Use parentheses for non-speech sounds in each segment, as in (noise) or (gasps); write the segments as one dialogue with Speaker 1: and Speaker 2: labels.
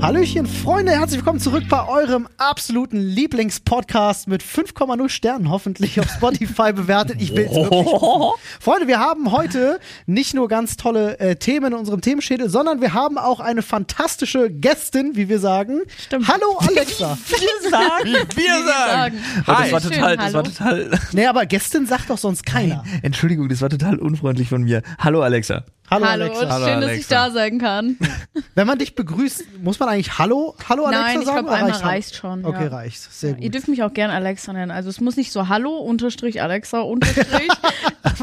Speaker 1: Hallöchen, Freunde, herzlich willkommen zurück bei eurem absoluten Lieblingspodcast mit 5,0 Sternen hoffentlich auf Spotify (laughs) bewertet. Ich will wirklich.
Speaker 2: (laughs)
Speaker 1: Freunde, wir haben heute nicht nur ganz tolle äh, Themen in unserem Themenschädel, sondern wir haben auch eine fantastische Gästin, wie wir sagen.
Speaker 2: Stimmt.
Speaker 1: Hallo
Speaker 2: (laughs)
Speaker 1: Alexa.
Speaker 2: Wir sagen.
Speaker 3: Wie wir sagen.
Speaker 4: Hi.
Speaker 3: Das war
Speaker 2: Schön,
Speaker 3: total, das war
Speaker 2: hallo.
Speaker 3: total.
Speaker 2: (laughs)
Speaker 1: nee, aber Gästin sagt doch sonst keiner.
Speaker 3: Entschuldigung, das war total unfreundlich von mir. Hallo Alexa.
Speaker 1: Hallo,
Speaker 2: Hallo,
Speaker 1: Alexa.
Speaker 3: Hallo,
Speaker 2: schön, dass ich
Speaker 3: Alexa.
Speaker 2: da sein kann.
Speaker 1: Wenn man dich begrüßt, muss man eigentlich Hallo, Hallo Alexa
Speaker 2: Nein, ich
Speaker 1: sagen?
Speaker 2: glaube,
Speaker 1: oder
Speaker 2: einmal
Speaker 1: Hallo?
Speaker 2: reicht schon.
Speaker 1: Okay,
Speaker 2: ja.
Speaker 1: reicht. Sehr gut.
Speaker 2: Ihr dürft mich auch gern Alexa nennen. Also es muss nicht so Hallo unterstrich Alexa unterstrich.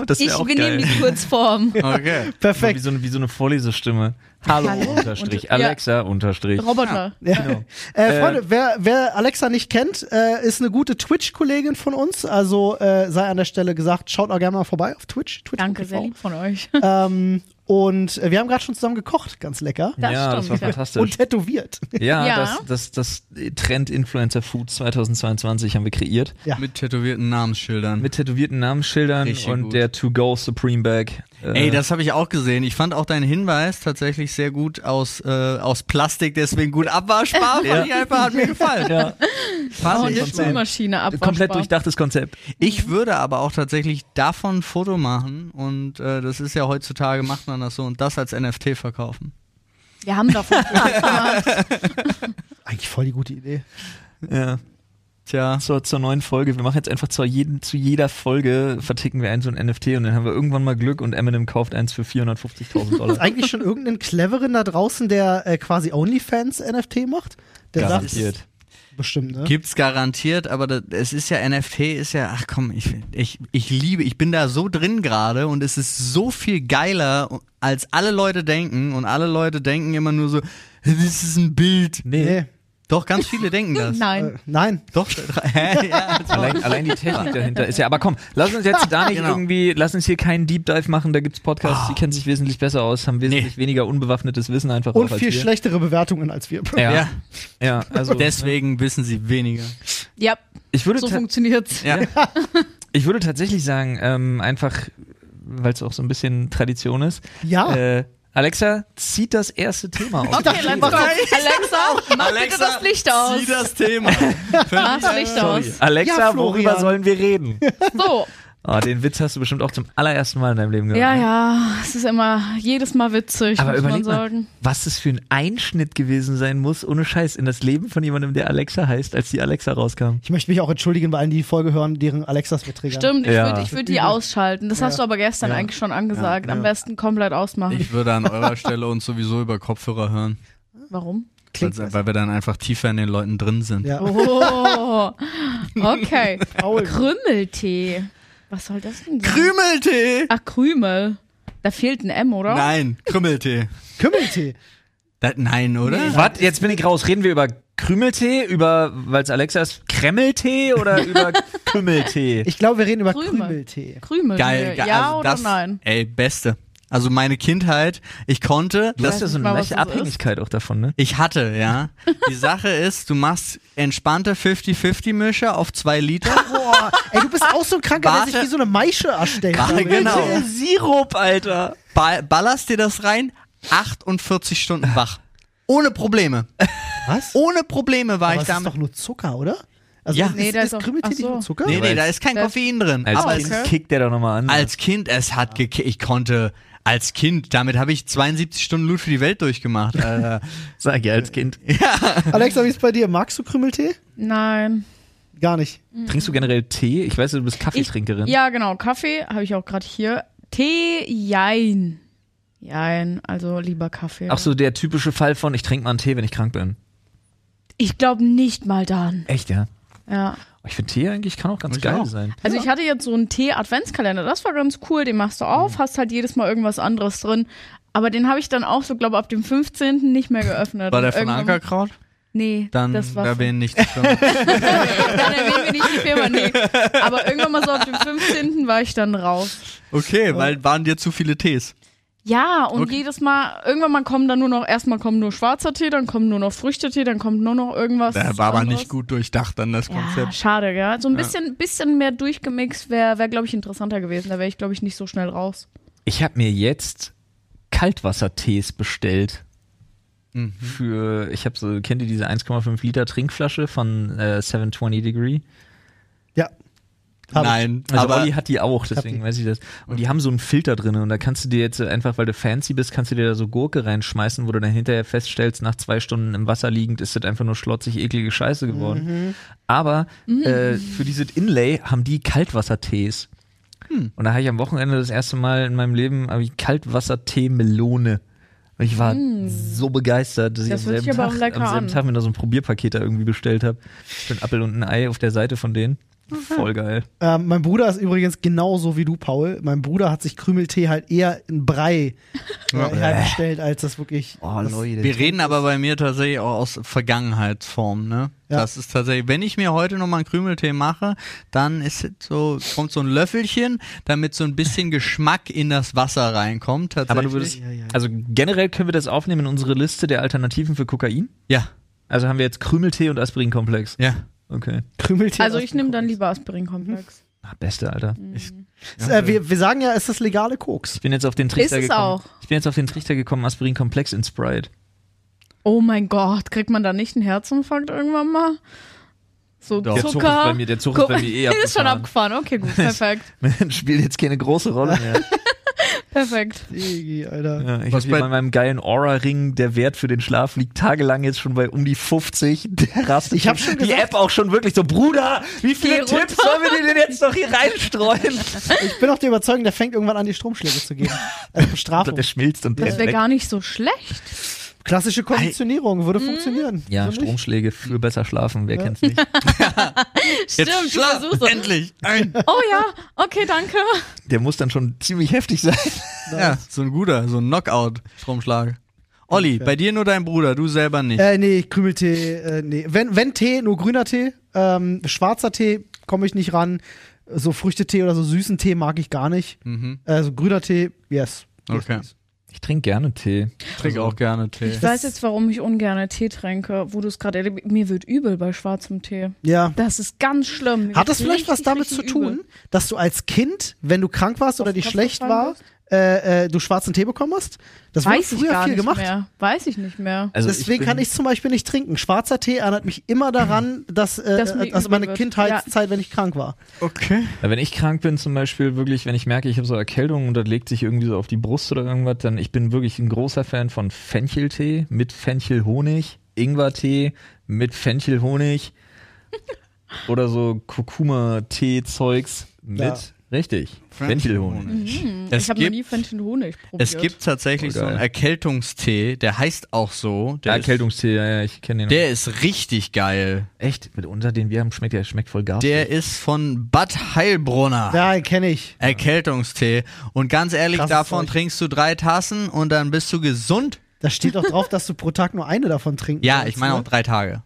Speaker 3: Das
Speaker 2: ich
Speaker 3: wäre auch
Speaker 2: wir nehmen
Speaker 3: geil.
Speaker 2: die Kurzform.
Speaker 3: (laughs) Okay.
Speaker 1: Perfekt.
Speaker 3: Wie so eine, wie so eine Vorlesestimme. Hallo,
Speaker 2: Hallo.
Speaker 3: Unterstrich.
Speaker 2: Und- ja.
Speaker 3: Alexa Unterstrich.
Speaker 2: Roboter.
Speaker 1: Ja. Äh, Freunde, wer, wer Alexa nicht kennt, äh, ist eine gute Twitch-Kollegin von uns. Also äh, sei an der Stelle gesagt, schaut auch gerne mal vorbei auf Twitch. Twitch
Speaker 2: Danke, sehr lieb von euch.
Speaker 1: Ähm, und äh, wir haben gerade schon zusammen gekocht, ganz lecker.
Speaker 2: Das
Speaker 3: ja, das war
Speaker 2: stimmt.
Speaker 3: fantastisch.
Speaker 1: Und tätowiert.
Speaker 3: ja,
Speaker 2: Ja.
Speaker 3: Das, das, das Trend Influencer Food 2022 haben wir kreiert.
Speaker 1: Ja.
Speaker 4: Mit tätowierten Namensschildern.
Speaker 3: Mit tätowierten Namensschildern
Speaker 4: Richtig
Speaker 3: und
Speaker 4: gut.
Speaker 3: der To-Go Supreme Bag. Äh,
Speaker 4: Ey, das habe ich auch gesehen. Ich fand auch deinen Hinweis tatsächlich sehr gut aus, äh, aus Plastik, deswegen
Speaker 3: (laughs)
Speaker 4: gut abwaschbar. Fand
Speaker 3: Ja.
Speaker 4: ich einfach, hat mir gefallen.
Speaker 3: ja,
Speaker 2: Oh,
Speaker 4: Fand
Speaker 2: und die
Speaker 4: ich,
Speaker 2: Spülmaschine (laughs) abwaschbar.
Speaker 3: komplett durchdachtes Konzept.
Speaker 4: ich würde aber auch tatsächlich davon ein Foto machen und äh, das ist ja heutzutage, macht man das so und das als NFT verkaufen.
Speaker 2: Wir haben davon
Speaker 1: Eigentlich voll die gute Idee.
Speaker 3: Ja.
Speaker 4: Tja,
Speaker 3: zur, zur neuen Folge. Wir machen jetzt einfach zu, jeden, zu jeder Folge verticken wir einen so ein NFT und dann haben wir irgendwann mal Glück und Eminem kauft eins für 450.000
Speaker 1: Ist
Speaker 3: Dollar.
Speaker 1: eigentlich schon irgendeinen Cleveren da draußen, der äh, quasi OnlyFans-NFT macht? Der sagt
Speaker 3: (laughs) Garantiert.
Speaker 1: bestimmt, ne?
Speaker 4: gibt's garantiert, aber das, es ist ja NFT, ist ja, ach komm, ich, ich, ich liebe, ich bin da so drin gerade und es ist so viel geiler, als alle Leute denken und alle Leute denken immer nur so, das ist ein Bild.
Speaker 3: Nee.
Speaker 1: Nee.
Speaker 4: Doch, ganz viele denken das.
Speaker 1: Äh,
Speaker 2: (laughs) Nein.
Speaker 1: nein.
Speaker 4: Doch, (laughs) hä? ja, (laughs) also,
Speaker 3: Allein, allein die Technik dahinter ist ja. Aber komm, lass uns jetzt da nicht
Speaker 4: Genau.
Speaker 3: irgendwie, lass uns hier keinen Deep Dive machen. Da gibt's Podcasts, die kennen sich wesentlich besser aus, haben wesentlich weniger unbewaffnetes Wissen einfach
Speaker 1: Und
Speaker 3: auch als
Speaker 1: viel
Speaker 3: wir.
Speaker 1: schlechtere Bewertungen als wir.
Speaker 3: Ja.
Speaker 4: Ja.
Speaker 3: ja, also
Speaker 4: deswegen wissen sie weniger.
Speaker 2: Ja,
Speaker 3: ich würde
Speaker 2: so
Speaker 3: ta-
Speaker 2: funktioniert's.
Speaker 4: Ja.
Speaker 3: ich würde tatsächlich sagen, ähm, einfach weil es auch so ein bisschen Tradition ist.
Speaker 1: (laughs) Ja.
Speaker 3: Äh, Alexa zieht das erste
Speaker 2: (laughs)
Speaker 3: Thema auf.
Speaker 2: Okay, let's go. Alexa, mach bitte das Licht aus.
Speaker 4: Zieh das Thema.
Speaker 2: Mach das Licht aus.
Speaker 3: Alexa,
Speaker 1: Ja, Florian.
Speaker 3: worüber sollen wir
Speaker 2: (laughs)
Speaker 3: reden?
Speaker 2: So.
Speaker 3: Oh, den Witz hast du bestimmt auch zum allerersten Mal in deinem Leben gehört.
Speaker 2: Ja,
Speaker 3: ne?
Speaker 2: ja, es ist immer jedes Mal witzig,
Speaker 3: Aber
Speaker 2: muss man
Speaker 3: überleg
Speaker 2: sagen.
Speaker 3: mal, was das für ein Einschnitt gewesen sein muss, ohne Scheiß, in das Leben von jemandem, der Alexa heißt, als die Alexa rauskam.
Speaker 1: Ich möchte mich auch entschuldigen bei allen, die die Folge hören, deren Alexas beträgt.
Speaker 2: Stimmt, ich
Speaker 3: Ja.
Speaker 2: würde ich würd die ausschalten. Das hast du aber gestern eigentlich schon angesagt. Am besten komplett ausmachen.
Speaker 4: (laughs) Ich würde an eurer Stelle uns sowieso über Kopfhörer hören,
Speaker 2: Warum?
Speaker 1: Klingt
Speaker 4: weil, weil wir dann einfach tiefer in den Leuten drin sind.
Speaker 1: Ja.
Speaker 2: Oh,
Speaker 4: (laughs)
Speaker 2: okay.
Speaker 1: Paul.
Speaker 2: Krümeltee. Was soll das denn sein?
Speaker 4: Krümeltee!
Speaker 2: Ach, Krümel. Da fehlt ein M, oder?
Speaker 4: Nein, Krümeltee.
Speaker 1: Kümmeltee.
Speaker 4: Das, nein, oder?
Speaker 3: Was? Äh, Jetzt bin ich raus. Reden wir über Krümeltee, über, weil es Alexa ist,
Speaker 2: (laughs)
Speaker 3: Kremmeltee oder über Kümmeltee?
Speaker 1: Ich glaube, wir reden über
Speaker 2: Krümel.
Speaker 1: Krümeltee.
Speaker 2: Krümel.
Speaker 4: Geil, geil.
Speaker 2: Äh, Ja
Speaker 4: also
Speaker 2: oder
Speaker 4: das,
Speaker 2: nein?
Speaker 4: Ey, beste. Also meine Kindheit, ich konnte,
Speaker 2: weiß
Speaker 3: das ist ja so
Speaker 2: nicht
Speaker 3: eine
Speaker 2: mal, was
Speaker 3: leichte
Speaker 2: das ist.
Speaker 3: Abhängigkeit auch davon, ne?
Speaker 4: Ich hatte,
Speaker 2: (laughs)
Speaker 4: ja. Die Sache ist, du machst entspannte 50-50-Mische auf
Speaker 2: (laughs)
Speaker 4: zwei Liter.
Speaker 1: Boah, ey, du bist auch so ein Kranker, der sich
Speaker 4: Warte.
Speaker 1: wie so eine Maische erstellt.
Speaker 4: Warte, genau.
Speaker 3: Sirup, Alter.
Speaker 4: Ba- ballerst dir das rein, 48 Stunden wach. Ohne Probleme.
Speaker 1: Was?
Speaker 4: Ohne Probleme
Speaker 1: Aber
Speaker 4: war Oh,
Speaker 1: es
Speaker 4: ich
Speaker 1: ist
Speaker 4: damit.
Speaker 1: doch nur Zucker, oder? Also
Speaker 4: Ja.
Speaker 1: ist,
Speaker 2: Nee,
Speaker 1: ist,
Speaker 2: da
Speaker 1: ist
Speaker 2: ist auch-
Speaker 1: Krümeltee
Speaker 2: ach
Speaker 1: nicht nur
Speaker 2: so.
Speaker 1: Zucker?
Speaker 4: Nee, nee, da
Speaker 3: Als-
Speaker 4: ist kein
Speaker 2: als-
Speaker 4: Koffein drin.
Speaker 3: Als
Speaker 4: aber
Speaker 3: Kind
Speaker 2: okay.
Speaker 3: kickt der doch nochmal an.
Speaker 4: es, als Kind, es hat gekickt. Ich konnte als Kind, damit habe ich 72 Stunden Loot für die Welt durchgemacht. Äh, Alter.
Speaker 3: Sag ja, als Kind.
Speaker 1: Alexa, wie ist bei dir? Magst du Krümeltee?
Speaker 2: Nein.
Speaker 1: Gar nicht.
Speaker 3: Trinkst du generell Tee? Ich weiß, du bist Kaffeetrinkerin.
Speaker 2: Mhm. Ich, ja, genau. Kaffee habe ich auch gerade hier. Tee, jein. Jein, also lieber Kaffee.
Speaker 3: Ach so, der typische Fall von, ich trinke mal einen Tee, wenn ich krank bin.
Speaker 2: Ich glaube nicht mal daran.
Speaker 3: Echt, ja? Oh,
Speaker 2: Ja.
Speaker 3: Ich finde Tee eigentlich kann auch ganz
Speaker 4: Ich
Speaker 3: geil
Speaker 4: auch.
Speaker 3: sein.
Speaker 2: Also ich hatte jetzt so einen Tee-Adventskalender, das war ganz cool, den machst du auf,
Speaker 4: Mhm.
Speaker 2: hast halt jedes Mal irgendwas anderes drin. Aber den habe ich dann auch so, glaube ab dem 15. nicht mehr geöffnet.
Speaker 4: War der
Speaker 2: Und
Speaker 4: von
Speaker 2: irgendwann-
Speaker 4: Ankerkraut?
Speaker 2: Nee,
Speaker 4: Dann
Speaker 2: das war von,
Speaker 4: erwähnen nicht schon.
Speaker 2: (laughs) dann erwähnen wir nicht die Firma, nee. Aber irgendwann mal so ab dem 15. war ich dann raus.
Speaker 4: Okay, weil waren dir zu viele Tees.
Speaker 2: Ja, und
Speaker 4: Okay.
Speaker 2: jedes Mal, irgendwann mal kommen dann nur noch, erstmal kommen nur schwarzer Tee, dann kommen nur noch Früchtetee, dann kommt nur noch irgendwas.
Speaker 4: Da Äh, war aber
Speaker 2: anderes.
Speaker 4: nicht gut durchdacht dann das
Speaker 2: Ja,
Speaker 4: Konzept.
Speaker 2: schade, ja. So ein bisschen, bisschen mehr durchgemixt wäre, wär, glaube ich, interessanter gewesen. Da wäre ich, glaube ich, nicht so schnell raus.
Speaker 3: Ich habe mir jetzt Kaltwassertees bestellt.
Speaker 4: Mhm.
Speaker 3: Für, ich habe so, kennt ihr diese 1,5 Liter Trinkflasche von äh, 720 Degree?
Speaker 1: Ja. Hab ich.
Speaker 4: Nein,
Speaker 3: Also
Speaker 4: aber
Speaker 3: Olli hat die auch, deswegen
Speaker 1: die.
Speaker 3: weiß ich das. Und die haben so einen Filter drin und da kannst du dir jetzt äh, einfach, weil du fancy bist, kannst du dir da so Gurke reinschmeißen, wo du dann hinterher feststellst, nach zwei Stunden im Wasser liegend, ist das einfach nur schlotzig, eklige Scheiße geworden.
Speaker 2: Mhm.
Speaker 3: Aber äh, für dieses Inlay haben die Kaltwassertees.
Speaker 2: Hm.
Speaker 3: Und da habe ich am Wochenende das erste Mal in meinem Leben habe ich Kaltwassertee-Melone. Und ich war so begeistert, dass
Speaker 2: Hm. Das
Speaker 3: ich am
Speaker 2: hört
Speaker 3: selben,
Speaker 2: sich aber auch
Speaker 3: Tag,
Speaker 2: lecker
Speaker 3: am selben
Speaker 2: an.
Speaker 3: Tag mir da so ein Probierpaket da irgendwie bestellt habe. Für einen Appel und ein Ei auf der Seite von denen. Voll geil.
Speaker 1: Ähm, mein Bruder ist übrigens genauso wie du, Paul. Mein Bruder hat sich Krümeltee halt eher in Brei äh, hergestellt, als das wirklich.
Speaker 3: Oh,
Speaker 1: das,
Speaker 3: Leute.
Speaker 4: wir reden aber bei mir tatsächlich auch aus Vergangenheitsform, ne?
Speaker 1: Ja.
Speaker 4: Das ist tatsächlich, wenn ich mir heute nochmal einen Krümeltee mache, dann ist es so, kommt so ein Löffelchen, damit so ein bisschen Geschmack in das Wasser reinkommt. Tatsächlich.
Speaker 3: Aber du würdest, also generell können wir das aufnehmen in unsere Liste der Alternativen für Kokain.
Speaker 4: Ja,
Speaker 3: Also haben wir jetzt Krümeltee und Aspirinkomplex.
Speaker 4: ja.
Speaker 3: Okay.
Speaker 1: Krümeltee.
Speaker 2: Also
Speaker 1: aus
Speaker 2: ich
Speaker 1: dem
Speaker 2: nehme dann
Speaker 1: Koks.
Speaker 2: lieber Aspirin-Komplex.
Speaker 3: Ah, beste, Alter.
Speaker 2: Mhm.
Speaker 1: Äh, wir, wir sagen ja, es ist legale Koks.
Speaker 3: Ich bin jetzt auf den Trichter
Speaker 2: Ist es
Speaker 3: gekommen.
Speaker 2: auch.
Speaker 3: Ich bin jetzt auf den Trichter gekommen, Aspirinkomplex in Sprite. (laughs)
Speaker 2: Oh mein Gott, kriegt man da nicht einen Herzinfarkt irgendwann mal? So
Speaker 4: Doch.
Speaker 3: Der Zug ist
Speaker 2: Zucker.
Speaker 3: bei mir, der Zug ist bei mir eh
Speaker 2: (laughs) ist schon
Speaker 3: abgefahren.
Speaker 2: abgefahren. Okay, gut, perfekt.
Speaker 3: Man spielt jetzt keine große Rolle mehr.
Speaker 2: perfekt.
Speaker 1: Digi, Alter.
Speaker 3: ja, ich
Speaker 4: Was
Speaker 3: Was bei
Speaker 4: bei-
Speaker 3: meinem geilen Aura-Ring, der Wert für den Schlaf liegt tagelang jetzt schon bei um die 50. Der rast. Ich habe schon die App auch schon wirklich so, Bruder, wie viele
Speaker 2: Geh runter.
Speaker 3: Tipps sollen wir dir denn jetzt noch hier
Speaker 2: (laughs)
Speaker 3: reinstreuen?
Speaker 1: Ich bin auch der Überzeugung, der fängt irgendwann an, die Stromschläge zu
Speaker 4: (laughs)
Speaker 1: geben. Also Bestrafung.
Speaker 3: der schmilzt und
Speaker 2: Das
Speaker 3: der
Speaker 2: wäre
Speaker 3: weg.
Speaker 2: gar nicht so schlecht.
Speaker 1: Klassische Konditionierung würde funktionieren.
Speaker 3: Ja,
Speaker 1: Wieso nicht?
Speaker 3: Stromschläge für besser schlafen, wer kennt's nicht?
Speaker 2: Stimmt, du
Speaker 4: schlaf
Speaker 2: versuchst es.
Speaker 4: endlich ein.
Speaker 2: Oh ja, okay, danke.
Speaker 3: Der muss dann schon ziemlich heftig sein.
Speaker 4: Ja, so ein guter, so ein Knockout-Stromschlag. Olli, bei dir nur dein Bruder, du selber nicht.
Speaker 1: Äh, nee, Krümeltee, äh, nee. Wenn, wenn Tee, nur grüner Tee. Ähm, schwarzer Tee komme ich nicht ran. So Früchtetee oder so süßen Tee mag ich gar nicht.
Speaker 4: Mhm.
Speaker 1: Äh, so grüner Tee, yes. yes
Speaker 4: Okay.
Speaker 1: yes.
Speaker 3: Ich trinke gerne Tee.
Speaker 4: Ich trinke auch gerne Tee.
Speaker 2: Ich weiß jetzt, warum ich ungern Tee trinke, wo du es gerade erlebt Mir wird übel bei schwarzem Tee.
Speaker 1: Ja.
Speaker 2: Das ist ganz schlimm. Mir
Speaker 1: Hat
Speaker 2: wird
Speaker 1: das vielleicht was
Speaker 2: richtig,
Speaker 1: damit
Speaker 2: richtig
Speaker 1: zu tun,
Speaker 2: übel.
Speaker 1: dass du als Kind, wenn du krank warst oder
Speaker 2: Auf
Speaker 1: dich
Speaker 2: Kopf
Speaker 1: schlecht
Speaker 2: gefallen
Speaker 1: war,
Speaker 2: bist?
Speaker 1: äh, äh, du schwarzen Tee bekommen hast? Das wurde
Speaker 2: Weiß ich
Speaker 1: früher
Speaker 2: gar
Speaker 1: viel
Speaker 2: nicht
Speaker 1: gemacht.
Speaker 2: mehr. Weiß ich nicht mehr.
Speaker 3: Also
Speaker 1: Deswegen
Speaker 3: bin-
Speaker 1: kann ich zum Beispiel nicht trinken. Schwarzer Tee erinnert mich immer daran, dass, äh,
Speaker 2: Dass mir
Speaker 1: äh, also
Speaker 2: übel
Speaker 1: meine
Speaker 2: wird.
Speaker 1: Kindheitszeit, wenn ich krank war.
Speaker 4: Okay.
Speaker 3: Ja, wenn ich krank bin zum Beispiel, wirklich, wenn ich merke, ich habe so Erkältung und das legt sich irgendwie so auf die Brust oder irgendwas, dann ich bin wirklich ein großer Fan von Fencheltee mit Fenchelhonig, Ingwertee mit Fenchelhonig oder so Kurkuma-Tee-Zeugs mit.
Speaker 1: Ja.
Speaker 3: Richtig.
Speaker 4: Fenchelhonig.
Speaker 3: Fenchelhonig.
Speaker 1: Mhm.
Speaker 4: Mhm. Es
Speaker 2: ich habe noch
Speaker 4: gibt-
Speaker 2: nie Fenton Honig probiert.
Speaker 4: Es gibt tatsächlich
Speaker 3: Voll
Speaker 4: so einen
Speaker 3: geil.
Speaker 4: Erkältungstee, der heißt auch so. Der,
Speaker 3: Erkältungstee, ja, ja, ich kenne
Speaker 4: Ist,
Speaker 3: den.
Speaker 4: der ist richtig geil.
Speaker 3: Echt? Mit unter den wir haben schmeckt der schmeckt voll gar.
Speaker 4: Der ist von Bad
Speaker 2: Ah.
Speaker 4: Heilbrunner.
Speaker 1: Ja, kenne ich.
Speaker 4: Erkältungstee. Und ganz ehrlich,
Speaker 1: Krasses
Speaker 4: davon
Speaker 1: Zeug.
Speaker 4: trinkst du drei Tassen und dann bist du gesund.
Speaker 1: Da steht doch drauf, dass du pro Tag nur eine davon trinken
Speaker 4: Ja,
Speaker 1: sollst,
Speaker 4: ich meine
Speaker 1: ne?
Speaker 4: auch drei Tage.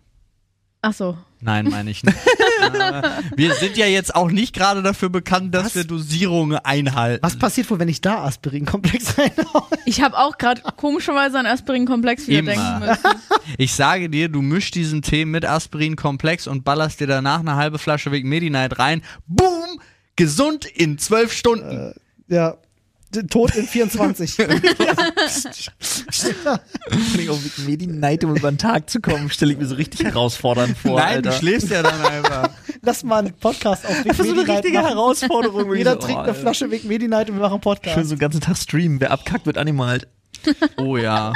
Speaker 2: Ach so.
Speaker 4: Nein, meine
Speaker 1: (laughs)
Speaker 4: ich nicht. Äh, wir sind ja jetzt auch nicht gerade dafür bekannt, dass
Speaker 1: Was?
Speaker 4: wir Dosierungen einhalten.
Speaker 1: Was passiert wohl, wenn ich da Aspirinkomplex (laughs) reinhaue?
Speaker 2: Ich habe auch gerade komischerweise an Aspirin-Komplex wieder
Speaker 4: Immer.
Speaker 2: denken müssen.
Speaker 4: Ich sage dir, du mischst diesen Tee mit Aspirin-Komplex und ballerst dir danach eine halbe Flasche Weg Medi-Night rein. Boom! Gesund in zwölf
Speaker 3: Äh,
Speaker 4: Stunden.
Speaker 1: Ja, d- tot in
Speaker 4: (laughs)
Speaker 1: 24.
Speaker 3: ich auch mit Medi-Night, um über den Tag zu kommen, (laughs) stelle ich mir so richtig herausfordernd vor.
Speaker 4: Nein,
Speaker 3: Alter.
Speaker 4: du schläfst
Speaker 3: (laughs)
Speaker 4: ja dann einfach.
Speaker 1: Lass mal einen Podcast auf Weg
Speaker 3: Das ist eine
Speaker 1: Medi-Night
Speaker 3: richtige
Speaker 1: machen.
Speaker 3: Herausforderung. wirklich
Speaker 1: Jeder
Speaker 3: so,
Speaker 1: trinkt
Speaker 3: oh,
Speaker 1: eine
Speaker 3: Alter.
Speaker 1: Flasche Weg Medi-Night und wir machen einen
Speaker 3: Schön
Speaker 1: Podcast.
Speaker 3: so den ganzen Tag streamen. Wer abkackt, wird animalt.
Speaker 4: Oh ja.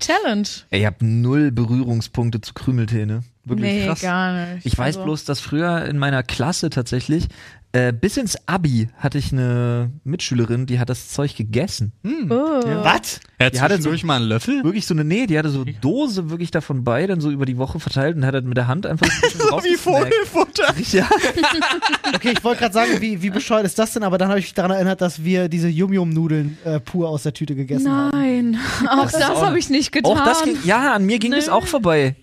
Speaker 2: Challenge.
Speaker 3: Ey, ich hab null Berührungspunkte zu Krümeltee, ne? (laughs) Wirklich
Speaker 2: nee,
Speaker 3: krass.
Speaker 2: gar nicht.
Speaker 3: Ich weiß
Speaker 2: Also,
Speaker 3: bloß, dass früher in meiner Klasse tatsächlich, äh, bis ins Abi hatte ich eine Mitschülerin, die hat das Zeug gegessen.
Speaker 2: Oh.
Speaker 1: Was?
Speaker 4: Jetzt
Speaker 3: hat er
Speaker 4: zwischendurch mal einen Löffel?
Speaker 3: Wirklich so eine, nee, die hatte so Dose wirklich davon bei, dann so über die Woche verteilt und hat halt mit der Hand einfach (laughs) so
Speaker 4: Wie Vogelfutter.
Speaker 3: Ja.
Speaker 1: Okay, ich wollte gerade sagen, wie, wie bescheuert ist das denn? Aber dann habe ich mich daran erinnert, dass wir diese Yum-Yum-Nudeln äh, pur aus der Tüte gegessen haben.
Speaker 3: (laughs)
Speaker 2: Nein, auch das,
Speaker 3: auch-
Speaker 2: habe ich nicht getan.
Speaker 3: Auch das ging, ja, an mir ging das auch vorbei.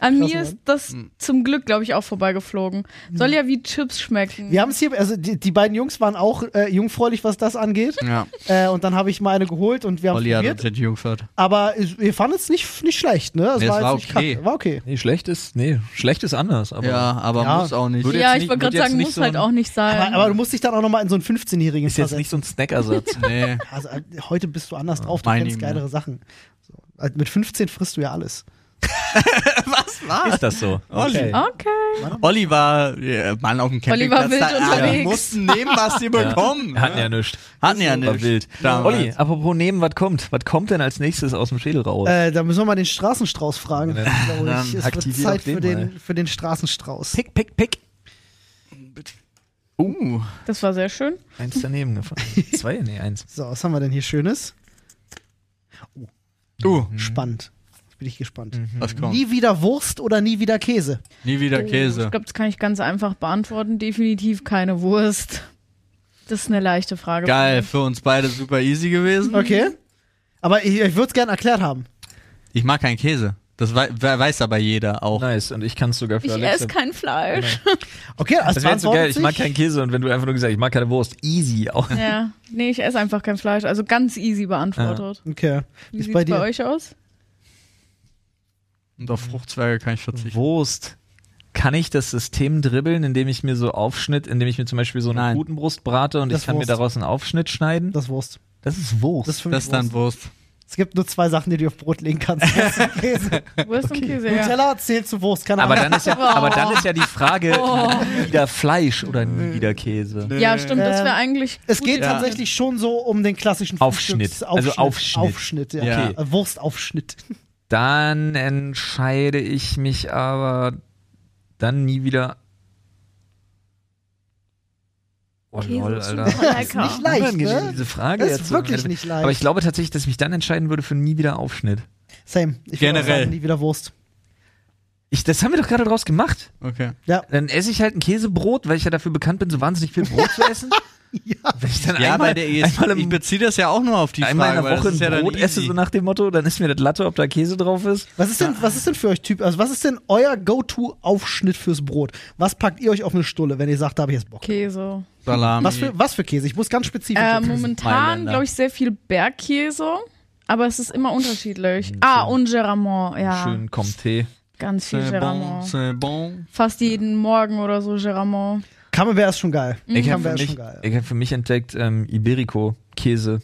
Speaker 2: An
Speaker 1: Krass,
Speaker 3: ne?
Speaker 2: mir ist das
Speaker 3: Hm.
Speaker 2: zum Glück, glaube ich, auch vorbeigeflogen. Soll ja wie Chips schmecken.
Speaker 1: Wir haben es hier, also die, die beiden Jungs waren auch äh, jungfräulich, was das angeht.
Speaker 4: Ja.
Speaker 1: Äh, und dann habe ich mal eine geholt und wir haben
Speaker 4: Mhm. Olli hat uns
Speaker 1: probiert.
Speaker 4: entjungfert.
Speaker 1: Aber es- ihr fandet es nicht, nicht schlecht, ne?
Speaker 4: Nee, es
Speaker 1: jetzt
Speaker 4: war
Speaker 1: nicht
Speaker 4: okay.
Speaker 1: kacke. War okay.
Speaker 3: Nee, schlecht ist, nee, schlecht ist anders, aber.
Speaker 4: Ja, aber
Speaker 1: Ja.
Speaker 4: muss auch nicht.
Speaker 3: Würde
Speaker 2: ja,
Speaker 3: jetzt
Speaker 2: ich
Speaker 3: nicht-
Speaker 2: wollte
Speaker 3: wird
Speaker 2: gerade
Speaker 3: jetzt
Speaker 2: sagen,
Speaker 3: nicht
Speaker 2: muss
Speaker 3: so
Speaker 2: halt
Speaker 3: ein-
Speaker 2: auch nicht sein.
Speaker 1: Aber, aber du musst dich dann auch nochmal in so einen 15-Jährigen
Speaker 3: Ähm, Ist jetzt
Speaker 1: versetzen.
Speaker 3: (laughs) nicht so ein Snackersatz.
Speaker 4: Nee.
Speaker 1: Also äh, heute bist du anders drauf, du
Speaker 4: Mein
Speaker 1: kennst
Speaker 3: ne?
Speaker 4: Leben, ja.
Speaker 1: geilere Sachen. So. Also Mit 15 frisst du ja alles.
Speaker 4: Was war?
Speaker 3: Ist das so?
Speaker 4: Olli.
Speaker 2: Ah. Okay.
Speaker 4: Olli war äh, Mann auf dem
Speaker 2: Olli
Speaker 4: Campingplatz.
Speaker 2: war wild
Speaker 4: da, ah, Die
Speaker 2: unterwegs.
Speaker 4: mussten nehmen, was sie bekommen.
Speaker 3: Hatten ja nichts.
Speaker 4: Hatten ja
Speaker 3: War
Speaker 4: nicht.
Speaker 3: wild.
Speaker 4: Damals.
Speaker 3: Olli, apropos nehmen, was kommt? Was kommt denn als nächstes aus dem Schädel raus?
Speaker 1: Äh, da müssen wir mal den Straßenstrauß fragen.
Speaker 3: Ja,
Speaker 1: glaub
Speaker 4: dann
Speaker 1: ich. Es wird
Speaker 3: aktivier
Speaker 1: Zeit
Speaker 3: doch den
Speaker 1: für, den, für den Straßenstrauß.
Speaker 3: pick, pick, pick.
Speaker 4: Uh,
Speaker 2: Das war sehr schön.
Speaker 3: Eins daneben (laughs) gefahren. Zwei? Nee, eins.
Speaker 1: So, was haben wir denn hier Schönes?
Speaker 4: uh,
Speaker 3: Mhm.
Speaker 1: Spannend. Jetzt bin ich gespannt.
Speaker 4: was kommt?
Speaker 1: Nie wieder Wurst oder nie wieder Käse?
Speaker 4: Nie wieder
Speaker 2: Oh,
Speaker 4: Käse.
Speaker 2: Ich glaube, das kann ich ganz einfach beantworten. Definitiv keine Wurst. Das ist eine leichte Frage.
Speaker 4: Geil, für uns beide super easy
Speaker 3: Mhm.
Speaker 4: gewesen.
Speaker 1: Okay. Aber ich, ich würde es gerne erklärt haben.
Speaker 4: Ich mag keinen Käse. Das wei we- weiß aber jeder auch.
Speaker 3: Nice, und ich kann es sogar für
Speaker 2: Ich
Speaker 3: Alexa.
Speaker 2: esse kein Fleisch.
Speaker 1: Okay, also
Speaker 3: das wäre jetzt so geil,
Speaker 1: beantwortet
Speaker 3: ich mag
Speaker 1: sich-
Speaker 3: keinen Käse und wenn du einfach nur gesagt hast, ich mag keine Wurst, easy
Speaker 2: (laughs)
Speaker 3: auch.
Speaker 2: Ja, nee, ich esse einfach kein Fleisch. Also ganz easy beantwortet.
Speaker 1: Okay. Wie
Speaker 2: Wie
Speaker 1: ist
Speaker 2: sieht's
Speaker 1: bei
Speaker 2: bei,
Speaker 1: dir?
Speaker 2: euch aus?
Speaker 4: Und auf Fruchtzwerge kann ich verzichten.
Speaker 3: Wurst. Kann ich das System dribbeln, indem ich mir so Aufschnitt, indem ich mir zum Beispiel so eine
Speaker 4: Nein.
Speaker 3: Putenbrust brate und
Speaker 1: Das
Speaker 3: ich kann
Speaker 1: Wurst.
Speaker 3: mir daraus einen Aufschnitt schneiden?
Speaker 1: Das ist Wurst.
Speaker 3: Das ist Wurst.
Speaker 1: Das ist für mich
Speaker 4: Das ist dann
Speaker 1: Wurst.
Speaker 4: Wurst.
Speaker 1: Es gibt nur zwei Sachen, die du auf Brot legen
Speaker 3: (laughs)
Speaker 1: kannst. Wurst und Käse.
Speaker 2: Wurst und Käse, ja.
Speaker 1: Nutella zählt zu Wurst, keine
Speaker 3: aber,
Speaker 1: Ahnung.
Speaker 3: dann ist (laughs) ja, aber dann ist ja die Frage, nie wieder Fleisch oder nie wieder Käse.
Speaker 2: Ja, stimmt, das
Speaker 1: Ähm,
Speaker 2: wäre eigentlich.
Speaker 1: Es geht
Speaker 4: Ja.
Speaker 1: tatsächlich schon so um den klassischen
Speaker 3: Aufschnitt.
Speaker 1: Frühstücks-
Speaker 3: Also Aufschnitt.
Speaker 1: Aufschnitt, ja.
Speaker 4: Ja.
Speaker 1: Äh, Wurstaufschnitt.
Speaker 3: Dann entscheide ich mich aber dann nie wieder. Oh
Speaker 2: Käse
Speaker 3: lol,
Speaker 2: ist
Speaker 3: Alter.
Speaker 2: super lecker.
Speaker 1: Nicht leicht,
Speaker 3: Unangenehm,
Speaker 1: ne?
Speaker 3: diese Frage
Speaker 1: Das
Speaker 3: jetzt
Speaker 1: ist
Speaker 3: so.
Speaker 1: wirklich nicht leicht.
Speaker 3: Aber ich glaube tatsächlich, dass ich mich dann entscheiden würde für nie wieder Aufschnitt.
Speaker 1: Same. Ich würde auch
Speaker 4: Generell.
Speaker 1: Sagen, nie wieder Wurst.
Speaker 3: Ich, das haben wir doch gerade draus gemacht.
Speaker 4: Okay.
Speaker 1: Ja.
Speaker 3: Dann esse ich halt ein Käsebrot, weil ich ja dafür bekannt bin, so wahnsinnig viel Brot zu (laughs) essen.
Speaker 1: Ja.
Speaker 3: Wenn ich dann
Speaker 4: Ja,
Speaker 3: einmal,
Speaker 4: weil der jetzt,
Speaker 3: einmal,
Speaker 4: ich
Speaker 3: im,
Speaker 4: beziehe das ja auch nur auf die
Speaker 3: einmal
Speaker 4: Frage.
Speaker 3: in
Speaker 4: weil
Speaker 3: der
Speaker 4: das
Speaker 3: Woche
Speaker 4: ist ja
Speaker 3: ein
Speaker 4: dann
Speaker 3: Brot esse,
Speaker 4: easy.
Speaker 3: so nach dem Motto, dann ist mir das Latte, ob da Käse drauf ist.
Speaker 1: Was ist denn, was ist denn für euch Typ, also was ist denn euer Go-To-Aufschnitt fürs Brot? Was packt ihr euch auf eine Stulle, wenn ihr sagt, da habe ich jetzt Bock?
Speaker 2: Käse.
Speaker 4: Salami.
Speaker 1: Was für, was für Käse? Ich muss ganz spezifisch.
Speaker 2: Äh,
Speaker 3: Ähm.
Speaker 1: wissen.
Speaker 2: momentan,
Speaker 4: Mailänder.
Speaker 2: glaube ich, sehr viel Bergkäse. Aber es ist immer unterschiedlich. Ah, und Geramont, ja.
Speaker 3: Mhm, Schön Comté.
Speaker 2: Ganz viel
Speaker 4: C'est bon,
Speaker 2: Geramont.
Speaker 4: c'est bon.
Speaker 2: Fast jeden Morgen oder so Geramont.
Speaker 1: Camembert ist schon geil.
Speaker 3: Ich habe für,
Speaker 1: Camembert ist schon
Speaker 3: mich-
Speaker 1: geil.
Speaker 3: ich hab für mich entdeckt ähm, Iberico-Käse.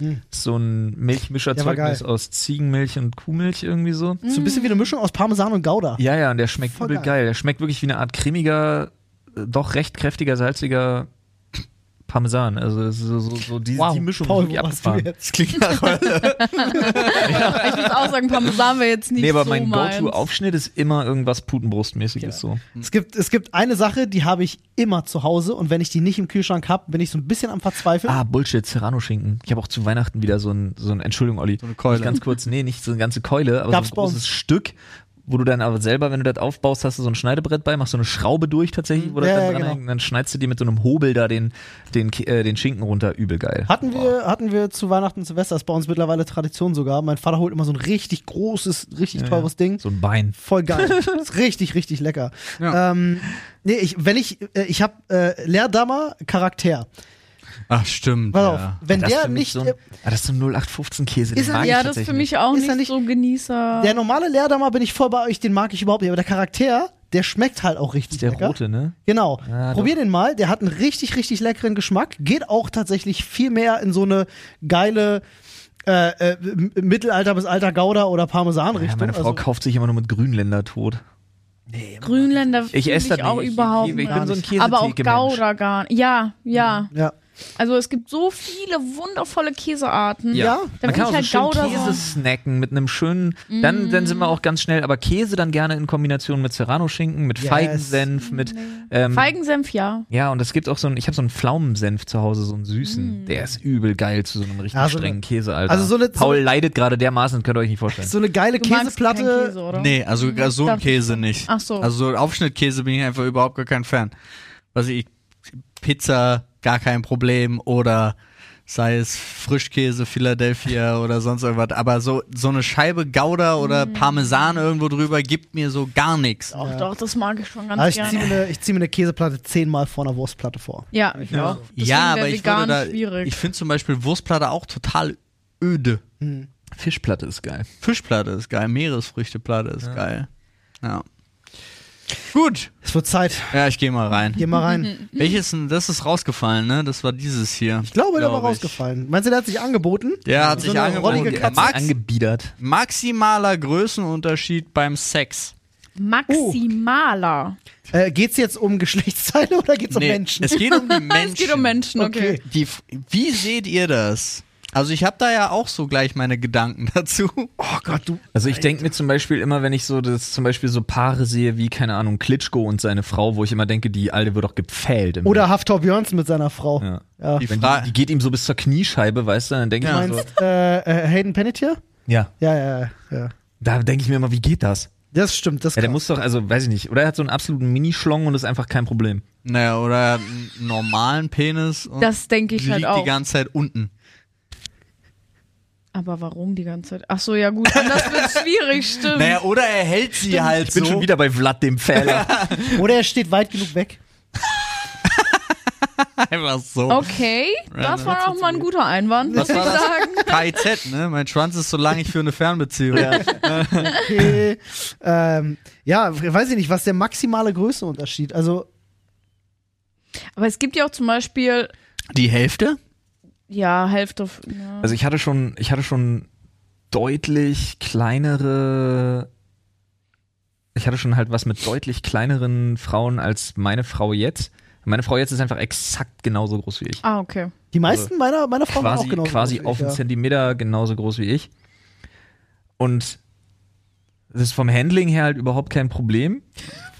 Speaker 3: Ist So ein Milchmischerzeugnis
Speaker 1: Mhm. Ja,
Speaker 3: aus Ziegenmilch und Kuhmilch irgendwie so.
Speaker 1: Ist So ein bisschen wie eine Mischung aus Parmesan und Gouda.
Speaker 3: Ja, ja, und der schmeckt
Speaker 1: Voll
Speaker 3: übel
Speaker 1: geil.
Speaker 3: geil. Der schmeckt wirklich wie eine Art cremiger, äh, doch recht kräftiger, salziger Parmesan. Also das ist so, so, so die, die Mischung ist
Speaker 1: Paul,
Speaker 3: wirklich
Speaker 1: wo warst du
Speaker 3: abgefahren.
Speaker 1: jetzt? Ah.
Speaker 2: Ich muss auch sagen, Parmesan wäre jetzt nicht
Speaker 3: Nee, aber
Speaker 2: so
Speaker 3: mein
Speaker 2: meins.
Speaker 3: Go-To-Aufschnitt ist immer irgendwas Putenbrustmäßiges so.
Speaker 1: Es gibt, es gibt eine Sache, die habe ich immer zu Hause und wenn ich die nicht im Kühlschrank habe, bin ich so ein bisschen am Verzweifeln.
Speaker 3: Ah, Bullshit, Serrano-Schinken. Ich habe auch zu Weihnachten wieder so ein, so ein Entschuldigung, Olli. So
Speaker 4: eine Keule.
Speaker 3: Ganz kurz, nee, nicht so eine ganze Keule, aber
Speaker 1: Gab's
Speaker 3: so
Speaker 1: bei
Speaker 3: ein
Speaker 1: uns.
Speaker 3: großes Stück, wo du dann aber selber, wenn du das aufbaust, hast du so ein Schneidebrett bei, machst so eine Schraube durch tatsächlich, wo
Speaker 1: Ja,
Speaker 3: das
Speaker 1: ja,
Speaker 3: dann dran
Speaker 1: genau.
Speaker 3: hängt, und dann schneidest du dir mit so einem Hobel da den, den, Ki- äh, den Schinken runter. Übel geil.
Speaker 1: Hatten wir, hatten wir zu Weihnachten und Silvester, ist bei uns mittlerweile Tradition sogar. Mein Vater holt immer so ein richtig großes, richtig teures Ding.
Speaker 3: So ein Bein.
Speaker 1: Voll geil.
Speaker 3: (laughs)
Speaker 1: ist richtig, richtig lecker. Ähm, nee, ich, wenn ich, äh, ich habe äh, Leerdammer Charakter.
Speaker 4: Ach, stimmt.
Speaker 1: Pass
Speaker 4: ja.
Speaker 1: auf, wenn
Speaker 3: Das ist
Speaker 1: der
Speaker 3: für mich
Speaker 1: nicht,
Speaker 3: So ein,
Speaker 1: äh,
Speaker 3: ah, das ist so ein 0815-Käse.
Speaker 1: Ist er-
Speaker 2: Ja, das ist für mich auch
Speaker 1: Ist
Speaker 2: nicht,
Speaker 1: ja nicht-
Speaker 2: so Genießer.
Speaker 1: der normale Leerdammer bin ich voll bei euch, den mag ich überhaupt nicht, aber der Charakter, der schmeckt halt auch richtig
Speaker 3: Der
Speaker 1: lecker.
Speaker 3: rote, ne?
Speaker 1: Genau.
Speaker 3: Ja,
Speaker 1: Probier den mal. Der hat einen richtig, richtig leckeren Geschmack. Geht auch tatsächlich viel mehr in so eine geile äh, äh, M- Mittelalter bis alter Gouda oder
Speaker 3: Ja,
Speaker 1: Parmesan-Richtung.
Speaker 3: meine Frau
Speaker 1: also,
Speaker 3: kauft sich immer nur mit Grünländer tot.
Speaker 2: Grünländer
Speaker 3: Ich
Speaker 2: fühl
Speaker 3: esse das
Speaker 2: auch
Speaker 3: nicht. Ich-
Speaker 2: überhaupt
Speaker 3: ich bin
Speaker 2: nicht.
Speaker 3: so ein Mhm. Käsetheke-
Speaker 2: aber auch Gouda
Speaker 3: Mensch.
Speaker 2: gar nicht. Ja, ja.
Speaker 1: ja.
Speaker 2: Also es gibt so viele wundervolle Käsearten.
Speaker 1: Ja.
Speaker 3: Man
Speaker 2: Dann
Speaker 3: kann auch
Speaker 2: finde ich
Speaker 3: so
Speaker 2: halt
Speaker 3: schön
Speaker 2: Gouda
Speaker 3: Käse
Speaker 2: so.
Speaker 3: snacken mit einem schönen, dann, dann sind wir auch ganz schnell, aber Käse dann gerne in Kombination mit Serrano-Schinken, mit
Speaker 1: Yes. Mhm.
Speaker 3: Feigensenf, mit ähm,
Speaker 2: Feigensenf, ja.
Speaker 3: ja, und es gibt auch so einen, ich habe so einen Pflaumensenf zu Hause, so einen süßen, der ist übel geil zu so einem richtig
Speaker 1: Ja, Mhm. so
Speaker 3: strengen
Speaker 1: eine-
Speaker 3: Käse, Alter.
Speaker 1: also so eine- so
Speaker 3: Paul
Speaker 1: eine-
Speaker 3: leidet gerade dermaßen, könnt ihr euch nicht vorstellen.
Speaker 1: So eine geile
Speaker 2: Du magst
Speaker 1: Käseplatte.
Speaker 2: keinen Käse, oder? Mhm.
Speaker 4: Nee, also gar so ein
Speaker 2: Darf-
Speaker 4: Käse nicht.
Speaker 2: Ach so.
Speaker 4: Also so Aufschnittkäse bin ich einfach überhaupt gar kein Fan. Was ich Pizza gar kein Problem oder sei es Frischkäse Philadelphia
Speaker 2: (laughs)
Speaker 4: oder sonst irgendwas, aber so so eine Scheibe Gouda oder
Speaker 2: Mhm.
Speaker 4: Parmesan irgendwo drüber gibt mir so gar nichts.
Speaker 2: Doch, doch, das mag Ah, ich schon ganz
Speaker 1: Also ich
Speaker 2: gerne.
Speaker 1: ziehe mir, eine- ich zieh mir eine Käseplatte zehnmal vor einer Wurstplatte vor.
Speaker 2: ja, ich auch. Deswegen
Speaker 4: Ja, aber
Speaker 2: wäre
Speaker 4: ich
Speaker 2: vegan
Speaker 4: würde da,
Speaker 2: schwierig.
Speaker 4: ich finde zum Beispiel Wurstplatte auch total öde.
Speaker 2: Mhm.
Speaker 3: Fischplatte ist geil.
Speaker 4: Fischplatte ist geil, Meeresfrüchteplatte ist geil. Ja. Gut.
Speaker 1: Es wird Zeit.
Speaker 4: Ja, ich gehe mal rein.
Speaker 1: Geh mal
Speaker 2: (laughs)
Speaker 1: rein.
Speaker 4: Welches denn? Das ist rausgefallen, ne? Das war dieses hier.
Speaker 1: Ich glaube, der war
Speaker 4: Glaub ich.
Speaker 1: rausgefallen. Meinst du, der hat sich angeboten?
Speaker 4: Der hat
Speaker 1: So
Speaker 4: sich
Speaker 1: eine
Speaker 4: angeboten.
Speaker 1: rollige Katze.
Speaker 4: Max,
Speaker 3: Angebiedert.
Speaker 4: maximaler Größenunterschied beim Sex.
Speaker 2: Maximaler.
Speaker 1: Äh, geht's jetzt um Geschlechtsteile oder geht's um
Speaker 4: Nee,
Speaker 1: Menschen?
Speaker 4: Es geht um die Menschen.
Speaker 2: Es geht um Menschen, okay.
Speaker 1: Okay.
Speaker 4: Die, F- wie seht ihr das? Also ich habe da ja auch so gleich meine Gedanken (laughs) dazu.
Speaker 1: Oh Gott, du.
Speaker 3: Also ich denke mir zum Beispiel immer, wenn ich so das zum Beispiel so Paare sehe wie, keine Ahnung, Klitschko und seine Frau, wo ich immer denke, die Alte wird doch gepfählt. Im
Speaker 1: Oder Haftor Björns mit seiner Frau.
Speaker 3: Ja.
Speaker 1: Ja.
Speaker 4: Die
Speaker 3: Wenn
Speaker 4: Fra-
Speaker 3: die, die geht ihm so bis zur Kniescheibe, weißt du, dann denke
Speaker 4: Ja.
Speaker 3: ich mir so,
Speaker 1: Meinst äh, äh, Hayden Panettiere?
Speaker 3: ja,
Speaker 1: Ja, ja, ja, ja.
Speaker 3: da denke ich mir immer, wie geht das?
Speaker 1: Das stimmt. Das
Speaker 3: Ja, der
Speaker 1: kann-
Speaker 3: muss doch, also weiß ich nicht, oder er hat so einen absoluten Minischlong und ist einfach kein Problem.
Speaker 4: Naja, oder er hat einen normalen Penis und
Speaker 2: Das denke ich
Speaker 4: liegt
Speaker 2: halt auch.
Speaker 4: die ganze Zeit unten.
Speaker 2: Aber warum die ganze Zeit? Ach so, ja gut, anders (laughs) wird schwierig, stimmt.
Speaker 4: Naja, oder er hält sie halt
Speaker 3: Ich bin
Speaker 4: so.
Speaker 3: schon wieder bei Vlad dem Pfähler. (laughs)
Speaker 1: Oder er steht weit genug weg.
Speaker 4: einfach so.
Speaker 2: Okay, das war auch mal ein guter Einwand, muss
Speaker 4: Was
Speaker 2: ich
Speaker 4: war das?
Speaker 2: sagen.
Speaker 4: KIZ, ne? Mein Schwanz ist so lang ich für eine Fernbeziehung.
Speaker 3: (laughs)
Speaker 1: Okay. ähm, ja, weiß ich nicht, was der maximale Größenunterschied. Also
Speaker 2: Aber es gibt ja auch zum Beispiel,
Speaker 4: Die Hälfte?
Speaker 2: ja, Hälfte. f- Ja.
Speaker 3: Also ich hatte schon, ich hatte schon deutlich kleinere, ich hatte schon halt was mit deutlich kleineren Frauen als meine Frau jetzt. Meine Frau jetzt ist einfach exakt genauso groß wie ich.
Speaker 2: Ah, okay.
Speaker 1: die meisten meiner, meiner Frauen waren
Speaker 3: Also Quasi,
Speaker 1: auch genau
Speaker 3: quasi auf einen Zentimeter genauso groß wie ich. Und das ist vom Handling her halt überhaupt
Speaker 2: (laughs)
Speaker 3: kein Problem.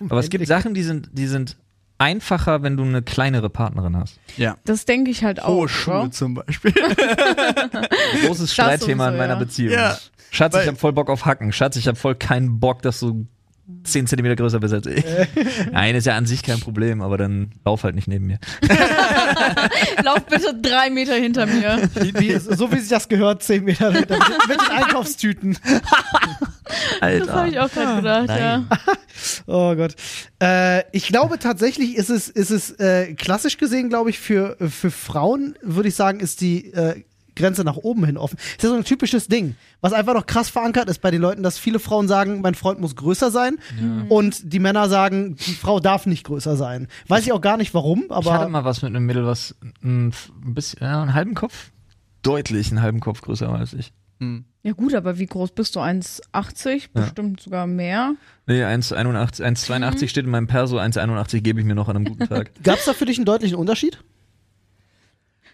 Speaker 3: Aber es gibt Sachen, die sind, die sind einfacher, wenn du eine kleinere Partnerin hast.
Speaker 4: Ja.
Speaker 2: Das denke ich halt auch.
Speaker 4: Hohe
Speaker 2: oder?
Speaker 4: Schuhe zum Beispiel.
Speaker 2: (laughs)
Speaker 3: Großes Streitthema in
Speaker 2: sowieso,
Speaker 3: meiner
Speaker 2: ja.
Speaker 3: Beziehung.
Speaker 4: Ja.
Speaker 3: Schatz,
Speaker 4: Weil-
Speaker 3: ich hab voll Bock auf Hacken. Schatz, ich hab voll keinen Bock, dass du 10 Zentimeter größer bist
Speaker 2: (laughs)
Speaker 3: als ich. Nein, ist ja an sich kein Problem, aber dann lauf halt nicht neben mir.
Speaker 2: Lauf bitte drei Meter hinter
Speaker 4: (laughs)
Speaker 2: mir.
Speaker 1: Wie, so wie sich das gehört, 10 Meter mit, mit den
Speaker 3: (laughs)
Speaker 1: Einkaufstüten.
Speaker 2: Das habe ich auch gerade gedacht, ja.
Speaker 1: Oh Gott. Äh, ich glaube tatsächlich ist es, ist es äh, klassisch gesehen, glaube ich, für, für Frauen, würde ich sagen, ist die äh, Grenze nach oben hin offen. Ist ja so ein typisches Ding, was einfach noch krass verankert ist bei den Leuten, dass viele Frauen sagen, mein Freund muss größer sein und die Männer sagen, die Frau darf nicht größer sein. Weiß ich auch gar nicht warum,
Speaker 3: Ich hatte
Speaker 1: aber
Speaker 3: mal was mit einem Mädel, was ein, ein bisschen, ja, einen halben Kopf, deutlich einen halben Kopf größer war als ich.
Speaker 2: Ja gut, aber wie groß bist du? 1,80?
Speaker 3: Ja.
Speaker 2: Bestimmt sogar mehr.
Speaker 3: Nee, 1,81
Speaker 2: Mhm.
Speaker 3: 1,82 steht in meinem Perso, 1,81 gebe ich mir noch an einem
Speaker 2: (laughs)
Speaker 3: guten Tag.
Speaker 1: gab es da für dich einen deutlichen Unterschied?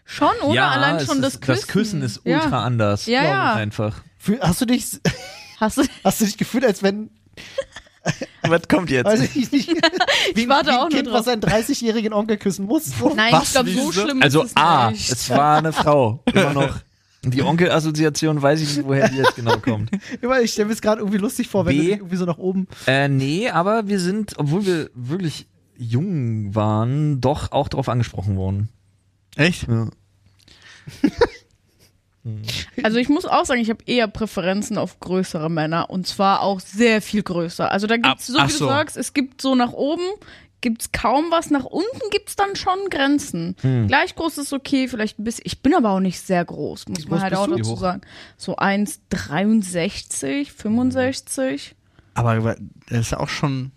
Speaker 2: Schon, oder? Allein
Speaker 3: es
Speaker 2: schon das
Speaker 3: ist,
Speaker 2: Küssen.
Speaker 3: das Küssen ist
Speaker 2: Ja.
Speaker 3: ultra anders.
Speaker 2: Ja,
Speaker 3: glaub ich
Speaker 2: ja.
Speaker 3: Einfach.
Speaker 1: Fühl- Hast du dich,
Speaker 3: (laughs)
Speaker 2: Hast du,
Speaker 1: hast du dich gefühlt, als wenn,
Speaker 3: Was kommt jetzt?
Speaker 2: Also,
Speaker 1: weiß ich nicht, wie,
Speaker 2: (laughs) ich warte
Speaker 1: wie ein
Speaker 2: auch nur
Speaker 1: Kind,
Speaker 2: drauf.
Speaker 1: was seinen 30-jährigen Onkel küssen muss?
Speaker 2: Nein,
Speaker 4: Was?
Speaker 2: ich glaube, so
Speaker 4: Wieso?
Speaker 2: schlimm
Speaker 3: Also
Speaker 2: ist es
Speaker 3: A,
Speaker 2: nicht.
Speaker 3: es war eine Frau. Immer noch.
Speaker 2: (laughs)
Speaker 3: Die Onkel-Assoziation weiß ich nicht, woher die jetzt genau kommt.
Speaker 1: Immer, ich stelle mir es gerade irgendwie lustig vor, wenn
Speaker 3: B.
Speaker 1: du dich irgendwie so nach oben.
Speaker 3: Äh, nee, aber wir sind, obwohl wir wirklich jung waren, doch auch darauf angesprochen worden.
Speaker 4: (laughs) Echt?
Speaker 2: Also ich muss auch sagen, ich habe eher Präferenzen auf größere Männer und zwar auch sehr viel größer. Also da gibt's,
Speaker 4: Ah,
Speaker 2: so
Speaker 4: ach
Speaker 2: wie du
Speaker 4: so.
Speaker 2: sagst, es gibt so nach oben gibt's kaum was, nach unten gibt's dann schon Grenzen.
Speaker 3: Hm.
Speaker 2: Gleich groß ist okay, vielleicht ein bisschen. Ich bin aber auch nicht sehr groß, muss man
Speaker 1: groß
Speaker 2: halt
Speaker 1: bist
Speaker 2: auch
Speaker 1: du?
Speaker 3: Wie
Speaker 2: dazu
Speaker 3: hoch?
Speaker 2: sagen. So 1,63, 65.
Speaker 4: Aber das ist auch schon.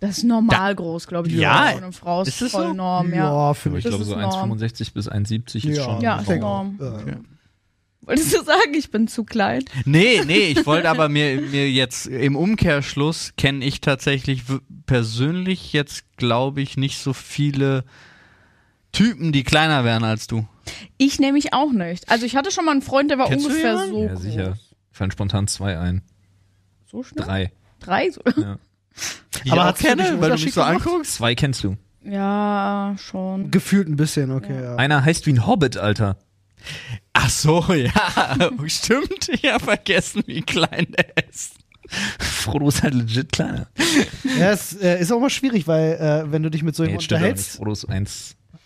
Speaker 2: Das ist normal groß, glaube ich.
Speaker 4: Ja,
Speaker 2: für eine Frau ist,
Speaker 4: ist es
Speaker 2: voll
Speaker 4: so?
Speaker 2: norm, ja.
Speaker 1: für
Speaker 3: Aber ich
Speaker 2: Das
Speaker 3: glaube,
Speaker 2: ist
Speaker 3: so
Speaker 2: Norm.
Speaker 3: 1,65 bis 1,70 ist
Speaker 1: Ja.
Speaker 3: schon.
Speaker 2: Ja, ist
Speaker 1: Norm.
Speaker 2: norm.
Speaker 1: Äh,
Speaker 2: Wolltest du sagen, ich bin zu klein?
Speaker 4: Nee, nee, ich wollte aber mir, mir jetzt im Umkehrschluss kenne ich tatsächlich w- persönlich jetzt, glaube ich, nicht so viele Typen, die kleiner wären als du.
Speaker 2: Ich nehme mich auch nicht. Also ich hatte schon mal einen Freund, der war
Speaker 4: Kennst du
Speaker 2: ungefähr
Speaker 4: jemanden?
Speaker 2: so
Speaker 3: ja,
Speaker 2: groß.
Speaker 3: sicher. Fallen spontan zwei ein.
Speaker 2: So schnell?
Speaker 3: Drei.
Speaker 2: Drei? So.
Speaker 3: Ja.
Speaker 1: Aber hat's für dich einen
Speaker 4: ne, weil du
Speaker 1: Unterschied
Speaker 4: mich so
Speaker 1: gemacht?
Speaker 4: anguckst?
Speaker 3: Zwei kennst du.
Speaker 2: Ja, schon.
Speaker 1: Gefühlt ein bisschen, okay. Ja.
Speaker 3: Einer heißt wie ein Hobbit, Alter.
Speaker 4: Ach so, ja, (laughs) stimmt. Ich habe vergessen, wie klein der ist.
Speaker 3: Frodo ist halt legit kleiner.
Speaker 1: Ja, es äh, ist auch mal schwierig, weil äh, wenn du dich mit so
Speaker 3: Nee,
Speaker 1: jemandem
Speaker 3: jetzt stimmt aber
Speaker 1: unterhältst,
Speaker 3: nicht. Frodo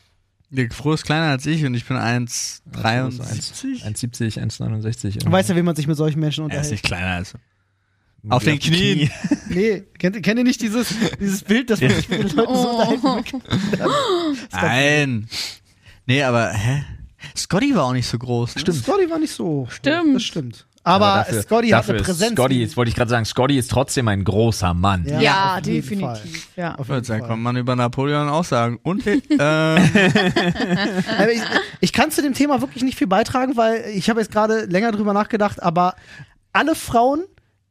Speaker 3: ist 1,
Speaker 4: Der Froh ist kleiner als ich und ich bin
Speaker 3: Frodo ist 1
Speaker 4: 1,73.
Speaker 3: 1,70, 1,69.
Speaker 1: du weißt ja, wie man sich mit solchen Menschen
Speaker 4: Er ist
Speaker 1: unterhält.
Speaker 4: nicht kleiner als du.
Speaker 3: Irgendwie
Speaker 4: Auf den Knien.
Speaker 1: Nee, kennt, kennt ihr nicht dieses, dieses Bild, dass man sich mit den Leuten so unterhält?
Speaker 2: Oh.
Speaker 4: Nein. Nee, aber hä? Scotty war auch nicht so groß. Ne?
Speaker 1: Stimmt. Das Story war nicht so. hoch.
Speaker 2: Stimmt.
Speaker 1: Das stimmt. Aber Scotty hat eine Präsenz.
Speaker 3: Scotty, jetzt wollte ich gerade sagen, Scotty ist trotzdem ein großer Mann.
Speaker 1: Ja,
Speaker 2: Ja,
Speaker 1: auf jeden
Speaker 2: definitiv. Ja.
Speaker 1: Auf
Speaker 4: Ich würde
Speaker 1: jeden
Speaker 4: sagen,
Speaker 1: Fall.
Speaker 4: kann man über Napoleon auch sagen. Und äh, (laughs)
Speaker 1: Aber Ich, ich kann zu dem Thema wirklich nicht viel beitragen, weil ich habe jetzt gerade länger drüber nachgedacht, aber alle Frauen,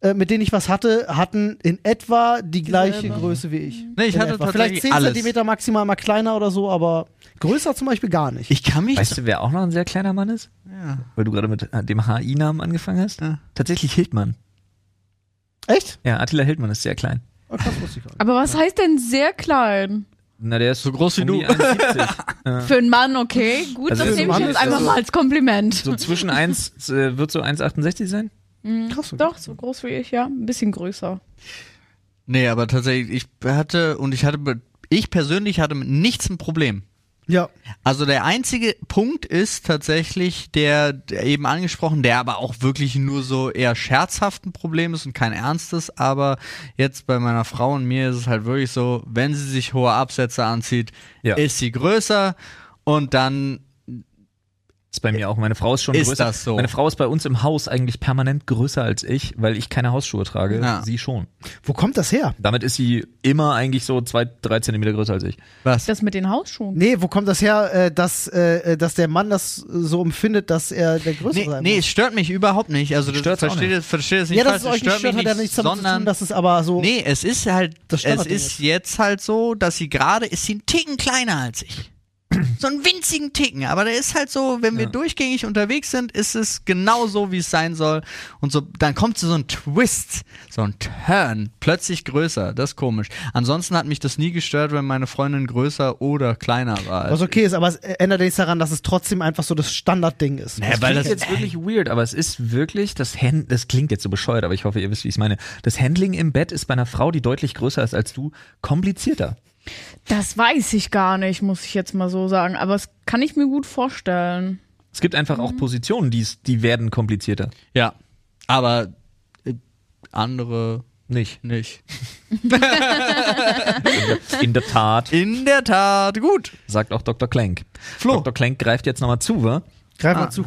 Speaker 1: äh, mit denen ich was hatte, hatten in etwa die gleiche
Speaker 2: Dieselbe.
Speaker 1: Größe wie ich.
Speaker 4: Nee, ich
Speaker 1: in
Speaker 4: hatte
Speaker 1: etwa.
Speaker 4: tatsächlich
Speaker 1: Vielleicht 10
Speaker 4: alles.
Speaker 1: Zentimeter maximal mal kleiner oder so, aber größer zum Beispiel gar nicht.
Speaker 4: ich kann mich.
Speaker 3: Weißt du, wer auch noch ein sehr kleiner Mann ist?
Speaker 4: ja.
Speaker 3: Weil du gerade mit äh, dem HI-Namen angefangen hast.
Speaker 4: Ja.
Speaker 3: Tatsächlich Hildmann.
Speaker 1: Echt?
Speaker 3: Ja, Attila Hildmann ist sehr klein.
Speaker 1: Oh, krass, wusste ich gar nicht.
Speaker 2: Aber was heißt denn sehr klein?
Speaker 3: Na, der ist
Speaker 4: So groß wie
Speaker 3: um die
Speaker 4: du. (laughs)
Speaker 3: 1,70.
Speaker 2: Für einen Mann, okay. Gut,
Speaker 3: Also
Speaker 2: das
Speaker 3: für
Speaker 2: nehme ich
Speaker 1: einen Mann
Speaker 2: jetzt
Speaker 1: ist das
Speaker 2: einfach
Speaker 1: so-
Speaker 2: mal als Kompliment.
Speaker 3: so zwischen 1, äh, wird so 1,68 sein?
Speaker 4: Mhm.
Speaker 1: Krass, sogar.
Speaker 2: Doch, so groß wie ich, ja. Ein bisschen größer.
Speaker 4: Nee, aber tatsächlich, ich hatte und ich hatte, be- ich persönlich hatte mit nichts ein Problem.
Speaker 1: Ja.
Speaker 4: Also der einzige Punkt ist tatsächlich der, der eben angesprochen, der aber auch wirklich nur so eher scherzhaft ein Problem ist und kein ernstes. Aber jetzt bei meiner Frau und mir ist es halt wirklich so, wenn sie sich hohe Absätze anzieht,
Speaker 3: Ja.
Speaker 4: ist sie größer und dann
Speaker 3: Ist bei mir auch. Meine Frau ist schon
Speaker 4: Ist
Speaker 3: größer.
Speaker 4: das so?
Speaker 3: Meine Frau ist bei uns im Haus eigentlich permanent größer als ich, weil ich keine Hausschuhe trage.
Speaker 4: Ja.
Speaker 3: Sie schon.
Speaker 1: Wo kommt das her?
Speaker 3: Damit ist sie immer eigentlich so zwei, drei Zentimeter größer als ich.
Speaker 4: was?
Speaker 2: Das mit den Hausschuhen.
Speaker 1: Nee, wo kommt das her, äh, dass, äh, dass der Mann das so empfindet, dass er der Größere
Speaker 4: Nee,
Speaker 1: sein
Speaker 4: nee,
Speaker 1: muss?
Speaker 4: es stört mich überhaupt nicht. Also das
Speaker 3: Stört's auch
Speaker 4: versteht,
Speaker 3: nicht.
Speaker 4: es- versteht es nicht
Speaker 1: Ja, dass
Speaker 4: falsch.
Speaker 1: es euch nicht stört, hat ja nichts damit zu
Speaker 4: sondern
Speaker 1: tun, dass es aber so.
Speaker 4: Nee, es ist halt,
Speaker 1: Oh. Das
Speaker 4: es
Speaker 1: Standardding
Speaker 4: ist jetzt halt so, dass sie gerade, ist sie einen Ticken kleiner als ich. So einen winzigen Ticken, aber der ist halt so, wenn wir durchgängig unterwegs sind, ist es genau so, wie es sein soll. Und so, dann kommt so ein Twist, so ein Turn, plötzlich größer, das ist komisch. Ansonsten hat mich das nie gestört, wenn meine Freundin größer oder kleiner war.
Speaker 3: Also
Speaker 1: Was okay ist, aber es ändert nichts daran, dass es trotzdem einfach so das Standardding ist.
Speaker 4: Naja, weil
Speaker 3: klingt
Speaker 4: das,
Speaker 3: jetzt wirklich weird, aber es ist wirklich das Hand, das klingt jetzt so bescheuert, aber ich hoffe, ihr wisst, wie ich es meine. Das Handling im Bett ist bei einer Frau, die deutlich größer ist als du, komplizierter.
Speaker 2: Das weiß ich gar nicht, muss ich jetzt mal so sagen. Aber das kann ich mir gut vorstellen.
Speaker 3: Es gibt einfach auch Positionen, die es- die werden komplizierter.
Speaker 4: ja, aber äh, andere
Speaker 3: Nicht.
Speaker 4: nicht.
Speaker 3: In der
Speaker 4: (laughs)
Speaker 3: Tat,
Speaker 4: In der Tat, gut.
Speaker 3: sagt auch Dr. Klenk.
Speaker 4: Flo.
Speaker 3: Dr. Klenk greift jetzt nochmal zu, wa?
Speaker 1: Greif
Speaker 3: Ah.
Speaker 1: mal zu.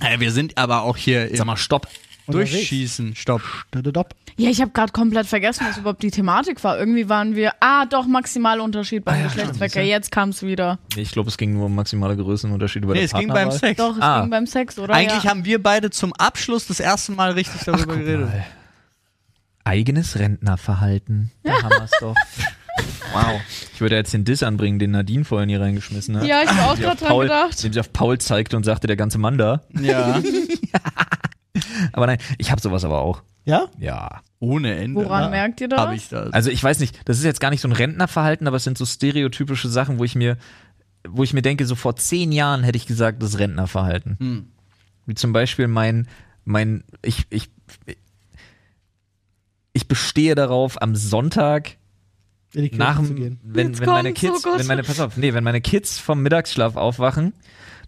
Speaker 4: Äh, Wir sind aber auch hier im
Speaker 3: Sag mal, stopp.
Speaker 1: unterwegs.
Speaker 4: Durchschießen, stopp.
Speaker 1: Dödödop.
Speaker 2: Ja, ich habe gerade komplett vergessen, was überhaupt die Thematik war. Irgendwie waren wir, ah doch, Maximalunterschied
Speaker 3: Ah,
Speaker 2: beim Geschlechtsverkehr. Jetzt kam es wieder.
Speaker 3: Nee, Ich glaube, es ging nur um maximale Größenunterschiede bei
Speaker 4: Nee,
Speaker 3: der
Speaker 4: es ging
Speaker 3: Partnerwahl.
Speaker 4: beim Sex.
Speaker 2: Doch, es
Speaker 3: Ah.
Speaker 2: ging beim Sex, oder?
Speaker 4: Eigentlich
Speaker 2: ja.
Speaker 4: haben wir beide zum Abschluss das erste Mal richtig darüber geredet.
Speaker 3: Eigenes Rentnerverhalten. Da haben wir's doch. Wow. Ich würde jetzt den Diss anbringen, den Nadine vorhin hier reingeschmissen hat.
Speaker 2: Ja, ich habe auch
Speaker 3: Die auf
Speaker 2: gerade dran
Speaker 3: Paul,
Speaker 2: gedacht.
Speaker 3: Indem sie auf Paul zeigte und sagte, der ganze Mann da.
Speaker 4: Ja.
Speaker 2: (laughs)
Speaker 3: Aber nein, ich habe sowas aber auch.
Speaker 1: Ja?
Speaker 3: Ja.
Speaker 4: Ohne Ende.
Speaker 2: Woran merkt ihr das?
Speaker 4: habe ich das?
Speaker 3: Also ich weiß nicht, das ist jetzt gar nicht so ein Rentnerverhalten, aber es sind so stereotypische Sachen, wo ich mir, wo ich mir denke, so vor zehn Jahren hätte ich gesagt, das ist Rentnerverhalten. Wie zum Beispiel mein, mein, ich, ich, ich bestehe darauf, am Sonntag
Speaker 1: In die Kirche
Speaker 3: nach
Speaker 1: zu
Speaker 3: dem,
Speaker 1: gehen.
Speaker 3: wenn,
Speaker 2: Jetzt
Speaker 3: wenn meine
Speaker 2: kommt's, oh
Speaker 3: Kids,
Speaker 2: Gott.
Speaker 3: wenn meine, pass auf, nee, wenn meine Kids vom Mittagsschlaf aufwachen,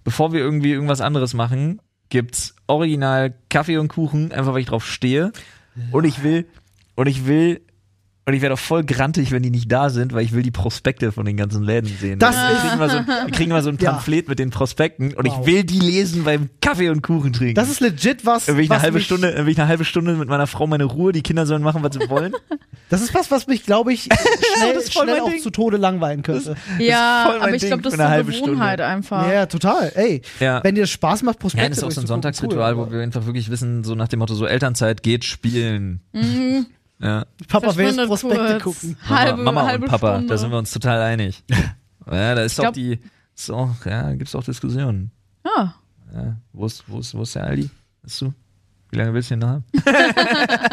Speaker 3: bevor wir irgendwie irgendwas anderes machen, gibt's original Kaffee und Kuchen, einfach weil ich drauf stehe. Und ich will, und ich will, und ich werde auch voll grantig, wenn die nicht da sind, weil ich will die Prospekte von den ganzen Läden sehen.
Speaker 1: Das
Speaker 3: wir,
Speaker 1: ist-
Speaker 3: kriegen mal so, wir kriegen mal so ein
Speaker 1: (laughs) Ja.
Speaker 3: Pamphlet mit den Prospekten und
Speaker 1: Wow.
Speaker 3: ich will die lesen beim Kaffee und Kuchen trinken.
Speaker 1: Das ist legit was.
Speaker 3: Dann will ich
Speaker 1: was
Speaker 3: eine halbe
Speaker 1: mich,
Speaker 3: Stunde, dann will ich eine halbe Stunde mit meiner Frau meine Ruhe, die Kinder sollen machen, was sie wollen.
Speaker 1: Das ist was, was mich, glaube
Speaker 3: (laughs)
Speaker 1: ich, schnell,
Speaker 3: Das ist voll
Speaker 1: schnell
Speaker 3: mein
Speaker 1: auch
Speaker 3: Ding.
Speaker 1: zu Tode langweilen könnte.
Speaker 3: Das ist voll
Speaker 2: Ja,
Speaker 3: mein
Speaker 2: aber ich
Speaker 3: Ding
Speaker 2: glaube, das
Speaker 3: für
Speaker 2: ist
Speaker 3: eine
Speaker 2: eine
Speaker 3: halbe
Speaker 2: Gewohnheit
Speaker 3: Stunde.
Speaker 2: einfach.
Speaker 1: Ja, ja, total. Ey,
Speaker 3: Ja.
Speaker 1: wenn dir das Spaß macht, Prospekte
Speaker 3: Nein, das ist auch so
Speaker 1: durchzugucken,
Speaker 3: ein Sonntagsritual,
Speaker 1: cool,
Speaker 3: wo wir einfach wirklich wissen, so nach dem Motto, so Elternzeit geht spielen. Ja.
Speaker 1: Papa will jetzt
Speaker 2: Verschwindet
Speaker 1: Prospekte
Speaker 2: kurz.
Speaker 1: gucken.
Speaker 2: Mhm. Halbe,
Speaker 3: Mama, Mama
Speaker 2: halbe
Speaker 3: und Papa,
Speaker 2: Stunde.
Speaker 3: da sind wir uns total einig.
Speaker 2: (laughs)
Speaker 3: ja, da ist auch
Speaker 2: glaub-
Speaker 3: die, ist auch, ja, gibt's auch Diskussionen.
Speaker 2: Ja.
Speaker 3: Ja, wo, ist, wo, ist, wo ist der Aldi? Weißt du? Wie lange willst du den noch haben?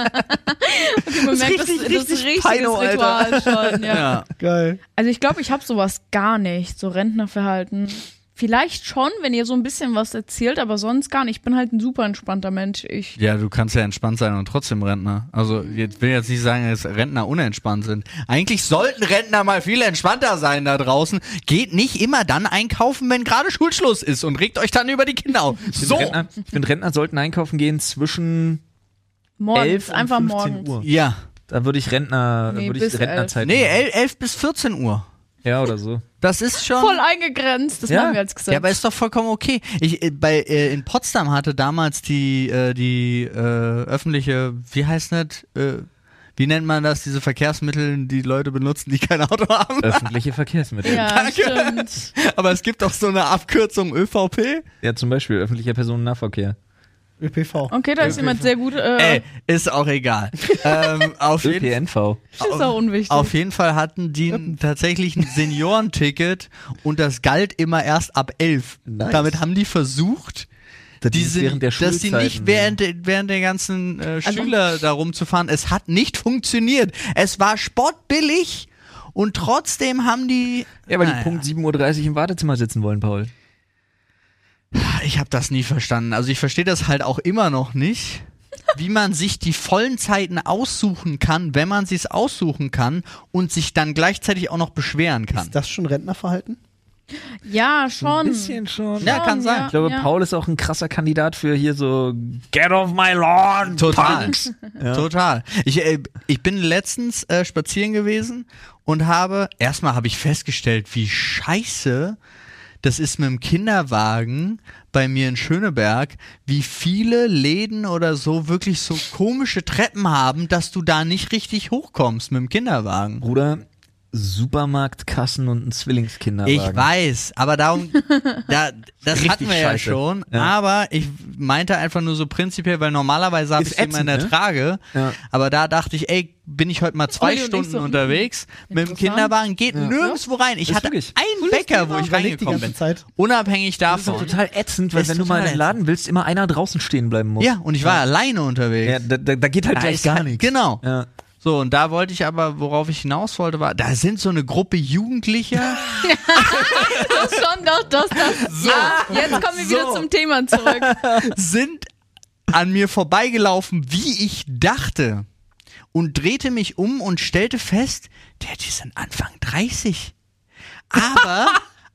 Speaker 2: Okay, man merkt, das
Speaker 3: richtig,
Speaker 2: das ist
Speaker 3: richtig
Speaker 2: richtiges
Speaker 3: Peino, Alter.
Speaker 2: Ritual schon. Ja.
Speaker 4: ja.
Speaker 1: Geil.
Speaker 2: Also ich glaube, ich habe sowas gar nicht, so Rentnerverhalten. Vielleicht schon, wenn ihr so ein bisschen was erzählt, aber sonst gar nicht. Ich bin halt ein super entspannter Mensch. Ich,
Speaker 4: ja, du kannst ja entspannt sein und trotzdem Rentner. Also jetzt will jetzt nicht sagen, dass Rentner unentspannt sind. Eigentlich sollten Rentner mal viel entspannter sein da draußen. Geht nicht immer dann einkaufen, wenn gerade Schulschluss ist und regt euch dann über die Kinder auf.
Speaker 3: Ich
Speaker 4: So.
Speaker 3: finde, Rentner, ich finde, Rentner sollten einkaufen gehen zwischen
Speaker 2: morgens,
Speaker 3: 11 und
Speaker 2: einfach
Speaker 4: um
Speaker 3: 15
Speaker 2: morgens.
Speaker 3: Uhr.
Speaker 4: Ja.
Speaker 3: Da würde ich Rentner,
Speaker 2: Nee,
Speaker 3: würde ich
Speaker 2: bis
Speaker 3: Rentnerzeit.
Speaker 4: Nee, el- 11 bis 14 Uhr.
Speaker 3: Ja,
Speaker 2: (laughs)
Speaker 3: oder so.
Speaker 4: Das ist schon.
Speaker 2: Voll eingegrenzt, das
Speaker 3: Ja.
Speaker 2: machen wir als Gesetz.
Speaker 4: Ja, aber ist doch vollkommen okay. Ich, äh, bei, äh, in Potsdam hatte damals die, äh, die äh, öffentliche, wie heißt das? Äh, wie nennt man das, diese Verkehrsmittel, die Leute benutzen, die kein Auto (laughs) haben?
Speaker 3: Öffentliche Verkehrsmittel. Ja,
Speaker 2: ja
Speaker 4: Danke.
Speaker 2: stimmt.
Speaker 4: Aber es gibt auch so eine Abkürzung ÖVP.
Speaker 3: zum Beispiel öffentlicher Personennahverkehr.
Speaker 1: ÖPV.
Speaker 2: Okay, da ist jemand sehr gut. Äh,
Speaker 4: Ey, ist auch egal. ähm, auf, jeden,
Speaker 3: ÖPNV.
Speaker 2: ist auch unwichtig.
Speaker 4: auf jeden Fall hatten die n- tatsächlich ein Seniorenticket und das galt immer erst ab 11.
Speaker 3: Nice.
Speaker 4: Damit haben die versucht, die sind,
Speaker 3: während der
Speaker 4: dass sie nicht
Speaker 3: Schulzeiten- Also
Speaker 4: während, der- während der ganzen äh, Schüler da rumzufahren. Es hat nicht funktioniert. Es war spottbillig und trotzdem haben die.
Speaker 3: Ja, weil die
Speaker 4: Naja,
Speaker 3: Punkt 7.30 Uhr im Wartezimmer sitzen wollen, Paul.
Speaker 4: Ah, Ich habe das nie verstanden. Also ich verstehe das halt auch immer
Speaker 3: (laughs)
Speaker 4: noch nicht, wie man sich die vollen Zeiten aussuchen kann, wenn man sie es aussuchen kann und sich dann gleichzeitig auch noch beschweren kann.
Speaker 1: Ist das schon Rentnerverhalten?
Speaker 2: ja, schon.
Speaker 3: schon.
Speaker 4: Ja, kann sein.
Speaker 2: Ja,
Speaker 3: Ich glaube,
Speaker 2: ja.
Speaker 3: Paul ist auch ein krasser Kandidat für hier so Get off my lawn!
Speaker 4: Total.
Speaker 3: Punks.
Speaker 4: Total. Ich, äh, ich bin letztens äh, spazieren gewesen und habe, erstmal habe ich festgestellt, wie scheiße das ist mit dem Kinderwagen bei mir in Schöneberg, wie viele Läden oder so wirklich so komische Treppen haben, dass du da nicht richtig hochkommst mit dem Kinderwagen.
Speaker 3: Bruder, Supermarktkassen und ein Zwillingskinderwagen.
Speaker 4: Ich weiß, aber darum,
Speaker 3: (laughs)
Speaker 4: da, das
Speaker 3: Richtig
Speaker 4: hatten wir ja
Speaker 3: scheiße.
Speaker 4: schon.
Speaker 3: Ja.
Speaker 4: Aber ich meinte einfach nur so prinzipiell, weil normalerweise habe
Speaker 3: Ist
Speaker 4: ich immer
Speaker 3: ätzend,
Speaker 4: in der
Speaker 3: ne?
Speaker 4: Trage.
Speaker 3: Ja. Oh,
Speaker 4: Aber da dachte ich, ey, bin ich heute mal zwei
Speaker 2: Olli und ich
Speaker 4: Stunden
Speaker 2: so, hm,
Speaker 4: unterwegs mit dem
Speaker 2: interessant.
Speaker 4: Kinderwagen, geht nirgendwo rein. Ich
Speaker 3: Ist
Speaker 4: hatte
Speaker 3: wirklich.
Speaker 4: einen Bäcker, wo ich
Speaker 1: Überlegt die
Speaker 4: reingekommen
Speaker 1: ganze
Speaker 4: bin.
Speaker 1: Zeit.
Speaker 4: Unabhängig
Speaker 3: Das ist doch
Speaker 4: davon.
Speaker 3: total ätzend, weil
Speaker 4: Ist
Speaker 3: wenn du mal in
Speaker 4: total
Speaker 3: den Laden willst, immer einer draußen stehen bleiben muss.
Speaker 4: Ja, und ich war alleine unterwegs.
Speaker 3: Ja, da, da, da geht halt
Speaker 4: Da
Speaker 3: gleich
Speaker 4: ist
Speaker 3: gar
Speaker 4: halt-
Speaker 3: nichts.
Speaker 4: Genau.
Speaker 3: Ja.
Speaker 4: So, und da wollte ich aber, worauf ich hinaus wollte, war, da sind so eine
Speaker 3: (laughs)
Speaker 4: Gruppe Jugendlicher.
Speaker 2: Das (laughs) schon, doch, das, das. Ja, jetzt kommen wir wieder
Speaker 4: So.
Speaker 2: zum Thema zurück.
Speaker 4: sind an mir vorbeigelaufen, wie ich dachte. Und drehte mich um und stellte fest, der, die sind Anfang 30.
Speaker 3: (laughs)
Speaker 4: Aber,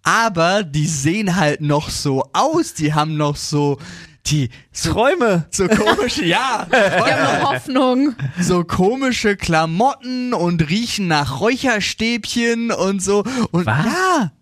Speaker 4: aber die sehen halt noch so aus. Die haben noch so, die, so,
Speaker 3: Träume.
Speaker 4: so
Speaker 3: (laughs)
Speaker 4: komische, ja,
Speaker 2: Wir haben
Speaker 4: (laughs)
Speaker 2: noch Hoffnung.
Speaker 4: so komische Klamotten und riechen nach Räucherstäbchen und so. Und
Speaker 3: Was?
Speaker 4: ja.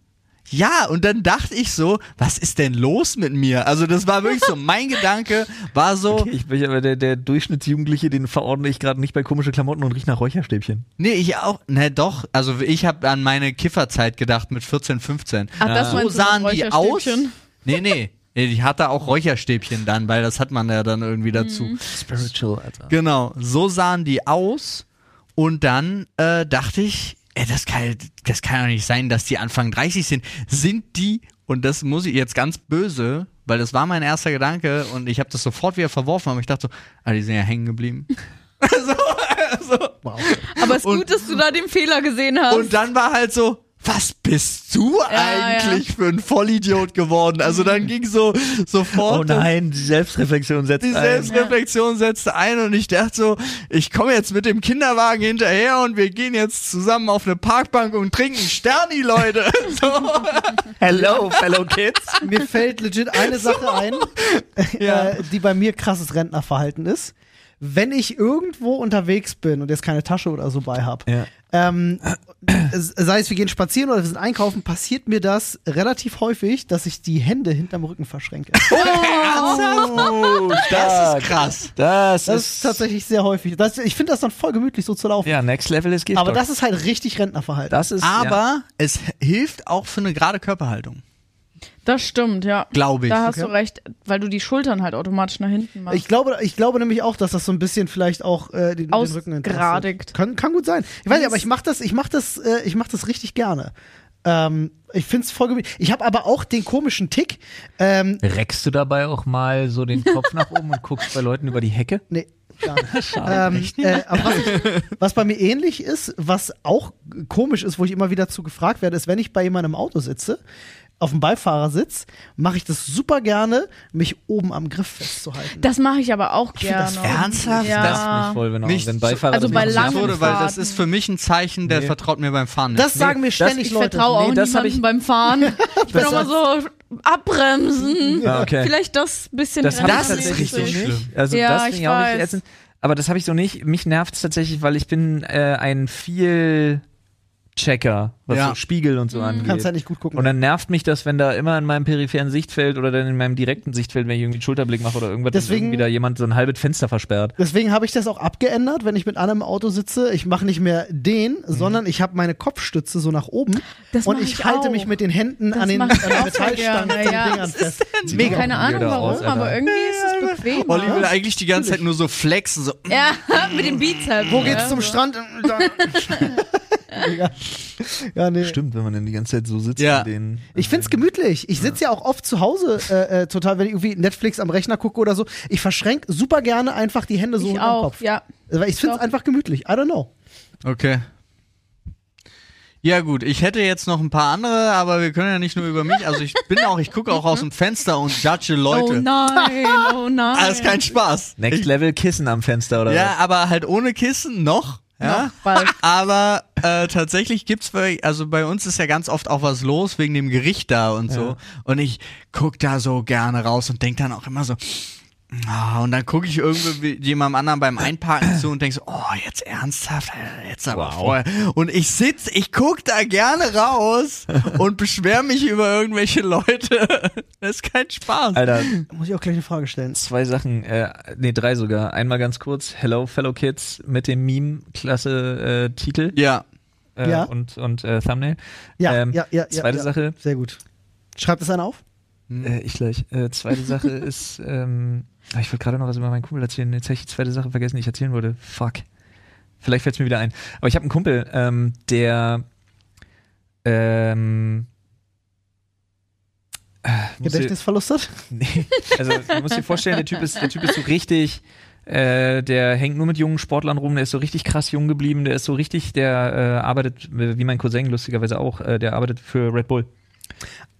Speaker 4: Ja, und dann dachte ich so, was ist denn los mit mir? Also das war wirklich so, mein Gedanke war so,
Speaker 3: Okay, ich bin aber der, der Durchschnittsjugendliche, den verordne ich gerade nicht bei komische Klamotten und riech nach Räucherstäbchen.
Speaker 4: Nee, ich auch. Ne, doch. Also ich habe an meine Kifferzeit gedacht mit 14, 15.
Speaker 2: Ach, das
Speaker 4: so
Speaker 2: meinst du
Speaker 4: sahen
Speaker 2: mit
Speaker 4: die aus.
Speaker 2: Räucherstäbchen?
Speaker 4: Nee, nee. Nee, Ich hatte auch Räucherstäbchen dann, weil das hat man ja dann irgendwie dazu.
Speaker 2: Mhm.
Speaker 3: Spiritual, Alter.
Speaker 4: Genau, so sahen die aus. Und dann äh, dachte ich, ey, das kann, das kann doch nicht sein, dass die Anfang 30 sind. Sind die, und das muss ich jetzt ganz böse, weil das war mein erster Gedanke und ich habe das sofort wieder verworfen, aber ich dachte so, ah, die sind ja hängen geblieben.
Speaker 2: Aber es ist gut, dass du da den Fehler gesehen hast.
Speaker 4: Und dann war halt so, was bist du eigentlich für ein Vollidiot geworden? Also dann ging so sofort
Speaker 3: Oh nein, die Selbstreflexion setzt
Speaker 4: die
Speaker 3: ein.
Speaker 4: Selbstreflexion setzte ein und ich dachte so, ich komme jetzt mit dem Kinderwagen hinterher und wir gehen jetzt zusammen auf eine Parkbank und trinken Sterni, Leute. So,
Speaker 3: Hello, fellow (laughs) kids.
Speaker 1: Mir fällt legit eine Sache
Speaker 3: (laughs)
Speaker 1: ein,
Speaker 4: Ja.
Speaker 1: äh, die bei mir krasses Rentnerverhalten ist. Wenn ich irgendwo unterwegs bin und jetzt keine Tasche oder so bei habe,
Speaker 3: Ja.
Speaker 1: ähm, sei es wir gehen spazieren oder wir sind einkaufen, passiert mir das relativ häufig, dass ich die Hände hinterm Rücken verschränke.
Speaker 3: Oh,
Speaker 4: das ist krass.
Speaker 3: Das,
Speaker 1: Das ist tatsächlich sehr häufig. Das, ich finde das dann voll gemütlich, so zu laufen.
Speaker 3: Ja, Next Level ist Gift.
Speaker 1: Aber das ist halt richtig Rentnerverhalten.
Speaker 3: das ist.
Speaker 4: Aber
Speaker 3: ja.
Speaker 4: es hilft auch für eine gerade Körperhaltung,
Speaker 2: das stimmt, ja.
Speaker 4: glaube ich.
Speaker 2: Da hast
Speaker 1: Okay.
Speaker 2: du recht, weil du die Schultern halt automatisch nach hinten machst.
Speaker 1: Ich glaube, ich glaube nämlich auch, dass das so ein bisschen vielleicht auch äh, den, den Rücken entlastet.
Speaker 2: Ausgradigt.
Speaker 1: Kann, kann gut sein. Ich weiß nicht, aber ich mache das, ich mache das, äh, ich mache das richtig gerne. Ähm, ich find's voll gemütlich. Ich habe aber auch den komischen Tick. Ähm,
Speaker 3: Reckst du dabei auch mal so den Kopf nach oben und guckst bei Leuten über die Hecke?
Speaker 1: nee. Gar
Speaker 2: (laughs)
Speaker 1: nicht. ähm, äh, aber was, ich, was bei mir ähnlich ist, was auch komisch ist, wo ich immer wieder zu gefragt werde, ist, wenn ich bei jemandem im Auto sitze, auf dem Beifahrersitz, mache ich das super gerne, mich oben am Griff festzuhalten.
Speaker 2: das mache ich aber auch
Speaker 4: find
Speaker 2: gerne.
Speaker 4: das ernsthaft?
Speaker 2: Ja.
Speaker 4: Das
Speaker 3: Nervt mich voll, wenn, auch,
Speaker 4: Nicht
Speaker 3: Genau, wenn
Speaker 4: so-
Speaker 3: Beifahrer
Speaker 2: also
Speaker 3: das
Speaker 2: bei
Speaker 3: machen.
Speaker 2: langen
Speaker 4: Tode, weil das
Speaker 2: Fahrten.
Speaker 4: ist für mich ein Zeichen, der
Speaker 3: Nee.
Speaker 4: vertraut mir beim Fahren. nicht.
Speaker 1: das sagen mir ständig
Speaker 2: ich
Speaker 1: Leute.
Speaker 2: vertraue auch
Speaker 3: Nee, das hab
Speaker 2: niemandem beim Fahren. Ich bin
Speaker 3: (laughs) Das
Speaker 2: auch mal so abbremsen.
Speaker 3: Ah, okay.
Speaker 2: Vielleicht das bisschen
Speaker 3: Das, hab
Speaker 4: Das
Speaker 3: ich
Speaker 4: ist
Speaker 3: tatsächlich
Speaker 4: richtig
Speaker 3: so
Speaker 4: schlimm.
Speaker 3: nicht. Also
Speaker 2: Ja,
Speaker 3: das
Speaker 2: ich
Speaker 3: finde ich auch
Speaker 2: weiß.
Speaker 3: nicht ätzend. Aber das habe ich so nicht. Mich nervt es tatsächlich, weil ich bin äh, ein viel Checker, was
Speaker 4: Ja.
Speaker 3: so Spiegel und so angeht.
Speaker 1: Kannst halt nicht gut gucken.
Speaker 3: Und dann nervt mich das, wenn da immer in meinem peripheren Sichtfeld oder dann in meinem direkten Sichtfeld, wenn ich irgendwie einen Schulterblick mache oder irgendwas,
Speaker 1: Deswegen-
Speaker 3: dann wieder jemand so ein halbes Fenster versperrt.
Speaker 1: Deswegen habe ich das auch abgeändert, wenn ich mit Anne im Auto sitze. Ich mache nicht mehr den, sondern ich habe meine Kopfstütze so nach oben
Speaker 2: Mhm. Das
Speaker 1: und
Speaker 2: mach
Speaker 1: ich
Speaker 2: ich
Speaker 1: halte
Speaker 2: auch.
Speaker 1: mich mit den Händen
Speaker 2: Das
Speaker 1: an den, an
Speaker 2: mach ich
Speaker 1: den
Speaker 2: auch sehr
Speaker 1: Metallstangen
Speaker 2: gerne,
Speaker 1: von
Speaker 2: ja.
Speaker 1: Dingern fest.
Speaker 3: Mega
Speaker 2: Keine Ahnung
Speaker 3: weirder aus,
Speaker 2: warum,
Speaker 3: Alter.
Speaker 2: aber irgendwie ist es bequem.
Speaker 4: Olli will eigentlich die ganze Zeit nur so flexen, so.
Speaker 2: Ja, (laughs) mit dem
Speaker 1: (laughs)
Speaker 2: Bizeps. ne?
Speaker 1: Wo geht's
Speaker 2: ja.
Speaker 1: zum
Speaker 2: (laughs)
Speaker 1: Strand? Mega. ja, nee.
Speaker 3: Stimmt, wenn man dann die ganze Zeit so sitzt
Speaker 4: Ja.
Speaker 3: in den.
Speaker 1: Ich find's gemütlich. Ich sitze ja auch oft zu Hause äh, äh, total, wenn ich irgendwie Netflix am Rechner gucke oder so. Ich verschränke super gerne einfach die Hände so
Speaker 2: Ich
Speaker 1: unter den
Speaker 2: auch,
Speaker 1: Kopf.
Speaker 2: ja.
Speaker 1: Weil ich find's
Speaker 2: Doch.
Speaker 1: einfach gemütlich. I don't know.
Speaker 4: Okay. Ja gut, ich hätte jetzt noch ein paar andere, aber wir können ja nicht nur über mich. Also ich bin auch, ich gucke auch aus dem Fenster und judge
Speaker 2: Oh
Speaker 4: Leute.
Speaker 2: nein,
Speaker 3: (laughs)
Speaker 2: oh nein.
Speaker 4: Alles kein Spaß.
Speaker 3: Next Level Kissen am Fenster oder
Speaker 4: Ja, aber halt ohne Kissen noch. Ja.
Speaker 2: bald.
Speaker 4: (laughs) Aber äh, tatsächlich gibt's bei, also bei uns ist ja ganz oft auch was los wegen dem Gericht da und so. Und ich guck da so gerne raus und denk dann auch immer so. ah, Und dann gucke ich irgendwie jemandem anderen beim Einparken zu und denk so, oh, jetzt ernsthaft, Äh, jetzt aber
Speaker 3: Wow.
Speaker 4: vorher. Und ich sitz, ich guck da gerne raus und beschwer mich über irgendwelche Leute. (laughs) Das ist kein Spaß.
Speaker 3: was? Alter,
Speaker 1: Da muss ich auch gleich eine Frage stellen.
Speaker 3: zwei Sachen, äh, nee, drei sogar. Einmal ganz kurz, Hello Fellow Kids mit dem Meme-Klasse äh, Titel
Speaker 4: Ja.
Speaker 3: äh,
Speaker 1: Ja.
Speaker 3: und, und äh, Thumbnail.
Speaker 1: Ja,
Speaker 3: Ähm,
Speaker 1: ja, ja, ja.
Speaker 3: Zweite
Speaker 1: ja.
Speaker 3: Sache,
Speaker 1: Sehr gut. Schreibt das einer auf?
Speaker 4: Mhm.
Speaker 3: Äh, ich gleich. Äh, zweite Sache ist, ähm, ah, ich wollte gerade noch was über meinen Kumpel erzählen. Jetzt habe ich die zweite Sache vergessen, die ich erzählen wollte. Fuck. Vielleicht fällt es mir wieder ein. Aber ich habe einen Kumpel, ähm, der ähm, äh, muss dir-
Speaker 1: Gedächtnisverlust hat?
Speaker 3: (laughs) Nee. Also man muss dir vorstellen, der Typ ist, der Typ ist so richtig, äh, der hängt nur mit jungen Sportlern rum, der ist so richtig krass jung geblieben, der ist so richtig, der äh, arbeitet, äh, wie mein Cousin lustigerweise auch, äh, der arbeitet für Red Bull.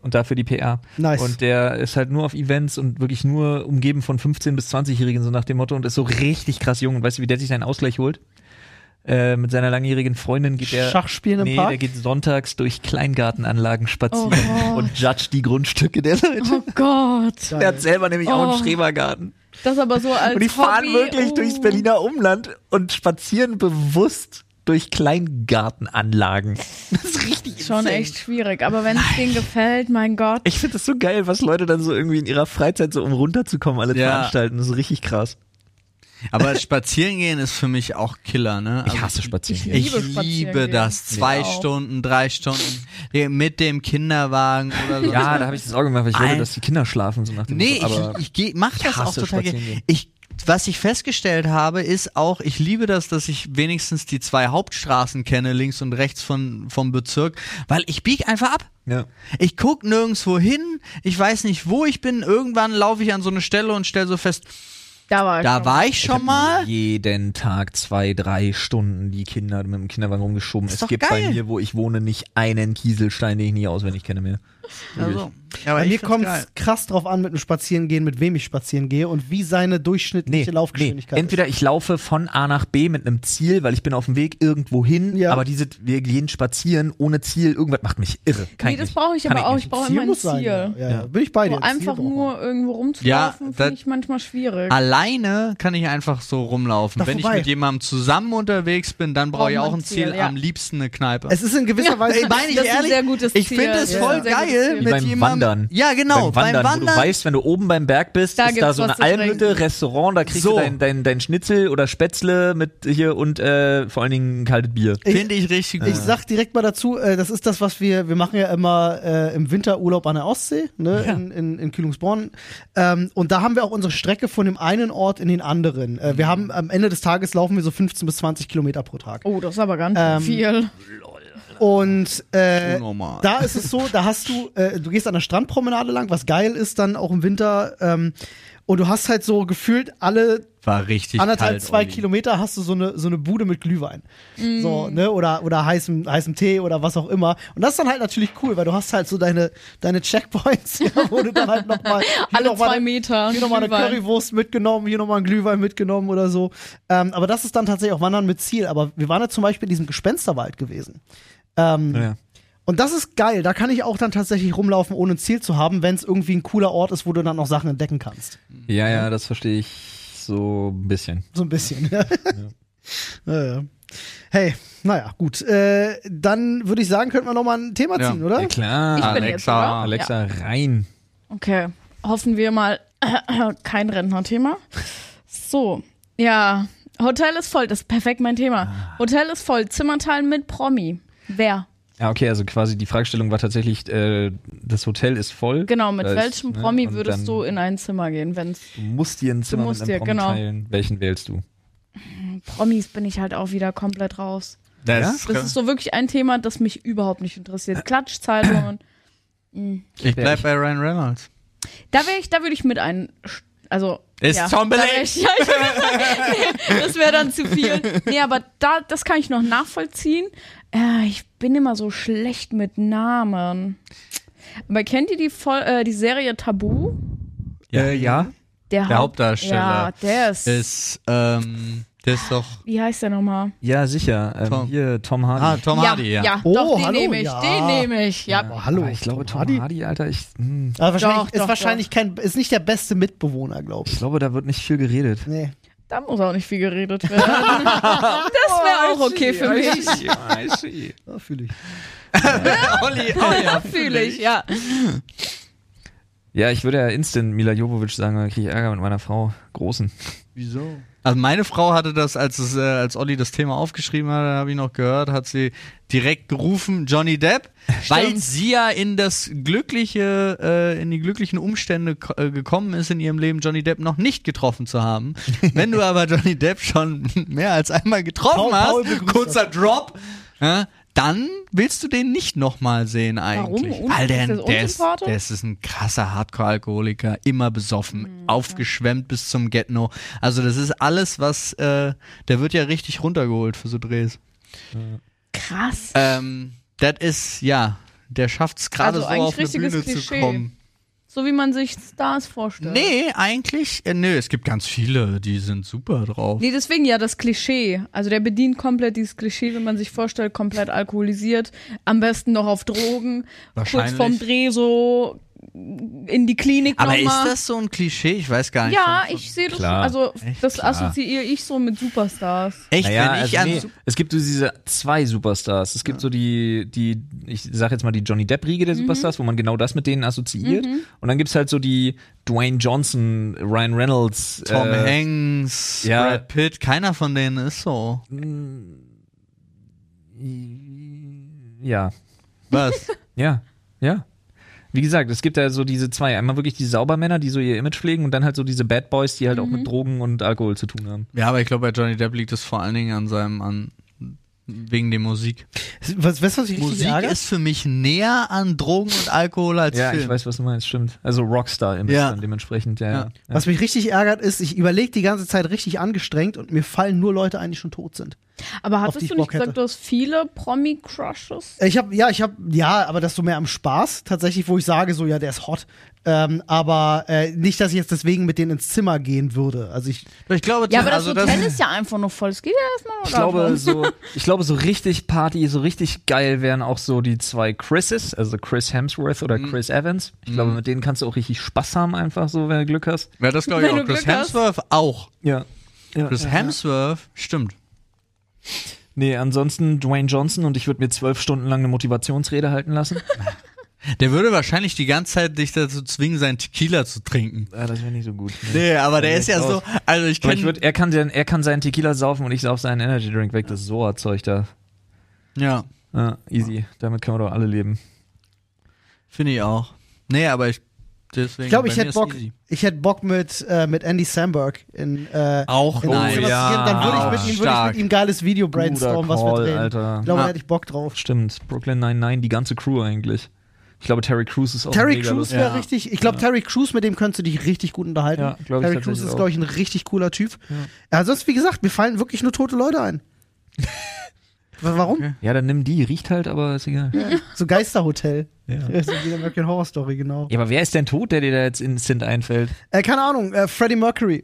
Speaker 3: Und dafür die PR.
Speaker 1: Nice.
Speaker 3: Und der ist halt nur auf Events und wirklich nur umgeben von 15- bis 20-Jährigen, so nach dem Motto, und ist so richtig krass jung. Und weißt du, wie der sich seinen Ausgleich holt? Äh, mit seiner langjährigen Freundin geht der.
Speaker 1: Schachspielen im
Speaker 3: nee,
Speaker 1: Park? Oh,
Speaker 3: der geht sonntags durch Kleingartenanlagen spazieren
Speaker 2: Gott.
Speaker 3: und judge die Grundstücke der Leute.
Speaker 2: Oh Gott.
Speaker 3: Er hat selber nämlich auch einen
Speaker 2: Oh.
Speaker 3: Schrebergarten.
Speaker 2: Das aber so als
Speaker 3: Und die fahren
Speaker 2: Hobby.
Speaker 3: wirklich
Speaker 2: oh.
Speaker 3: durchs Berliner Umland und spazieren bewusst durch Kleingartenanlagen. Das ist richtig
Speaker 2: Schon
Speaker 3: insane.
Speaker 2: echt schwierig, aber wenn es denen gefällt, mein Gott.
Speaker 3: Ich finde das so geil, was Leute dann so irgendwie in ihrer Freizeit so um runterzukommen, alle
Speaker 4: Ja.
Speaker 3: veranstalten. Das ist richtig krass.
Speaker 4: Aber spazieren gehen ist für mich auch Killer, ne? Also-
Speaker 3: Spazieren.
Speaker 2: Ich
Speaker 4: Ich
Speaker 2: liebe
Speaker 4: liebe,
Speaker 2: spazieren gehen.
Speaker 4: das. Zwei
Speaker 2: auch.
Speaker 4: Stunden, drei Stunden eh, mit dem Kinderwagen oder
Speaker 3: (laughs)
Speaker 4: so.
Speaker 3: ja, da habe ich das auch gemacht, weil ich wollte,
Speaker 4: Ein-
Speaker 3: dass die Kinder schlafen so nach dem
Speaker 4: nee,
Speaker 3: Motto, aber
Speaker 4: ich, ich geh, mach das auch
Speaker 3: hasse
Speaker 4: total
Speaker 3: spazieren
Speaker 4: gerne.
Speaker 3: gehen.
Speaker 4: Ich, was ich festgestellt habe, ist auch, ich liebe das, dass ich wenigstens die zwei Hauptstraßen kenne, links und rechts von, vom Bezirk, weil ich bieg einfach ab.
Speaker 3: ja.
Speaker 4: Ich guck nirgendwo hin, ich weiß nicht, wo ich bin. Irgendwann laufe ich an so eine Stelle und stell so fest,
Speaker 2: Da war ich.
Speaker 4: da
Speaker 2: schon.
Speaker 4: war ich schon mal.
Speaker 3: jeden Tag zwei, drei Stunden die Kinder mit dem Kinderwagen rumgeschoben.
Speaker 4: Ist
Speaker 3: es
Speaker 4: doch
Speaker 3: gibt bei
Speaker 4: geil.
Speaker 3: mir, wo ich wohne, nicht einen Kieselstein, den ich nie auswendig kenne mehr.
Speaker 4: Also, ja, aber
Speaker 1: Bei
Speaker 4: ich
Speaker 1: mir
Speaker 4: find's
Speaker 1: kommt
Speaker 4: geil.
Speaker 1: es krass drauf an mit dem Spazierengehen, mit wem ich spazieren gehe und wie seine durchschnittliche Laufgeschwindigkeit
Speaker 3: Entweder ich laufe von A nach B mit einem Ziel, weil ich bin auf dem Weg irgendwo hin,
Speaker 1: Ja.
Speaker 3: aber diese, wir gehen spazieren ohne Ziel, irgendwas macht mich irre. Kann
Speaker 2: Nee,
Speaker 3: ich
Speaker 2: das
Speaker 3: nicht.
Speaker 2: brauche ich
Speaker 3: Kann
Speaker 2: aber auch. Ich
Speaker 3: nicht.
Speaker 1: ist.
Speaker 2: brauche immer ein Ziel.
Speaker 1: sein. Ja, ja, ja. Bin ich bei dir.
Speaker 2: Nur einfach
Speaker 1: Ziel braucht man.
Speaker 2: nur irgendwo rumzulaufen,
Speaker 4: Ja, da-
Speaker 2: finde ich manchmal schwierig.
Speaker 4: Alleine kann ich einfach so rumlaufen.
Speaker 1: Da
Speaker 4: Wenn
Speaker 1: vorbei.
Speaker 4: ich mit jemandem zusammen unterwegs bin, dann brauche ich
Speaker 2: Braucht
Speaker 4: auch
Speaker 2: man
Speaker 4: ein Ziel,
Speaker 2: Ziel, ja.
Speaker 4: am liebsten eine Kneipe.
Speaker 1: Es ist in gewisser Weise.
Speaker 4: Ey, meine ich
Speaker 2: Das ist ein
Speaker 4: ehrlich,
Speaker 2: sehr gutes
Speaker 4: ich
Speaker 2: Ziel.
Speaker 4: finde es
Speaker 2: Ja.
Speaker 4: voll
Speaker 2: Sehr gutes
Speaker 4: geil
Speaker 2: Ziel.
Speaker 3: Wie
Speaker 4: mit
Speaker 3: beim
Speaker 4: jemandem.
Speaker 3: Wandern.
Speaker 4: Ja, genau,
Speaker 3: beim Wandern,
Speaker 4: beim
Speaker 3: wo du
Speaker 4: Wandern.
Speaker 3: weißt, wenn du oben beim Berg bist,
Speaker 2: Da
Speaker 3: ist da
Speaker 2: gibt's
Speaker 3: so
Speaker 2: was
Speaker 3: eine
Speaker 2: zu trinken.
Speaker 3: Almhütte, Restaurant, da kriegst
Speaker 4: So.
Speaker 3: du dein, dein, dein Schnitzel oder Spätzle mit hier und äh, vor allen Dingen ein kaltes Bier.
Speaker 4: Finde ich richtig gut.
Speaker 1: Ich sag direkt mal dazu, äh, das ist das, was wir, wir machen ja immer äh, im Winterurlaub an der Ostsee, ne, in, in, in Kühlungsborn. Ähm, und da haben wir auch unsere Strecke von dem einen Ort in den anderen. Äh, wir haben am Ende des Tages laufen wir so 15 bis 20 Kilometer pro Tag.
Speaker 2: oh, das ist aber ganz
Speaker 1: Ähm,
Speaker 2: viel.
Speaker 1: Und äh,
Speaker 4: Unnormal.
Speaker 1: da ist es so, da hast du, äh, du gehst an der Strandpromenade lang, was geil ist dann auch im Winter. Ähm, und du hast halt so gefühlt alle
Speaker 4: War richtig
Speaker 1: anderthalb,
Speaker 4: kalt,
Speaker 1: zwei
Speaker 4: Olli.
Speaker 1: Kilometer hast du so eine, so eine Bude mit Glühwein.
Speaker 2: Mm.
Speaker 1: So, ne, oder, oder heißem, heißem Tee oder was auch immer. Und das ist dann halt natürlich cool, weil du hast halt so deine, deine Checkpoints, (laughs) ja, wo du dann halt
Speaker 2: (laughs)
Speaker 1: nochmal.
Speaker 2: Alle zwei Meter.
Speaker 1: Hier nochmal eine
Speaker 2: Glühwein.
Speaker 1: Currywurst mitgenommen, hier nochmal einen Glühwein mitgenommen oder so. Ähm, aber das ist dann tatsächlich auch Wandern mit Ziel. Aber wir waren ja zum Beispiel in diesem Gespensterwald gewesen.
Speaker 3: Ja.
Speaker 1: Und das ist geil. Da kann ich auch dann tatsächlich rumlaufen, ohne ein Ziel zu haben, wenn es irgendwie ein cooler Ort ist, wo du dann auch Sachen entdecken kannst.
Speaker 3: ja, ja, das verstehe ich so ein bisschen.
Speaker 1: (laughs) So ein bisschen. Ja. Ja. Ja, Hey, naja, gut. Äh, dann würde ich sagen, könnten wir nochmal ein Thema
Speaker 4: Ja.
Speaker 1: ziehen, oder?
Speaker 3: Ja, klar.
Speaker 2: Ich bin
Speaker 4: Alexa.
Speaker 2: jetzt, oder? Ja.
Speaker 3: Alexa, rein.
Speaker 2: Okay, hoffen wir mal (clears throat) kein Rentnerthema. So, ja, Hotel ist voll, das ist perfekt mein Thema. Hotel ist voll, Zimmer teilen mit Promi. Wer?
Speaker 3: Ja, okay, also quasi die Fragestellung war tatsächlich, äh, das Hotel ist voll.
Speaker 2: Genau, mit
Speaker 3: Da ist,
Speaker 2: welchem
Speaker 3: ne,
Speaker 2: Promi
Speaker 3: und
Speaker 2: würdest
Speaker 3: dann-
Speaker 2: du in ein Zimmer gehen, wenn
Speaker 3: Du musst dir ein Zimmer
Speaker 2: musst
Speaker 3: mit
Speaker 2: dir,
Speaker 3: einem Promi
Speaker 2: genau.
Speaker 3: teilen. Welchen wählst du?
Speaker 2: Promis bin ich halt auch wieder komplett raus.
Speaker 4: Das,
Speaker 2: Das ist so wirklich ein Thema, das mich überhaupt nicht
Speaker 3: (clears throat)
Speaker 2: interessiert. Klatschzeitungen.
Speaker 4: ich bleib bei Ryan Reynolds.
Speaker 2: Da wäre ich, da würde ich mit ein. Also.
Speaker 4: Ist
Speaker 2: ja,
Speaker 4: schon
Speaker 2: da wär
Speaker 4: belegt.
Speaker 2: ich, ja, ich würd sagen, (laughs) nee, das wäre dann zu viel. Nee, aber da, das kann ich noch nachvollziehen. Äh, ich bin immer so schlecht mit Namen. Aber kennt ihr die, Vol äh, die Serie Tabu?
Speaker 4: Ja.
Speaker 3: Äh,
Speaker 4: Der
Speaker 2: Haupt-
Speaker 4: Hauptdarsteller
Speaker 2: Ja, der ist.
Speaker 4: Ist, ähm, das ist doch.
Speaker 2: wie heißt der nochmal?
Speaker 3: Ja, sicher. Ähm,
Speaker 4: Tom.
Speaker 3: Hier, Tom Hardy.
Speaker 4: Ah, Tom Hardy, ja.
Speaker 2: ja
Speaker 1: Oh,
Speaker 2: doch, den
Speaker 1: hallo,
Speaker 2: nehme ich.
Speaker 1: ja.
Speaker 2: Den nehme ich. Ja.
Speaker 1: Oh, hallo.
Speaker 3: Aber ich glaube, Tom Hardy, Alter, ich, hm,
Speaker 1: Aber wahrscheinlich,
Speaker 2: Doch,
Speaker 1: ist
Speaker 2: doch,
Speaker 1: wahrscheinlich kein, ist nicht der beste Mitbewohner, glaube
Speaker 3: ich
Speaker 1: ich.
Speaker 3: glaube, da wird nicht viel geredet.
Speaker 1: Nee.
Speaker 2: Da muss auch nicht viel geredet
Speaker 4: (laughs)
Speaker 2: werden. das
Speaker 1: Oh,
Speaker 2: wäre auch okay für mich.
Speaker 3: mich.
Speaker 1: Ja, fühle ich.
Speaker 4: (laughs) Olli,
Speaker 2: Oh, ja, fühle ich, ja.
Speaker 3: Ja, ich würde ja instant Mila Jovovic sagen, dann kriege ich Ärger mit meiner Frau. Großen.
Speaker 4: Wieso? Also meine Frau hatte das, als, es, äh, als Olli das Thema aufgeschrieben hat, habe ich noch gehört, hat sie direkt gerufen,
Speaker 1: (laughs)
Speaker 4: Johnny Depp, weil sie ja in das glückliche, äh, in die glücklichen Umstände ko- äh, gekommen ist in ihrem Leben, Johnny Depp noch nicht getroffen
Speaker 1: (laughs)
Speaker 4: zu haben. Wenn du aber Johnny Depp schon mehr als einmal getroffen
Speaker 1: Paul- Paul
Speaker 4: hast,
Speaker 1: begrüßt
Speaker 4: kurzer Drop, ja, dann willst du den nicht nochmal sehen
Speaker 2: Warum?
Speaker 4: eigentlich.
Speaker 2: Un-
Speaker 4: Weil der,
Speaker 2: ist das
Speaker 4: der, ist,
Speaker 2: unsympathisch?
Speaker 4: der ist ist ein krasser Hardcore-Alkoholiker, immer
Speaker 2: Hm,
Speaker 4: besoffen, aufgeschwemmt bis zum Get-No. Also das ist alles, was, äh, der wird ja richtig runtergeholt für so Drehs.
Speaker 2: Krass.
Speaker 4: Ähm, das ist, ja, der schafft es gerade
Speaker 2: Also
Speaker 4: so
Speaker 2: eigentlich
Speaker 4: auf eine
Speaker 2: richtiges
Speaker 4: Bühne zu
Speaker 2: Klischee.
Speaker 4: kommen.
Speaker 2: So wie man sich Stars vorstellt.
Speaker 4: Nee, eigentlich, äh, nö, es gibt ganz viele, die sind super drauf.
Speaker 2: Nee, deswegen ja das Klischee. Also der bedient komplett dieses Klischee, wenn man sich vorstellt, komplett alkoholisiert, am besten noch auf Drogen, kurz
Speaker 4: Wahrscheinlich.
Speaker 2: vorm Dreh so in die Klinik
Speaker 4: Aber ist
Speaker 2: nochmal.
Speaker 4: das so ein Klischee? Ich weiß gar nicht.
Speaker 2: ja, ich sehe das,
Speaker 3: Klar.
Speaker 2: also das
Speaker 3: klar.
Speaker 2: assoziiere ich so mit Superstars.
Speaker 4: Echt,
Speaker 3: Naja,
Speaker 4: wenn ich
Speaker 3: also
Speaker 4: an
Speaker 3: nee, es gibt so diese zwei Superstars. Es gibt so die, die, ich sag jetzt mal die Johnny Depp-Riege der Superstars, wo man genau das mit denen assoziiert. Und dann gibt's halt so die Dwayne Johnson, Ryan Reynolds,
Speaker 4: Tom
Speaker 3: äh,
Speaker 4: Hanks,
Speaker 3: ja.
Speaker 4: Brad Pitt, keiner von denen ist so.
Speaker 3: Ja,
Speaker 4: Was?
Speaker 3: ja, ja. Wie gesagt, es gibt da so diese zwei. Einmal wirklich die Saubermänner, die so ihr Image pflegen und dann halt so diese Bad Boys, die halt auch mit Drogen und Alkohol zu tun haben.
Speaker 4: (laughs) ja, aber ich glaube, bei Johnny Depp liegt es vor allen Dingen an seinem, an, wegen der Musik.
Speaker 1: Was, weißt du, was ich richtig
Speaker 4: Musik
Speaker 1: ärgere?
Speaker 4: ist für mich näher an Drogen und Alkohol als
Speaker 3: Ja,
Speaker 4: Film.
Speaker 3: ich weiß, was du meinst, stimmt. Also Rockstar-Image
Speaker 4: Ja.
Speaker 3: dann dementsprechend, ja.
Speaker 4: Ja.
Speaker 3: ja. ja.
Speaker 1: Was mich richtig ärgert, ist, ich überlege die ganze Zeit richtig angestrengt und mir fallen nur Leute ein, die schon tot sind.
Speaker 2: Aber
Speaker 1: Auf die
Speaker 2: hattest
Speaker 1: ich
Speaker 2: du nicht
Speaker 1: Bock hätte.
Speaker 2: gesagt, du hast viele Promi-Crushes?
Speaker 1: Ich habe, ja, ich habe, ja, aber das so mehr am Spaß tatsächlich, wo ich sage, so, ja, der ist hot. Ähm, aber äh, nicht, dass ich jetzt deswegen mit denen ins Zimmer gehen würde. Also ich,
Speaker 4: Ich glaube,
Speaker 2: Ja, aber das
Speaker 4: also
Speaker 2: Hotel ist ja einfach nur voll. Es geht ja erstmal
Speaker 3: Ich
Speaker 2: darum.
Speaker 3: glaube, (laughs) so, ich glaube, so richtig Party, so richtig geil wären auch so die zwei Chris's, also Chris Hemsworth oder Chris Evans. Ich glaube, mit denen kannst du auch richtig Spaß haben, einfach so, wenn du Glück hast.
Speaker 4: ja, das glaube ich
Speaker 2: Wenn
Speaker 4: auch.
Speaker 2: du
Speaker 4: Chris
Speaker 2: Glück hast.
Speaker 4: Hemsworth auch.
Speaker 3: Ja. ja.
Speaker 4: Chris Hemsworth, stimmt.
Speaker 3: Nee, ansonsten Dwayne Johnson und ich würde mir zwölf Stunden lang eine Motivationsrede halten (laughs) lassen.
Speaker 4: Der würde wahrscheinlich die ganze Zeit dich dazu zwingen, seinen Tequila zu trinken.
Speaker 3: ah, das wäre nicht so gut. Nee.
Speaker 4: Nee, aber der ist ja
Speaker 3: ich
Speaker 4: so.
Speaker 3: auch.
Speaker 4: Also ich
Speaker 3: Aber ich
Speaker 4: kenne.
Speaker 3: würd, er, kann den, er kann seinen Tequila saufen und ich sauf seinen Energy Drink weg, das Soa-Zeug da.
Speaker 4: Ja,
Speaker 3: Ja, easy, damit können wir doch alle leben.
Speaker 4: finde ich auch. Nee, aber ich. Deswegen
Speaker 1: ich glaube,
Speaker 4: bei
Speaker 1: ich
Speaker 4: mir
Speaker 1: hätte
Speaker 4: ist
Speaker 1: Bock,
Speaker 4: easy.
Speaker 1: ich hätte Bock mit, äh, mit Andy Samberg in, äh,
Speaker 4: Auch
Speaker 3: Oh,
Speaker 1: in ein
Speaker 4: nice.
Speaker 1: Zimmer zu gehen. Dann würde ich,
Speaker 4: Ah,
Speaker 1: mit ihm- würde ich
Speaker 4: stark.
Speaker 1: mit ihm geiles Video
Speaker 3: Guter
Speaker 1: brainstormen, was wir
Speaker 3: Call,
Speaker 1: drehen.
Speaker 3: Alter.
Speaker 1: Ich glaube,
Speaker 4: Ah.
Speaker 1: da hätte ich Bock drauf.
Speaker 3: Stimmt, Brooklyn 99, die ganze Crew eigentlich. Ich glaube, Terry Crews ist auch
Speaker 1: Terry
Speaker 3: mega
Speaker 1: Crews
Speaker 3: lustig.
Speaker 1: wäre
Speaker 4: Ja.
Speaker 1: richtig. Ich glaube, Terry Crews, mit dem könntest du dich richtig gut unterhalten.
Speaker 3: Ja, glaub ich
Speaker 1: Terry Crews
Speaker 3: tatsächlich
Speaker 1: ist,
Speaker 3: auch.
Speaker 1: glaube ich, ein richtig cooler Typ. Ja. Sonst, wie gesagt, mir fallen wirklich nur tote Leute ein. (laughs) Warum?
Speaker 3: Ja, dann nimm die, riecht halt, aber ist egal.
Speaker 1: So Geisterhotel. (laughs)
Speaker 3: Ja.
Speaker 1: Ja. So wie in American Horror Story, genau.
Speaker 3: Ja, aber wer ist denn tot, der dir da jetzt instant einfällt?
Speaker 1: Äh, keine Ahnung, äh, Freddie Mercury,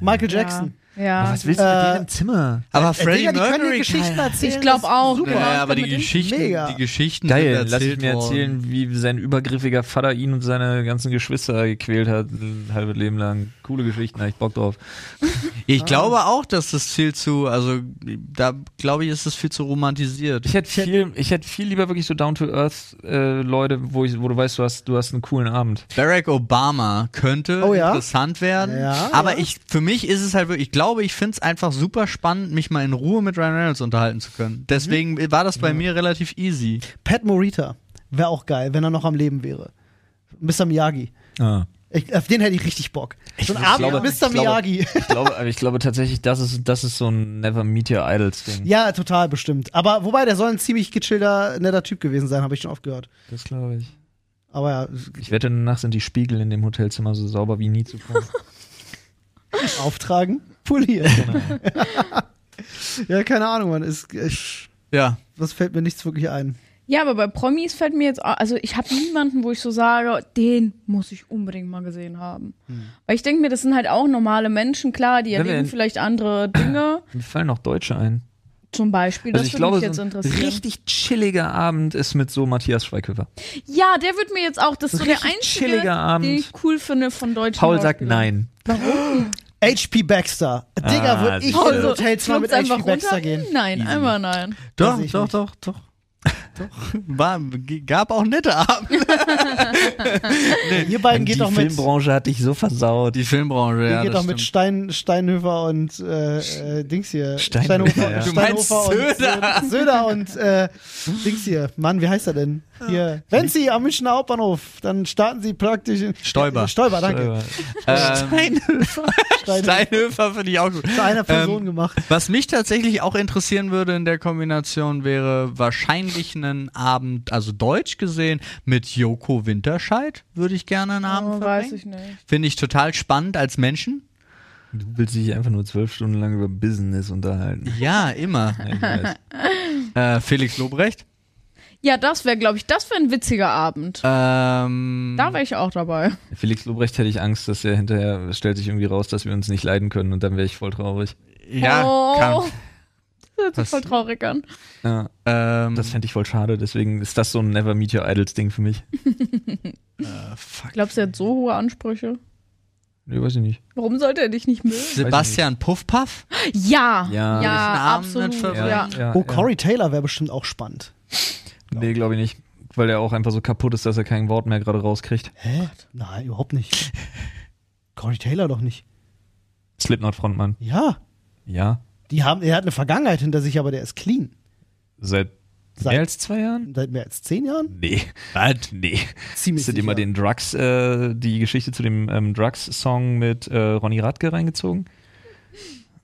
Speaker 1: Michael
Speaker 2: Ja.
Speaker 1: Jackson.
Speaker 2: Ja.
Speaker 3: Was willst du mit
Speaker 1: Äh,
Speaker 3: denen im Zimmer?
Speaker 4: Aber
Speaker 1: Äh, Digga,
Speaker 4: Freddie
Speaker 1: die können dir
Speaker 4: Mercury.
Speaker 1: Geschichten erzählen.
Speaker 2: Ich glaub
Speaker 1: das-
Speaker 2: auch,
Speaker 1: Super.
Speaker 2: genau.
Speaker 4: Ja,
Speaker 2: ich
Speaker 4: aber
Speaker 2: bin
Speaker 4: die
Speaker 2: mit ihm-
Speaker 4: Geschichten,
Speaker 1: Mega.
Speaker 4: die Geschichten
Speaker 3: Geil,
Speaker 4: sind
Speaker 3: lass ich
Speaker 4: erzählt
Speaker 3: mir
Speaker 4: worden.
Speaker 3: erzählen, wie sein übergriffiger Vater ihn und seine ganzen Geschwister gequält hat, ein halbes Leben lang. Coole Geschichten, hab ich Bock drauf.
Speaker 1: Ah.
Speaker 4: Ich glaube auch, dass das viel zu, also da glaube ich, ist das viel zu romantisiert.
Speaker 3: Ich hätte viel, ich hätte viel lieber wirklich so down-to-earth äh, Leute, wo, ich, wo du weißt, du hast, du hast einen coolen Abend.
Speaker 4: Barack Obama könnte
Speaker 1: Oh ja?
Speaker 4: interessant werden,
Speaker 1: Ja,
Speaker 4: aber
Speaker 1: ja.
Speaker 4: ich für mich ist es halt wirklich, ich glaube, ich finde es einfach super spannend, mich mal in Ruhe mit Ryan Reynolds unterhalten zu
Speaker 1: Mhm.
Speaker 4: können. Deswegen war das bei mir relativ easy.
Speaker 1: Pat Morita wäre auch geil, wenn er noch am Leben wäre. Mr. Miyagi.
Speaker 3: Ah.
Speaker 1: Ich, auf den hätte ich richtig Bock. So ein
Speaker 3: ich
Speaker 1: Abend
Speaker 3: glaube-
Speaker 1: mit
Speaker 3: ich
Speaker 1: Mr.
Speaker 3: glaube-
Speaker 1: Miyagi.
Speaker 3: Ich glaube, aber ich glaube tatsächlich, das ist, das ist so ein Never Meet Your Idols Ding.
Speaker 1: Ja, total bestimmt. Aber wobei, der soll ein ziemlich gechillter, netter Typ gewesen sein, habe ich schon oft gehört.
Speaker 3: Das glaube ich.
Speaker 1: Aber ja, (laughs)
Speaker 3: Ich wette, danach sind die Spiegel in dem Hotelzimmer so sauber wie
Speaker 1: (laughs)
Speaker 3: nie zuvor.
Speaker 1: auftragen, polieren. (laughs) ja, keine Ahnung, man. Ist, ich,
Speaker 4: Ja.
Speaker 1: das fällt mir nichts wirklich ein.
Speaker 2: Ja, aber bei Promis fällt mir jetzt, au- also ich habe niemanden, wo ich so sage, den muss ich unbedingt mal gesehen haben. Weil ich denke mir, das sind halt auch normale Menschen, klar, die
Speaker 3: Hm. Wenn wir
Speaker 2: erleben
Speaker 3: in-
Speaker 2: vielleicht andere Dinge.
Speaker 3: Mir fallen noch Deutsche ein.
Speaker 2: Zum Beispiel, das
Speaker 3: Also ich
Speaker 2: würde
Speaker 3: glaube,
Speaker 2: mich
Speaker 3: so
Speaker 2: jetzt
Speaker 3: ein
Speaker 2: interessieren.
Speaker 3: richtig chilliger Abend ist mit so Matthias Schweighöfer.
Speaker 2: Ja, der wird mir jetzt auch, das ist so der
Speaker 3: Richtig
Speaker 2: einzige,
Speaker 3: chilliger Abend.
Speaker 2: den ich cool finde von deutschen
Speaker 3: Paul sagt
Speaker 2: Schauspielern.
Speaker 3: nein.
Speaker 1: HP Baxter. Digga,
Speaker 3: Ah,
Speaker 1: würde ich
Speaker 3: siehste.
Speaker 1: in ein Hotelzimmer mit
Speaker 2: Plumpst
Speaker 1: HP Baxter gehen.
Speaker 2: Nein, einmal nein.
Speaker 4: Doch,
Speaker 1: ich
Speaker 4: doch,
Speaker 1: nicht.
Speaker 4: doch, doch, doch. War, g- gab auch nette Abend.
Speaker 1: Ihr beiden geht
Speaker 3: die
Speaker 1: doch mit.
Speaker 3: Filmbranche hat dich so versaut.
Speaker 4: Die Filmbranche,
Speaker 1: Ihr
Speaker 4: ja.
Speaker 1: geht
Speaker 4: das
Speaker 1: doch mit Stein,
Speaker 4: stimmt.
Speaker 1: Steinhöfer und äh, äh, Dings hier.
Speaker 3: Steinhöfer,
Speaker 1: Steinhofer,
Speaker 3: ja.
Speaker 4: Du
Speaker 1: Steinhofer
Speaker 4: meinst
Speaker 1: und Söder und äh, Dings hier. Mann, wie heißt er denn? Hier. Wenn Sie am Münchner Hauptbahnhof, dann starten Sie praktisch. in-
Speaker 4: Stoiber.
Speaker 1: Stoiber, danke.
Speaker 3: Äh,
Speaker 4: Ähm,
Speaker 1: Stein,
Speaker 4: Steinhöfer finde ich auch gut.
Speaker 1: zu einer Person
Speaker 4: Ähm,
Speaker 1: gemacht.
Speaker 4: Was mich tatsächlich auch interessieren würde in der Kombination wäre wahrscheinlich einen Abend, also deutsch gesehen, mit Joko Winterscheid würde ich gerne einen Abend
Speaker 2: Oh, weiß
Speaker 4: verbringen.
Speaker 2: ich nicht.
Speaker 4: Finde ich total spannend als Menschen.
Speaker 3: Du willst dich einfach nur zwölf Stunden lang über Business unterhalten.
Speaker 4: Ja, immer. (laughs)
Speaker 3: Nein, ich weiß.
Speaker 4: äh, Felix Lobrecht.
Speaker 2: Ja, das wäre, glaube ich, das wäre ein witziger Abend.
Speaker 4: Ähm,
Speaker 2: Da wäre ich auch dabei. (laughs)
Speaker 3: Felix Lobrecht hätte ich Angst, dass er hinterher es stellt sich irgendwie raus, dass wir uns nicht leiden können und dann wäre ich voll traurig.
Speaker 4: ja,
Speaker 2: oh.
Speaker 4: kann.
Speaker 2: Das hört sich
Speaker 4: Was-
Speaker 2: voll traurig an.
Speaker 3: Ja,
Speaker 4: Ähm,
Speaker 3: das fände ich voll schade, deswegen ist das so ein Never Meet Your Idols Ding für mich.
Speaker 2: Glaubst du, er hat so hohe Ansprüche?
Speaker 3: Nee, weiß ich nicht.
Speaker 2: Warum sollte er dich nicht mögen?
Speaker 4: Sebastian Puffpaff.
Speaker 2: Ja, ja,
Speaker 3: Ja. Ist ein
Speaker 4: Abend
Speaker 2: absolut.
Speaker 4: nicht verwirrend.
Speaker 2: Ja.
Speaker 1: Oh, Corey Taylor wäre bestimmt auch spannend.
Speaker 3: Nee, glaube ich nicht. Weil er auch einfach so kaputt ist, dass er kein Wort mehr gerade rauskriegt.
Speaker 1: Hä? Nein, überhaupt nicht. Corey Taylor doch nicht.
Speaker 3: Slipknot-Frontmann.
Speaker 1: Ja.
Speaker 3: Ja.
Speaker 1: Die haben, er hat eine Vergangenheit hinter sich, aber der ist clean.
Speaker 3: Seit,
Speaker 1: Seit-
Speaker 3: mehr als zwei Jahren?
Speaker 1: Seit mehr als zehn Jahren?
Speaker 3: Nee. Was? Nee.
Speaker 1: Ziemlich
Speaker 3: Hast du dir mal
Speaker 1: sicher.
Speaker 3: den Drugs, äh, die Geschichte zu dem ähm, Drugs-Song mit äh, Ronny Radke reingezogen?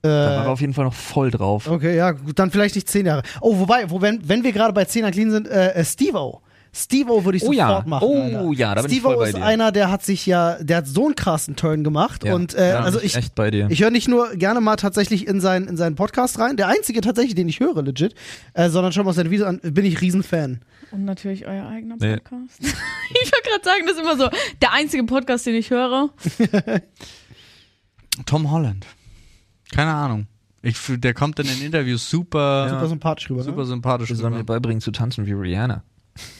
Speaker 3: Da war er
Speaker 1: Äh,
Speaker 3: auf jeden Fall noch voll drauf.
Speaker 1: okay, ja, gut, dann vielleicht nicht zehn Jahre. Oh, wobei, wo, wenn, wenn wir gerade bei zehn Jahren clean sind, äh, äh, Steve-O. Steve-O würde ich
Speaker 3: Oh ja.
Speaker 1: sofort machen.
Speaker 3: Oh
Speaker 1: Alter.
Speaker 3: ja, da bin ich
Speaker 1: Steve-O
Speaker 3: voll bei
Speaker 1: ist
Speaker 3: dir.
Speaker 1: einer, der hat sich ja, der hat so einen krassen Turn gemacht.
Speaker 3: Ja.
Speaker 1: Und äh,
Speaker 3: Ja,
Speaker 1: also
Speaker 3: bin
Speaker 1: ich,
Speaker 3: Echt bei dir.
Speaker 1: Ich höre nicht nur gerne mal tatsächlich in seinen, in seinen Podcast rein, der einzige tatsächlich, den ich höre, legit, äh, sondern schon mal aus seinen Videos an, bin ich Riesenfan.
Speaker 2: Und natürlich euer eigener
Speaker 3: Nee.
Speaker 2: Podcast. (laughs) ich wollte gerade sagen, das ist immer so der einzige Podcast, den ich höre.
Speaker 4: Tom Holland. Keine Ahnung. Ich, f- der kommt in den Interviews super,
Speaker 1: Super sympathisch rüber.
Speaker 4: super
Speaker 1: ne?
Speaker 4: sympathisch.
Speaker 3: Wir sollen mir
Speaker 4: rüber.
Speaker 3: beibringen zu tanzen wie Rihanna.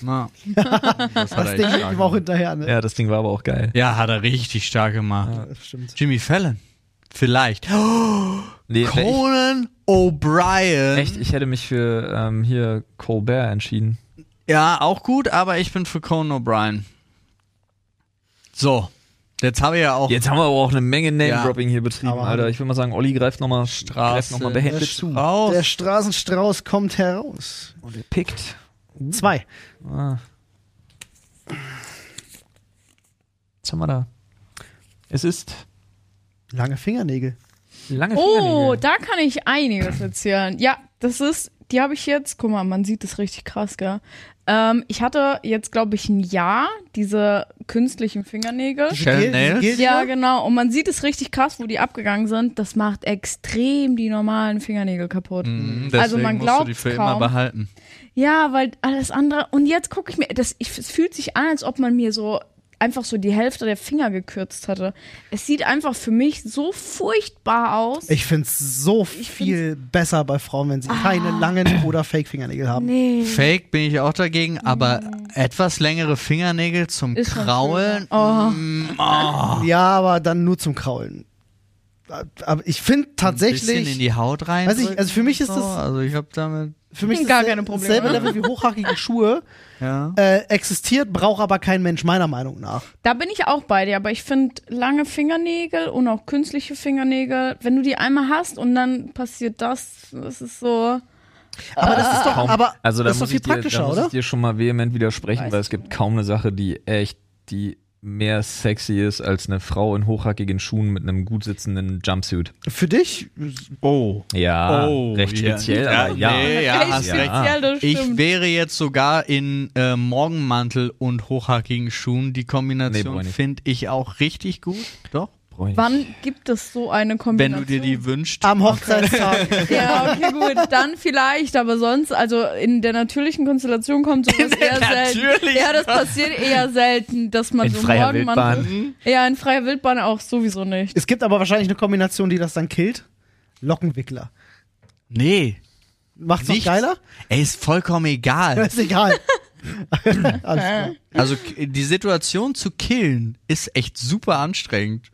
Speaker 4: Na. (laughs) das hat
Speaker 1: Das Ding liegt
Speaker 4: echt stark
Speaker 1: ihm auch
Speaker 4: gemacht.
Speaker 1: hinterher. Ne?
Speaker 3: Ja, das Ding war aber auch geil.
Speaker 4: ja, hat er richtig stark gemacht.
Speaker 1: Das stimmt.
Speaker 4: Jimmy Fallon. Vielleicht. (gasps)
Speaker 3: Nee, wär
Speaker 4: Conan O'Brien.
Speaker 3: ich, echt, ich hätte mich für ähm, hier Colbert entschieden.
Speaker 4: Ja, auch gut, aber ich bin für Conan O'Brien. So. Jetzt habe ich ja auch
Speaker 3: Jetzt haben wir aber auch eine Menge Name-Dropping hier betrieben,
Speaker 1: Aber-
Speaker 3: Alter. Ich würde mal sagen, Olli greift nochmal
Speaker 4: Straße.
Speaker 3: noch mal behende zu.
Speaker 4: raus.
Speaker 1: Der Straßenstrauß kommt heraus.
Speaker 3: Und er pickt.
Speaker 1: Zwei.
Speaker 3: Ah. Was haben wir da? Es ist
Speaker 1: Lange Fingernägel.
Speaker 3: lange
Speaker 2: Oh,
Speaker 3: Fingernägel.
Speaker 2: da kann ich einiges erzählen. Ja, das ist, die habe ich jetzt, guck mal, man sieht das richtig krass, gell? Ähm, ich hatte jetzt, glaube ich, ein Jahr diese künstlichen Fingernägel.
Speaker 4: Sharon Nails?
Speaker 2: Ja, genau. Und man sieht es richtig krass, wo die abgegangen sind. Das macht extrem die normalen Fingernägel kaputt.
Speaker 4: Mhm,
Speaker 2: Also
Speaker 4: deswegen
Speaker 2: man
Speaker 4: musst du die
Speaker 2: glaubt's
Speaker 4: für immer
Speaker 2: kaum.
Speaker 4: behalten.
Speaker 2: Ja, weil alles andere. Und jetzt gucke ich mir, das, ich, es fühlt sich an, als ob man mir so einfach so die Hälfte der Finger gekürzt hatte. Es sieht einfach für mich so furchtbar aus.
Speaker 1: Ich finde es so viel besser bei Frauen, wenn sie keine langen oder Fake-Fingernägel haben.
Speaker 2: Ah. nee.
Speaker 4: Fake bin ich auch dagegen, aber etwas längere Fingernägel zum
Speaker 2: Ist schon
Speaker 4: Kraulen.
Speaker 2: Oh.
Speaker 4: mm, oh,
Speaker 1: Ja, aber dann nur zum Kraulen. Äh, Aber ich finde
Speaker 4: Ein bisschen in
Speaker 1: tatsächlich,
Speaker 4: die Haut rein.
Speaker 1: Weiß ich, also für mich ist
Speaker 4: so,
Speaker 1: das-
Speaker 4: Also ich habe damit.
Speaker 1: für mich ist
Speaker 2: Gar
Speaker 1: das
Speaker 2: keine Probleme.
Speaker 1: selbe Level wie hochhackige Schuhe
Speaker 4: Ja.
Speaker 1: äh, existiert, braucht aber kein Mensch, meiner Meinung nach.
Speaker 2: Da bin ich auch bei dir, aber ich finde lange Fingernägel und auch künstliche Fingernägel, wenn du die einmal hast und dann passiert das, das ist so.
Speaker 1: Aber das ist doch,
Speaker 3: Kaum-
Speaker 1: aber
Speaker 3: also da
Speaker 1: das ist doch
Speaker 3: muss
Speaker 1: viel
Speaker 3: ich dir, da
Speaker 1: praktischer,
Speaker 3: muss
Speaker 1: oder?
Speaker 3: ich dir schon mal vehement widersprechen,
Speaker 2: Weiß
Speaker 3: weil es gibt kaum eine Sache, die echt, die mehr sexy ist als eine Frau in hochhackigen Schuhen mit einem gut sitzenden Jumpsuit.
Speaker 1: Für dich?
Speaker 4: Oh.
Speaker 3: Ja,
Speaker 4: Oh,
Speaker 3: recht
Speaker 4: ja.
Speaker 3: speziell,
Speaker 4: Ja,
Speaker 3: aber ja.
Speaker 4: nee. Ja,
Speaker 2: Echt
Speaker 4: hast
Speaker 3: recht.
Speaker 2: speziell, das
Speaker 4: Ich
Speaker 2: stimmt.
Speaker 4: wäre jetzt sogar in äh, Morgenmantel und hochhackigen Schuhen. Die
Speaker 3: Nee,
Speaker 4: Kombination
Speaker 3: brauch ich nicht.
Speaker 4: finde ich auch richtig gut. Doch.
Speaker 3: Brauch ich nicht.
Speaker 2: Wann gibt es so eine
Speaker 4: Wenn
Speaker 2: Kombination?
Speaker 4: du dir die wünschst.
Speaker 1: Am Hochzeitstag.
Speaker 4: (laughs)
Speaker 2: Ja, okay, gut, dann vielleicht, aber sonst, also in der natürlichen Konstellation kommt sowas eher selten.
Speaker 4: natürlichen
Speaker 2: Ja, das passiert eher selten, dass man
Speaker 3: In
Speaker 2: so
Speaker 3: freier
Speaker 2: Morgenmantel-
Speaker 3: Wildbahn.
Speaker 2: Ja, in freier Wildbahn auch sowieso nicht.
Speaker 1: es gibt aber wahrscheinlich eine Kombination, die das dann killt. Lockenwickler.
Speaker 4: Nee.
Speaker 1: Macht's noch
Speaker 4: Nichts.
Speaker 1: geiler?
Speaker 4: Ey, ist vollkommen
Speaker 1: (laughs)
Speaker 4: egal.
Speaker 1: Ist
Speaker 2: (laughs)
Speaker 1: egal. Alles klar.
Speaker 4: Also k- die Situation zu killen ist echt super anstrengend.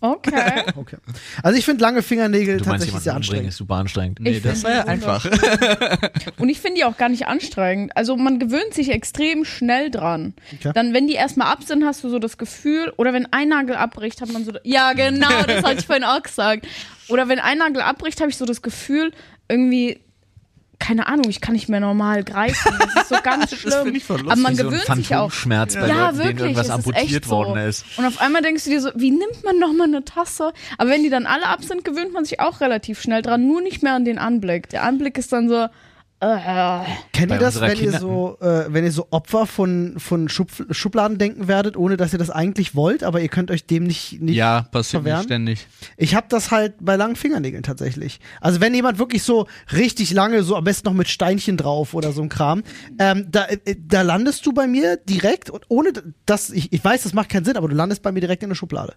Speaker 2: Okay.
Speaker 1: Okay. Also ich finde lange Fingernägel
Speaker 3: Du meinst,
Speaker 1: tatsächlich
Speaker 3: jemanden
Speaker 1: sehr
Speaker 3: umbringen
Speaker 1: anstrengend.
Speaker 3: ist super anstrengend.
Speaker 4: Nee,
Speaker 2: Ich
Speaker 4: das
Speaker 2: find
Speaker 4: war ja
Speaker 2: die wunderbar.
Speaker 4: einfach.
Speaker 2: Und ich finde die auch gar nicht anstrengend. Also man gewöhnt sich extrem schnell dran.
Speaker 1: Okay.
Speaker 2: Dann, wenn die erstmal ab sind, hast du so das Gefühl, oder wenn ein Nagel abbricht, hat man so, ja genau, das hatte ich vorhin auch gesagt. Oder wenn ein Nagel abbricht, habe ich so das Gefühl, irgendwie, keine Ahnung, ich kann nicht mehr normal greifen. Das ist so ganz schlimm.
Speaker 4: find ich voll
Speaker 2: Aber man
Speaker 3: Wie so ein
Speaker 2: gewöhnt sich auch.
Speaker 3: Phantomschmerz bei
Speaker 2: Ja,
Speaker 3: Leuten,
Speaker 2: wirklich.
Speaker 3: denen irgendwas
Speaker 2: es ist
Speaker 3: amputiert
Speaker 2: echt so.
Speaker 3: worden ist.
Speaker 2: Und auf einmal denkst du dir so, wie nimmt man nochmal eine Tasse? Aber wenn die dann alle ab sind, gewöhnt man sich auch relativ schnell dran, nur nicht mehr an den Anblick. Der Anblick ist dann so, äh,
Speaker 1: Kennt
Speaker 3: Bei
Speaker 1: ihr das,
Speaker 3: unserer
Speaker 1: wenn ihr,
Speaker 3: Kinder-
Speaker 1: so, äh, wenn ihr so Opfer von, von Schub Schubladen denken werdet, ohne dass ihr das eigentlich wollt, aber ihr könnt euch dem nicht, nicht
Speaker 4: Ja, passiert mir
Speaker 1: verwehren?
Speaker 4: ständig.
Speaker 1: Ich habe das halt bei langen Fingernägeln tatsächlich. Also wenn jemand wirklich so richtig lange, so am besten noch mit Steinchen drauf oder so ein Kram, ähm, da, äh, da landest du bei mir direkt und ohne dass ich, ich weiß, das macht keinen Sinn, aber du landest bei mir direkt in der Schublade.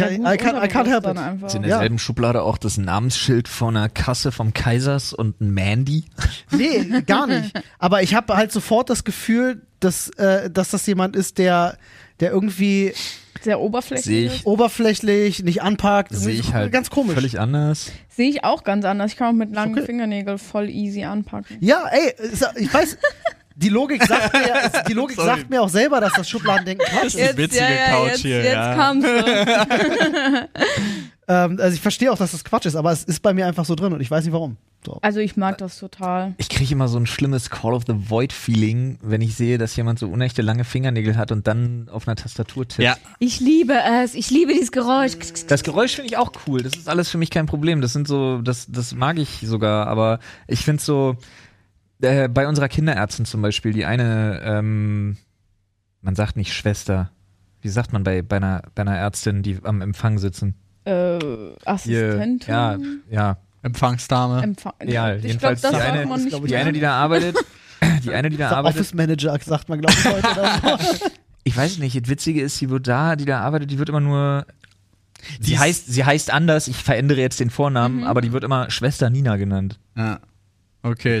Speaker 1: I, I, can't, I can't help
Speaker 2: Dann
Speaker 1: it.
Speaker 2: einfach.
Speaker 3: Ist in
Speaker 1: Ja.
Speaker 3: derselben Schublade auch das Namensschild von einer Kasse vom Kaisers und ein Mandy?
Speaker 1: Nee, gar nicht. Aber ich habe halt sofort das Gefühl, dass, äh, dass das jemand ist, der, der irgendwie
Speaker 2: Sehr
Speaker 3: Sehe
Speaker 2: oberflächlich.
Speaker 3: ich,
Speaker 1: oberflächlich nicht anpackt.
Speaker 3: sehe ich halt
Speaker 1: Ganz komisch.
Speaker 3: völlig anders.
Speaker 2: Sehe ich auch ganz anders. Ich kann auch mit langen
Speaker 1: okay.
Speaker 2: Fingernägeln voll easy anpacken.
Speaker 1: Ja, ey, ist- ich weiß, die Logik sagt mir, die Logik
Speaker 4: Sorry.
Speaker 1: sagt mir auch selber, dass das Schubladendenken Quatsch ist.
Speaker 4: Jetzt- witzige ja, ja, Couch jetzt- hier, jetzt
Speaker 2: Jetzt
Speaker 4: ja.
Speaker 2: kam's.
Speaker 3: (laughs)
Speaker 1: Ähm, also ich verstehe auch, dass das Quatsch ist, aber es ist bei mir einfach so drin und ich weiß nicht warum. So.
Speaker 2: Also ich mag das total.
Speaker 3: Ich kriege immer so ein schlimmes Call of the Void-Feeling, wenn ich sehe, dass jemand so unechte lange Fingernägel hat und dann auf einer Tastatur tippt.
Speaker 4: Ja,
Speaker 2: Ich liebe es. Ich liebe dieses Geräusch.
Speaker 3: Das Geräusch finde ich auch cool. Das ist alles für mich kein Problem. Das sind so, das, das mag ich sogar, aber ich finde so, äh, bei unserer Kinderärztin zum Beispiel, die eine, ähm, man sagt nicht Schwester. Wie sagt man bei, bei, einer, bei einer Ärztin, die am Empfang sitzen?
Speaker 2: Äh, Assistentin.
Speaker 3: Ja, ja.
Speaker 4: Empfangsdame.
Speaker 2: Empfang.
Speaker 3: Ja,
Speaker 2: ich glaube,
Speaker 3: jedenfalls
Speaker 2: das
Speaker 3: die
Speaker 2: sagt
Speaker 3: eine-
Speaker 2: man nicht.
Speaker 1: glaub ich,
Speaker 3: Die eine, die
Speaker 2: (laughs)
Speaker 3: da arbeitet, die eine, die da
Speaker 1: Der
Speaker 3: arbeitet,
Speaker 1: Office Manager sagt man, glaube ich, heute oder so.
Speaker 3: Ich weiß nicht, das Witzige ist, sie wird da, die da arbeitet, die wird immer nur. Sie
Speaker 4: ist-
Speaker 3: heißt, sie heißt anders, ich verändere jetzt den
Speaker 2: Mhm.
Speaker 3: Vornamen, aber die wird immer Schwester Nina genannt.
Speaker 4: Ja. Okay,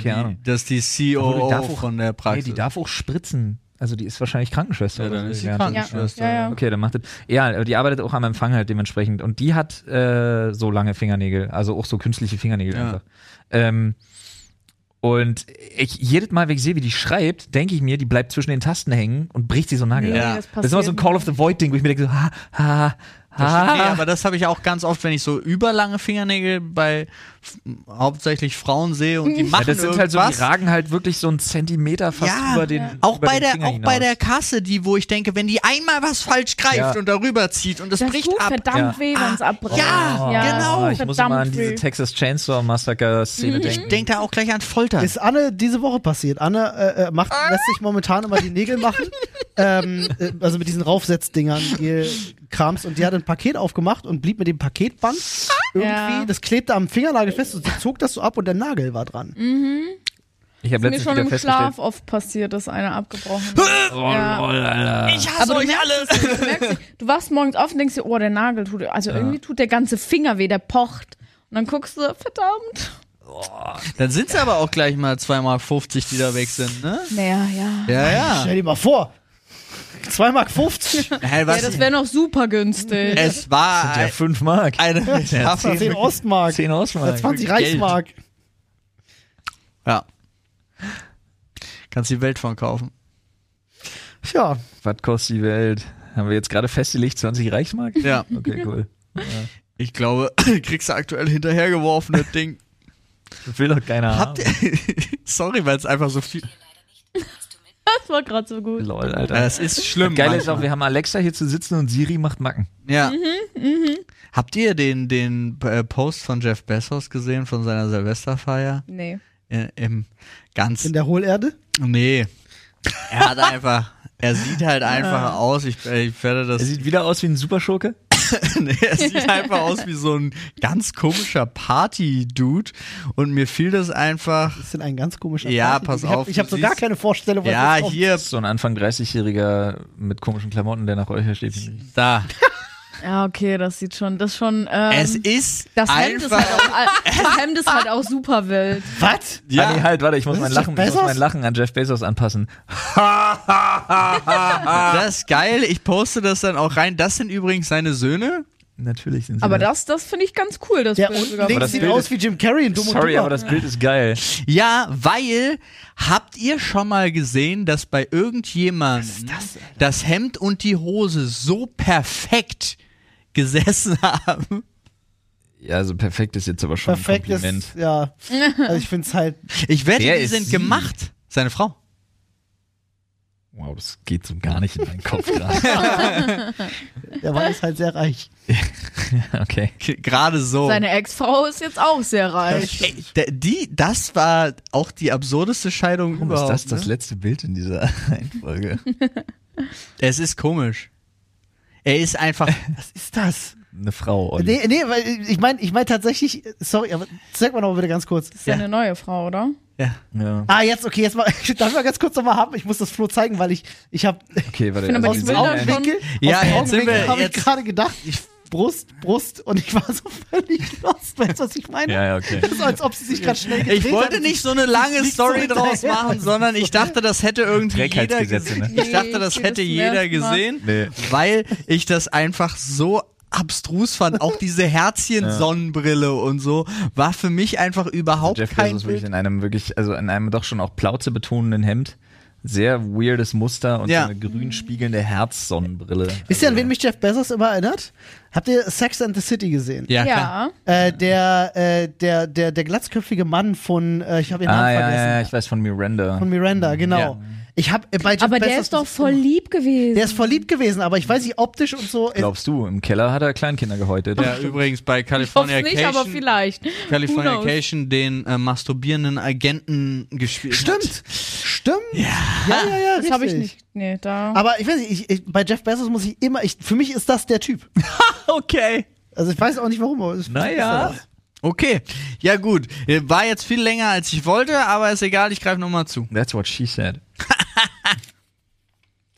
Speaker 3: Keine
Speaker 4: die,
Speaker 3: Ahnung.
Speaker 4: das ist die CEO
Speaker 3: Obwohl, die darf auch-
Speaker 4: Oh, von der
Speaker 3: Nee,
Speaker 4: Praxis.
Speaker 3: die darf auch spritzen. Also die ist wahrscheinlich Krankenschwester.
Speaker 4: ja,
Speaker 3: oder
Speaker 4: dann
Speaker 3: so,
Speaker 4: ist
Speaker 3: die
Speaker 4: sie
Speaker 3: ganze-
Speaker 4: Krankenschwester.
Speaker 2: Ja, ja, ja.
Speaker 3: Okay, dann macht das. Ja, aber die arbeitet auch am Empfang halt dementsprechend. Und die hat äh, so lange Fingernägel, also auch so künstliche Fingernägel
Speaker 4: Ja.
Speaker 3: einfach. Ähm, und ich, jedes Mal, wenn ich sehe, wie die schreibt, denke ich mir, die bleibt zwischen den Tasten hängen und bricht sich so einen Nagel.
Speaker 4: Nee,
Speaker 3: ab.
Speaker 4: Ja.
Speaker 2: das,
Speaker 3: Das ist immer so ein Call of the Void-Ding, wo ich mir denke, so, ha, ha,
Speaker 4: Das
Speaker 3: ha.
Speaker 4: stimmt, nee, aber das habe ich auch ganz oft, wenn ich so überlange Fingernägel bei f- hauptsächlich Frauen sehe und die machen
Speaker 3: Ja, das sind halt
Speaker 4: irgendwas.
Speaker 3: so, die ragen halt wirklich so einen Zentimeter fast
Speaker 4: Ja,
Speaker 3: über den.
Speaker 4: auch
Speaker 3: über
Speaker 4: bei
Speaker 3: den
Speaker 4: der
Speaker 3: Finger
Speaker 4: auch bei der
Speaker 3: hinaus.
Speaker 4: Kasse, die wo ich denke, wenn die einmal was falsch greift
Speaker 3: Ja.
Speaker 4: und darüber zieht und das,
Speaker 2: das
Speaker 4: bricht
Speaker 2: tut
Speaker 4: ab.
Speaker 2: verdammt
Speaker 3: Ja.
Speaker 2: weh, wenn es abbricht.
Speaker 4: ja, genau.
Speaker 3: Ah, ich muss immer an
Speaker 2: Verdammt Mhm.
Speaker 3: diese
Speaker 2: weh.
Speaker 3: Texas Chainsaw Massacre Szene denken.
Speaker 4: Ich denke da auch gleich an Folter.
Speaker 1: Ist Anne diese Woche passiert. Anne äh, äh, macht, lässt sich momentan immer die Nägel machen. ähm, äh, also mit diesen Raufsetzdingern, Gel, Krams. Und die hat ein Paket aufgemacht und blieb mit dem Paketband irgendwie,
Speaker 2: Ja.
Speaker 1: das klebte am Fingernagel fest und sie zog das so ab und der Nagel war dran.
Speaker 3: Ich habe
Speaker 2: Ist mir
Speaker 3: letztens
Speaker 2: schon
Speaker 3: wieder
Speaker 2: im
Speaker 3: festgestellt.
Speaker 2: Schlaf oft passiert, dass einer (laughs) abgebrochen
Speaker 3: Roll,
Speaker 2: Ja.
Speaker 3: roll, Alter.
Speaker 4: Ich hasse
Speaker 2: Aber du
Speaker 4: euch
Speaker 2: merkst
Speaker 4: alle!
Speaker 2: es, du, merkst es. du wachst morgens auf und denkst dir, oh, der Nagel tut, also irgendwie tut der ganze Finger weh, der pocht. Und dann guckst du, verdammt.
Speaker 4: Dann sind es aber auch gleich mal zweimal 50, die da weg sind, ne?
Speaker 2: Naja, ja.
Speaker 4: Ja, ja.
Speaker 1: Stell dir mal vor. 2,50 Mark. 50.
Speaker 4: Hey,
Speaker 2: Ja,
Speaker 4: was?
Speaker 2: das wäre noch super günstig.
Speaker 4: es war
Speaker 3: Ja,
Speaker 4: ein-
Speaker 3: 5 Mark.
Speaker 4: eine Metapher.
Speaker 1: 10 Ostmark.
Speaker 3: 10 Ausmark.
Speaker 1: 20
Speaker 4: Geld.
Speaker 1: Reichsmark.
Speaker 4: Ja. Kannst die Welt von kaufen.
Speaker 1: Tja,
Speaker 3: Was kostet die Welt? Haben wir jetzt gerade festgelegt, 20 Reichsmark?
Speaker 4: Ja.
Speaker 3: Okay, cool.
Speaker 4: Ich glaube, (clears throat) kriegst du aktuell hinterhergeworfen, das Ding.
Speaker 3: Will doch keiner
Speaker 4: Habt
Speaker 3: haben.
Speaker 4: ihr. (laughs) Sorry, weil es einfach so viel.
Speaker 2: (laughs) Das war gerade so gut.
Speaker 3: Lol, Alter.
Speaker 4: Ja, das ist schlimm.
Speaker 3: Geil ist auch,
Speaker 4: manchmal.
Speaker 3: wir haben Alexa hier zu sitzen und Siri macht Macken.
Speaker 4: Ja.
Speaker 2: Mhm,
Speaker 4: Habt ihr den, den äh, Post von Jeff Bezos gesehen von seiner Silvesterfeier?
Speaker 2: Nee.
Speaker 4: Äh, Im ganz.
Speaker 1: in der Hohlerde.
Speaker 2: (laughs)
Speaker 4: nee. Er hat einfach. Er sieht halt
Speaker 2: Ah.
Speaker 4: einfach aus. Ich, äh, ich werde das.
Speaker 3: Er sieht wieder aus wie ein Superschurke.
Speaker 4: Nee, (laughs) er sieht einfach aus wie so ein ganz komischer Party-Dude. Und mir fiel das einfach.
Speaker 1: Das ist denn ein ganz komischer
Speaker 4: Ja,
Speaker 1: Party.
Speaker 4: pass
Speaker 1: ich hab,
Speaker 4: auf,
Speaker 1: Ich habe
Speaker 4: du
Speaker 1: so gar
Speaker 4: siehst-
Speaker 1: keine Vorstellung, was
Speaker 4: Ja,
Speaker 1: jetzt kommt.
Speaker 4: hier.
Speaker 3: So ein Anfang 30-Jähriger mit komischen Klamotten, der nach euch steht.
Speaker 4: Da.
Speaker 2: Ja, okay, das sieht schon, das schon, ähm,
Speaker 4: Es ist
Speaker 2: das Hemd ist
Speaker 4: einfach.
Speaker 2: halt auch, al- das Hemd ist
Speaker 4: (laughs)
Speaker 2: halt auch super wild.
Speaker 1: Was?
Speaker 3: Ah, nee, halt, warte, ich muss
Speaker 1: Das
Speaker 3: mein
Speaker 1: ist
Speaker 3: Lachen,
Speaker 1: Jeff
Speaker 3: ich muss mein
Speaker 1: Bezos?
Speaker 3: Lachen an Jeff Bezos anpassen.
Speaker 4: Das ist geil. Ich poste das dann auch rein. Das sind übrigens seine Söhne.
Speaker 3: Natürlich sind sie
Speaker 2: Aber das, das finde ich ganz cool, das
Speaker 1: Der
Speaker 2: Bild
Speaker 1: unten
Speaker 2: sogar.
Speaker 3: Aber
Speaker 1: links
Speaker 3: das
Speaker 1: sieht
Speaker 3: Bild
Speaker 1: aus
Speaker 3: ist-
Speaker 1: wie Jim Carrey in Dumm und
Speaker 3: Sorry,
Speaker 1: Dummer.
Speaker 3: aber das Bild ist geil.
Speaker 4: Ja, weil habt ihr schon mal gesehen, dass bei irgendjemandem das, Hemd und die Hose so perfekt gesessen (laughs) haben?
Speaker 3: Ja, also perfekt ist jetzt aber schon
Speaker 1: Perfekt
Speaker 3: ein Kompliment.
Speaker 1: ist, ja. Also ich finde es halt,
Speaker 4: Ich wette,
Speaker 3: Wer
Speaker 4: die
Speaker 3: ist
Speaker 4: sind
Speaker 3: sie?
Speaker 4: gemacht. Seine Frau.
Speaker 3: Wow, das geht so gar nicht in meinen Kopf gerade.
Speaker 1: der Mann ist halt sehr reich.
Speaker 3: Okay.
Speaker 4: K- Gerade so.
Speaker 2: Seine Ex-Frau ist jetzt auch sehr reich.
Speaker 4: Ey, der- die, das war auch die absurdeste Scheidung
Speaker 3: Warum ist
Speaker 4: überhaupt.
Speaker 3: das das
Speaker 4: ne?
Speaker 3: letzte Bild in dieser (laughs) Reihenfolge?
Speaker 4: Es ist komisch. Er ist einfach.
Speaker 1: Was ist das?
Speaker 3: Eine Frau, Olli.
Speaker 1: Nee, nee, weil ich meine ich mein tatsächlich, sorry, aber zeig mal noch mal bitte ganz kurz.
Speaker 2: Das ist seine neue Frau, oder?
Speaker 4: ja.
Speaker 3: (laughs) Ja.
Speaker 1: Ah, jetzt, okay, jetzt mal, (laughs) darf ich mal ganz kurz nochmal haben? Ich muss das Flo zeigen, weil ich, ich habe
Speaker 3: Okay,
Speaker 2: Ich
Speaker 3: warte. also
Speaker 2: finde aber
Speaker 1: aus
Speaker 2: die
Speaker 1: dem
Speaker 2: Bilder schon-
Speaker 1: Augenwinkel, aus
Speaker 4: Ja,
Speaker 1: dem
Speaker 4: jetzt sind wir-
Speaker 1: Augenwinkel habe ich
Speaker 4: jetzt-
Speaker 1: gerade gedacht, ich, Brust, Brust und ich war so völlig lost, (laughs) weißt du, was ich meine?
Speaker 3: Ja, ja, okay.
Speaker 1: Das ist so, als ob sie sich gerade schnell gedreht
Speaker 4: Ich wollte
Speaker 1: hat.
Speaker 4: nicht so eine lange
Speaker 1: fliegt so
Speaker 4: Story draus
Speaker 1: hinterher.
Speaker 4: machen, sondern ich dachte, das hätte irgendwie jeder
Speaker 3: Trägheitsgesetze,
Speaker 4: gesehen.
Speaker 2: ne?
Speaker 4: Ich dachte,
Speaker 2: Nee,
Speaker 4: das
Speaker 2: ich
Speaker 4: hätte
Speaker 2: sehe das zum
Speaker 4: jeder
Speaker 2: ersten Mal.
Speaker 4: gesehen,
Speaker 3: Nee.
Speaker 4: weil ich das einfach so abstrus fand. Auch diese
Speaker 2: (laughs)
Speaker 4: Herzchen-Sonnenbrille und so war für mich einfach überhaupt
Speaker 3: Jeff
Speaker 4: kein
Speaker 3: Bezos wirklich
Speaker 4: Bild.
Speaker 3: in einem wirklich, also in einem doch schon auch Plauze betonenden Hemd. Sehr weirdes Muster und
Speaker 4: Ja.
Speaker 3: so eine grün spiegelnde Herzsonnenbrille.
Speaker 1: Wisst ihr, an wen mich Jeff Bezos immer erinnert? Habt ihr Sex and the City gesehen?
Speaker 4: Ja, klar.
Speaker 2: ja.
Speaker 1: Äh, der, äh, der, der, der glatzköpfige Mann von, äh, ich habe ihren Namen
Speaker 3: Ah, ja,
Speaker 1: vergessen.
Speaker 3: ja, Mhm. ich weiß von Miranda.
Speaker 1: Von Miranda, genau.
Speaker 4: Ja.
Speaker 1: Ich hab, äh, bei Jeff
Speaker 2: Aber der
Speaker 1: Bezos
Speaker 2: ist doch
Speaker 1: das
Speaker 2: voll
Speaker 1: immer-
Speaker 2: lieb gewesen.
Speaker 1: Der ist voll lieb gewesen, aber ich weiß nicht, optisch und so. äh,
Speaker 3: Glaubst du, im Keller hat er Kleinkinder gehäutet.
Speaker 4: Ja, übrigens bei
Speaker 2: ich hoffe
Speaker 4: California
Speaker 2: nicht, aber
Speaker 4: Cation,
Speaker 2: vielleicht.
Speaker 4: California
Speaker 2: Who knows?
Speaker 4: Cation den äh, masturbierenden Agenten gespielt hat.
Speaker 1: Stimmt, stimmt. Ja, ja, ja.
Speaker 2: (laughs) Das habe ich
Speaker 1: richtig. Ah.
Speaker 2: nicht. Nee, da.
Speaker 1: Aber ich weiß nicht, ich, ich, bei Jeff Bezos muss ich immer, ich, für mich ist das der Typ.
Speaker 3: Okay.
Speaker 1: Also ich weiß auch nicht warum. Aber es-
Speaker 3: Naja.
Speaker 1: ist
Speaker 4: Okay, ja gut. Äh, War jetzt viel länger, als ich wollte, aber ist egal, ich greife nochmal zu.
Speaker 3: That's what she said.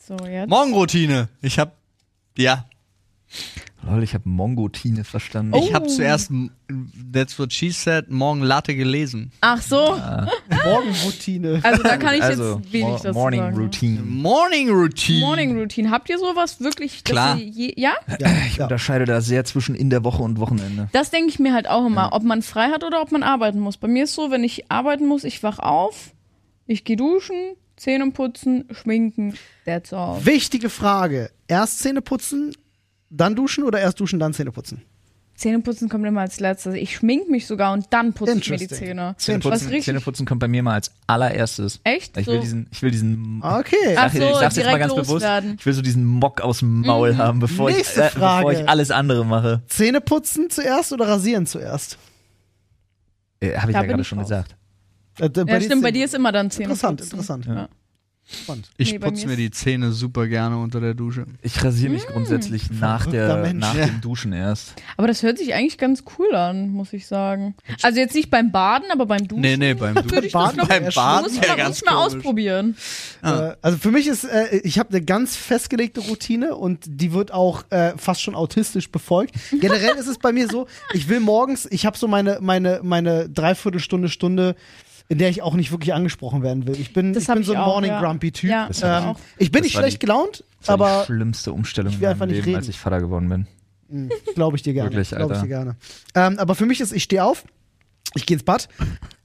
Speaker 2: so, jetzt.
Speaker 4: Morgenroutine. Ich hab, ja,
Speaker 3: Lol, ich habe Mongotine verstanden.
Speaker 4: Ich
Speaker 2: Oh.
Speaker 4: habe zuerst m- That's What She Said morgen Latte gelesen.
Speaker 2: Ach so.
Speaker 1: das.
Speaker 3: (laughs)
Speaker 1: Morgenroutine.
Speaker 2: Also da kann ich
Speaker 3: also,
Speaker 2: jetzt wenig
Speaker 3: Mo-
Speaker 2: dazu
Speaker 3: Morning
Speaker 2: sagen.
Speaker 3: Routine.
Speaker 4: Morning Routine.
Speaker 2: Morning Routine. Habt ihr sowas wirklich? dass
Speaker 4: Klar.
Speaker 2: ihr Je, ja?
Speaker 1: Ja,
Speaker 3: Ich
Speaker 1: ja.
Speaker 3: unterscheide da sehr zwischen in der Woche und Wochenende.
Speaker 2: Das denke ich mir halt auch immer, ob man frei hat oder ob man arbeiten muss. Bei mir ist so, wenn ich arbeiten muss, ich wach auf, ich gehe duschen, Zähne putzen, schminken, that's all.
Speaker 1: Wichtige Frage. Erst Zähne putzen, dann duschen oder erst duschen, dann Zähne putzen?
Speaker 2: Zähne putzen kommt immer als letztes. Also Ich schminke mich sogar und dann putze ich mir die
Speaker 1: Interesting.
Speaker 2: Zähne. Was
Speaker 3: Zähneputzen,
Speaker 2: richtig-
Speaker 3: Zähneputzen kommt bei mir mal als allererstes.
Speaker 2: Echt?
Speaker 3: Ich will
Speaker 2: So.
Speaker 3: diesen, ich will diesen
Speaker 1: Ah, Okay.
Speaker 2: Ach
Speaker 3: Ach, ich
Speaker 2: so,
Speaker 3: sag's jetzt mal
Speaker 2: direkt
Speaker 3: ganz
Speaker 2: loswerden. Mhm.
Speaker 3: bewusst. Ich will so diesen Mock aus dem Maul haben, bevor ich,
Speaker 1: Nächste
Speaker 3: äh, bevor
Speaker 1: Frage.
Speaker 3: ich alles andere mache.
Speaker 1: Zähne putzen zuerst oder rasieren zuerst?
Speaker 3: Äh, Habe
Speaker 2: Da
Speaker 3: ich ja
Speaker 2: bin
Speaker 3: gerade
Speaker 2: ich
Speaker 3: schon
Speaker 2: raus.
Speaker 3: gesagt.
Speaker 1: Äh, d-
Speaker 2: Ja,
Speaker 1: dir
Speaker 2: stimmt, bei
Speaker 1: Zähne-
Speaker 2: dir ist immer dann Zähne
Speaker 1: Interessant,
Speaker 2: putzen.
Speaker 1: interessant.
Speaker 2: Ja.
Speaker 1: Spannend.
Speaker 4: Ich
Speaker 2: Nee, bei
Speaker 4: putze
Speaker 2: mir
Speaker 4: mir
Speaker 2: ist-
Speaker 4: die Zähne super gerne unter der Dusche.
Speaker 3: Ich rasiere
Speaker 2: Mhm.
Speaker 3: mich grundsätzlich nach,
Speaker 1: verrückter
Speaker 3: der,
Speaker 1: Mensch.
Speaker 3: nach
Speaker 1: Ja.
Speaker 3: dem Duschen erst.
Speaker 2: Aber das hört sich eigentlich ganz cool an, muss ich sagen. Also jetzt nicht beim Baden, aber beim Duschen.
Speaker 4: Nee, nee,
Speaker 2: (laughs)
Speaker 4: beim
Speaker 2: Würde
Speaker 4: Duschen.
Speaker 2: ich das
Speaker 1: Baden
Speaker 2: noch
Speaker 1: beim Baden
Speaker 2: muss ich
Speaker 4: wär
Speaker 2: mal, muss
Speaker 4: ganz
Speaker 2: ich mal
Speaker 4: komisch.
Speaker 2: ausprobieren.
Speaker 3: Ah.
Speaker 1: Äh, also für mich ist, äh, ich habe eine ganz festgelegte Routine und die wird auch äh, fast schon autistisch befolgt. Generell ist es bei mir so, ich will morgens, ich habe so meine, meine, meine Dreiviertelstunde, Stunde, in der ich auch nicht wirklich angesprochen werden will. Ich bin,
Speaker 2: Das
Speaker 1: ich
Speaker 2: hab
Speaker 1: bin so
Speaker 2: ich
Speaker 1: ein
Speaker 2: auch,
Speaker 1: Morning
Speaker 2: ja.
Speaker 1: Grumpy Typ.
Speaker 2: Ja, das hab ich
Speaker 1: ähm,
Speaker 2: auch.
Speaker 1: ich bin
Speaker 3: Das
Speaker 1: nicht
Speaker 3: war die-
Speaker 1: schlecht gelaunt,
Speaker 3: Das war
Speaker 1: aber
Speaker 3: die schlimmste Umstellung in
Speaker 1: will einfach
Speaker 3: meinem
Speaker 1: nicht
Speaker 3: Leben,
Speaker 1: reden.
Speaker 3: als ich Vater geworden bin.
Speaker 1: Glaube ich dir gerne.
Speaker 3: Wirklich,
Speaker 1: Glaube ich
Speaker 3: Alter.
Speaker 1: dir gerne. Ähm, aber für mich ist, ich stehe auf, ich gehe ins Bad,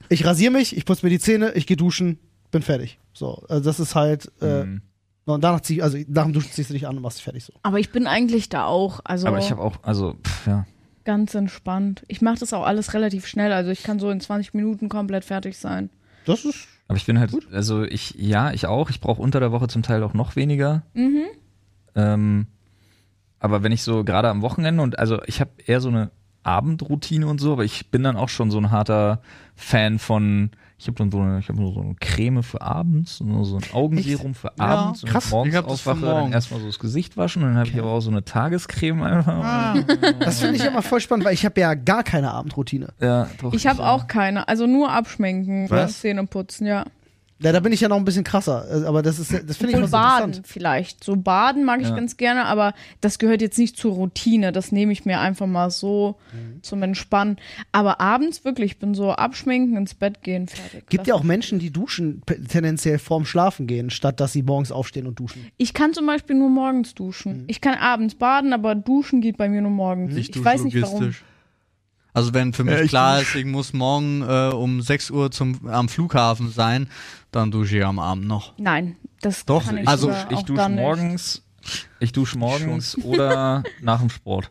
Speaker 1: ich rasiere mich, ich putze mir die Zähne, ich gehe duschen, bin fertig. So, also das ist halt. Äh,
Speaker 3: Mhm.
Speaker 1: Und danach zieh, also nach dem Duschen ziehst du dich an und machst dich fertig so.
Speaker 2: Aber ich bin eigentlich da auch, also
Speaker 3: Aber ich habe auch, also, pff, ja.
Speaker 2: ganz entspannt. Ich mache das auch alles relativ schnell, also ich kann so in 20 Minuten komplett fertig sein.
Speaker 1: Das ist.
Speaker 3: Aber ich bin halt, also ich, ja, ich auch. Ich brauche unter der Woche zum Teil auch noch weniger.
Speaker 4: Mhm.
Speaker 3: Ähm, aber wenn ich so gerade am Wochenende und also ich habe eher so eine Abendroutine und so, aber ich bin dann auch schon so ein harter Fan von, ich habe dann so eine, ich hab nur so eine Creme für abends und so ein Augenserum für abends und
Speaker 4: krass.
Speaker 3: morgens
Speaker 4: Ich hab das für
Speaker 3: aufwache, dann
Speaker 4: morgens. Ah.
Speaker 3: erstmal so das Gesicht waschen und dann habe ich aber auch so eine Tagescreme einfach.
Speaker 1: Das finde ich immer voll spannend, weil ich habe ja gar keine Abendroutine.
Speaker 3: Ja, doch,
Speaker 2: Ich habe auch keine, also nur abschminken,
Speaker 4: Was?
Speaker 2: Zähne putzen, ja.
Speaker 1: Ja, da bin ich ja noch ein bisschen krasser. äh, Aber das ist das finde ich immer
Speaker 2: Und
Speaker 1: so
Speaker 2: baden
Speaker 1: interessant.
Speaker 2: vielleicht. So baden mag ich
Speaker 3: Ja.
Speaker 2: ganz gerne, aber das gehört jetzt nicht zur Routine. Das nehme ich mir einfach mal so
Speaker 1: Mhm.
Speaker 2: zum Entspannen. Aber abends wirklich, ich bin so abschminken, ins Bett gehen, fertig.
Speaker 1: Gibt ja auch Menschen, die duschen p- tendenziell vorm Schlafen gehen, statt dass sie morgens aufstehen und duschen.
Speaker 2: Ich kann zum Beispiel nur morgens
Speaker 1: Mhm.
Speaker 2: duschen. Ich kann abends baden, aber duschen geht bei mir nur morgens. Ich,
Speaker 4: dusche
Speaker 2: weiß nicht warum.
Speaker 4: logistisch. Also wenn für mich
Speaker 3: ich
Speaker 4: klar ist, ich muss morgen äh, um 6 Uhr zum, am Flughafen sein, dann dusche ich am Abend noch.
Speaker 2: Nein, das
Speaker 4: Doch,
Speaker 2: kann ich
Speaker 4: also
Speaker 2: sogar
Speaker 3: ich
Speaker 2: auch
Speaker 3: dusche
Speaker 2: dann
Speaker 3: morgens. Ich dusche morgens
Speaker 4: (laughs)
Speaker 3: oder nach dem Sport.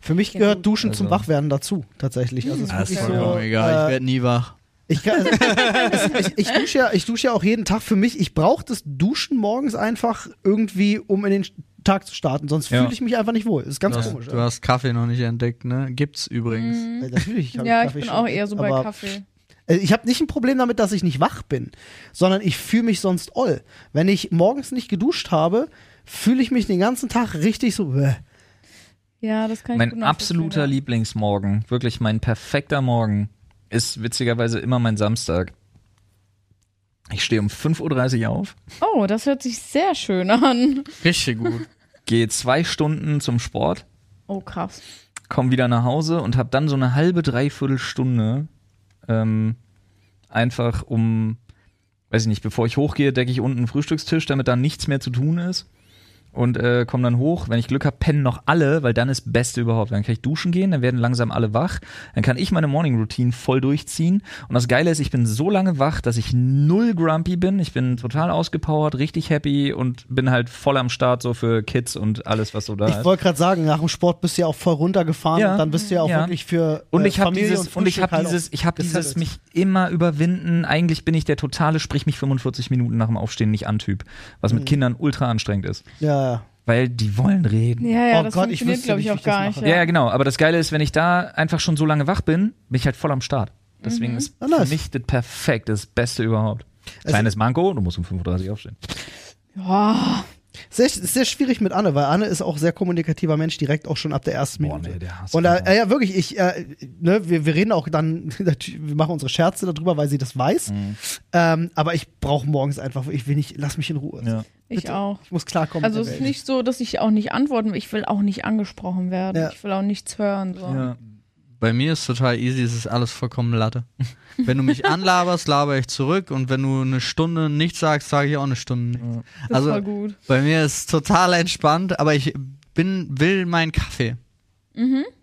Speaker 1: Für mich gehört Duschen zum
Speaker 3: Also-
Speaker 1: Wachwerden dazu, tatsächlich. Also, es ist wirklich so,
Speaker 4: egal, ich
Speaker 1: äh,
Speaker 4: werde nie wach.
Speaker 1: Ich,
Speaker 2: (laughs)
Speaker 1: kann, also, ich, ich dusche ja, ich dusche ja auch jeden Tag. Für mich, ich brauche das Duschen morgens einfach irgendwie, um in den Tag zu starten. Sonst
Speaker 3: Ja.
Speaker 1: fühle ich mich einfach nicht wohl. Ist ganz
Speaker 4: Du hast,
Speaker 1: komisch.
Speaker 4: du hast Kaffee noch nicht entdeckt, ne? Gibt's übrigens.
Speaker 2: Mhm.
Speaker 1: Äh, Natürlich. hab
Speaker 2: nicht. Ja, ich
Speaker 1: Kaffee
Speaker 2: bin
Speaker 1: schon
Speaker 2: auch eher so bei
Speaker 1: aber-
Speaker 2: Kaffee.
Speaker 1: Äh, Ich habe nicht ein Problem damit, dass ich nicht wach bin, sondern ich fühle mich sonst oll. Wenn ich morgens nicht geduscht habe, fühle ich mich den ganzen Tag richtig so. äh, Bäh.
Speaker 2: Ja, das kann ich gut
Speaker 3: Mein
Speaker 2: nachvollziehen,
Speaker 3: absoluter
Speaker 2: ja.
Speaker 3: Lieblingsmorgen, wirklich mein perfekter Morgen, ist witzigerweise immer mein Samstag. Ich stehe um 5.30 Uhr auf,
Speaker 2: Oh, das hört sich sehr schön an.
Speaker 4: Richtig gut.
Speaker 3: gehe zwei Stunden zum Sport,
Speaker 2: Oh, krass.
Speaker 3: komme wieder nach Hause und habe dann so eine halbe, dreiviertel Stunde ähm, einfach um, weiß ich nicht, bevor ich hochgehe, decke ich unten einen Frühstückstisch, damit da nichts mehr zu tun ist. Und äh, komme dann hoch. Wenn ich Glück habe, pennen noch alle, weil dann ist Beste überhaupt. Dann kann ich duschen gehen, dann werden langsam alle wach. Dann kann ich meine Morning Routine voll durchziehen. Und das Geile ist, ich bin so lange wach, dass ich null grumpy bin. Ich bin total ausgepowert, richtig happy und bin halt voll am Start so für Kids und alles, was so da
Speaker 1: Ich
Speaker 3: ist.
Speaker 1: wollte gerade sagen, nach dem Sport bist du ja auch voll runtergefahren
Speaker 3: Ja.
Speaker 1: und dann bist du ja auch
Speaker 3: Ja.
Speaker 1: wirklich für
Speaker 3: Und
Speaker 1: äh,
Speaker 3: ich habe
Speaker 1: Familie
Speaker 3: dieses, und ich
Speaker 1: Frühstück
Speaker 3: habe
Speaker 1: halt auch-
Speaker 3: dieses, ich habe dieses
Speaker 1: gesettelt.
Speaker 3: mich immer überwinden. Eigentlich bin ich der totale, sprich mich 45 Minuten nach dem Aufstehen nicht an Typ, was
Speaker 1: Mhm.
Speaker 3: mit Kindern ultra anstrengend ist,
Speaker 1: Ja, ja.
Speaker 3: weil die wollen reden.
Speaker 2: Ja, ja,
Speaker 1: Oh
Speaker 2: das
Speaker 1: Gott, ich
Speaker 2: funktioniert,
Speaker 1: wüsste
Speaker 2: glaube ich,
Speaker 1: nicht, wie
Speaker 2: auch
Speaker 1: ich das
Speaker 2: gar nicht.
Speaker 1: mache.
Speaker 3: Ja. ja, genau. Aber das Geile ist, wenn ich da einfach schon so lange wach bin, bin ich halt voll am Start. Deswegen ist
Speaker 1: Ah, nice.
Speaker 3: für mich das perfekt, das Beste überhaupt.
Speaker 1: Also-
Speaker 3: Kleines Manko, du musst um 5.30 Uhr aufstehen.
Speaker 2: Ja. Oh.
Speaker 1: Sehr, ist sehr schwierig mit Anne, weil Anne ist auch sehr kommunikativer Mensch, direkt auch schon ab der ersten
Speaker 3: Boah,
Speaker 1: Minute.
Speaker 3: nee, der hasst
Speaker 1: und da,
Speaker 3: mich.
Speaker 1: äh, ja, wirklich, ich, äh, ne, wir, wir reden auch dann, (laughs) natürlich, wir machen unsere Scherze darüber, weil sie das weiß.
Speaker 3: Mhm.
Speaker 1: Ähm, aber ich brauche morgens einfach, ich will nicht, lass mich in Ruhe.
Speaker 3: Ja.
Speaker 2: Ich auch.
Speaker 1: Ich muss klarkommen.
Speaker 2: Also
Speaker 1: mit
Speaker 2: es
Speaker 1: der
Speaker 2: ist
Speaker 1: Welt.
Speaker 2: nicht so, dass ich auch nicht antworten will. Ich will auch nicht angesprochen werden.
Speaker 1: Ja.
Speaker 2: Ich will auch nichts hören.
Speaker 1: Oh.
Speaker 2: So.
Speaker 3: Ja.
Speaker 4: Bei mir ist total easy, es ist alles vollkommen Latte. Wenn du mich anlaberst, laber ich zurück und wenn du eine Stunde nichts sagst, sage ich auch eine Stunde nichts.
Speaker 2: Das
Speaker 4: also
Speaker 2: war gut.
Speaker 4: bei mir ist total entspannt, aber ich bin will meinen Kaffee.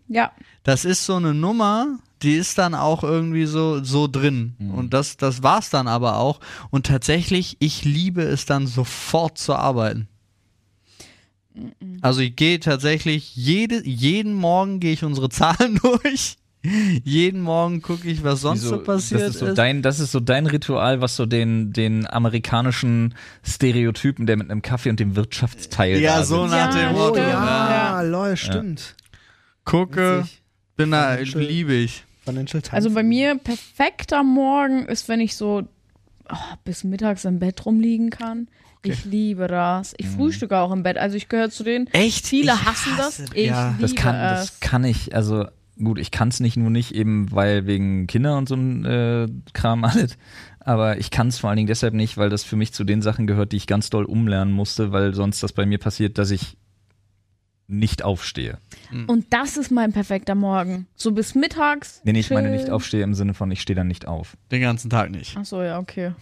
Speaker 2: Ja,
Speaker 4: Das ist so eine Nummer, die ist dann auch irgendwie so so drin
Speaker 3: Mhm.
Speaker 4: und das das war's dann aber auch und tatsächlich ich liebe es dann sofort zu arbeiten.
Speaker 2: Mhm.
Speaker 4: Also ich gehe tatsächlich jede, jeden Morgen gehe ich unsere (laughs) Zahlen durch. Jeden Morgen gucke ich, was sonst
Speaker 3: Wieso?
Speaker 4: so passiert
Speaker 3: das ist. So dein, das ist so dein Ritual, was so den, den amerikanischen Stereotypen, der mit einem Kaffee und dem Wirtschaftsteil da
Speaker 4: ja,
Speaker 3: sitzt.
Speaker 4: so nach
Speaker 2: Ja,
Speaker 4: dem
Speaker 1: Oh
Speaker 4: Motto. ne?
Speaker 2: stimmt.
Speaker 1: ja,
Speaker 2: Ja.
Speaker 1: lol, stimmt.
Speaker 4: Gucke,
Speaker 1: Witzig.
Speaker 4: bin da,
Speaker 1: Financial-
Speaker 4: liebe ich.
Speaker 1: Financial Times.
Speaker 2: also bei mir perfekter Morgen ist, wenn ich so oh, bis mittags im Bett rumliegen kann. Ich liebe das.
Speaker 3: Mhm.
Speaker 2: Ich frühstücke auch im Bett. Also ich gehöre zu denen.
Speaker 4: Echt?
Speaker 2: Viele
Speaker 4: Ich
Speaker 2: hassen das.
Speaker 4: hasse-
Speaker 2: Ich
Speaker 4: ja.
Speaker 2: liebe
Speaker 3: Das kann,
Speaker 2: es.
Speaker 3: das kann ich, also gut, ich kann es nicht nur nicht, eben weil wegen Kinder und so ein äh, Kram alles, aber ich kann es vor allen Dingen deshalb nicht, weil das für mich zu den Sachen gehört, die ich ganz doll umlernen musste, weil sonst das bei mir passiert, dass ich nicht aufstehe.
Speaker 2: Und das ist mein perfekter Morgen. So bis mittags.
Speaker 3: Nee, nee, ich meine
Speaker 2: chillen.
Speaker 3: nicht aufstehe im Sinne von, ich stehe dann nicht auf.
Speaker 4: Den ganzen Tag nicht.
Speaker 2: Ach so, ja, okay.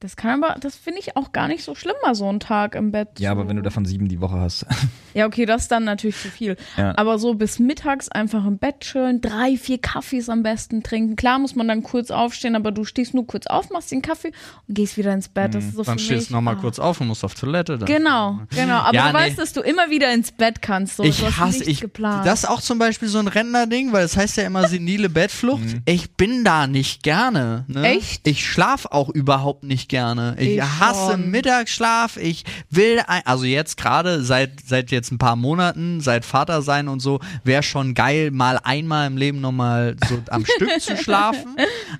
Speaker 2: Das kann aber, das finde ich auch gar nicht so schlimm, mal so einen Tag im Bett.
Speaker 3: Ja,
Speaker 2: zu-
Speaker 3: aber wenn du davon sieben die Woche hast.
Speaker 2: Ja, okay, das ist dann natürlich zu viel.
Speaker 3: Ja.
Speaker 2: Aber so bis mittags einfach im Bett chillen, drei, vier Kaffees am besten trinken. Klar muss man dann kurz aufstehen, aber du stehst nur kurz auf, machst den Kaffee und gehst wieder ins Bett. Das ist so
Speaker 4: Dann
Speaker 2: für
Speaker 4: stehst
Speaker 2: mich,
Speaker 4: du nochmal
Speaker 2: ah.
Speaker 4: kurz auf und musst auf Toilette. Dann.
Speaker 2: Genau, genau. Aber
Speaker 4: Ja,
Speaker 2: du
Speaker 4: nee.
Speaker 2: weißt, dass du immer wieder ins Bett kannst. So,
Speaker 4: Ich
Speaker 2: du hast
Speaker 4: hasse
Speaker 2: nichts
Speaker 4: ich.
Speaker 2: geplant.
Speaker 4: Das ist auch zum Beispiel so ein Rentnerding, weil das heißt ja immer senile Bettflucht. Ich bin da nicht gerne. Ne?
Speaker 2: Echt?
Speaker 4: Ich schlaf auch überhaupt nicht gerne. Ich,
Speaker 2: Ich
Speaker 4: hasse
Speaker 2: schon.
Speaker 4: Mittagsschlaf. Ich will ein, also jetzt gerade seit seit jetzt ein paar Monaten, seit Vater sein und so, wäre schon geil, mal einmal im Leben nochmal so
Speaker 2: (laughs)
Speaker 4: am Stück zu schlafen.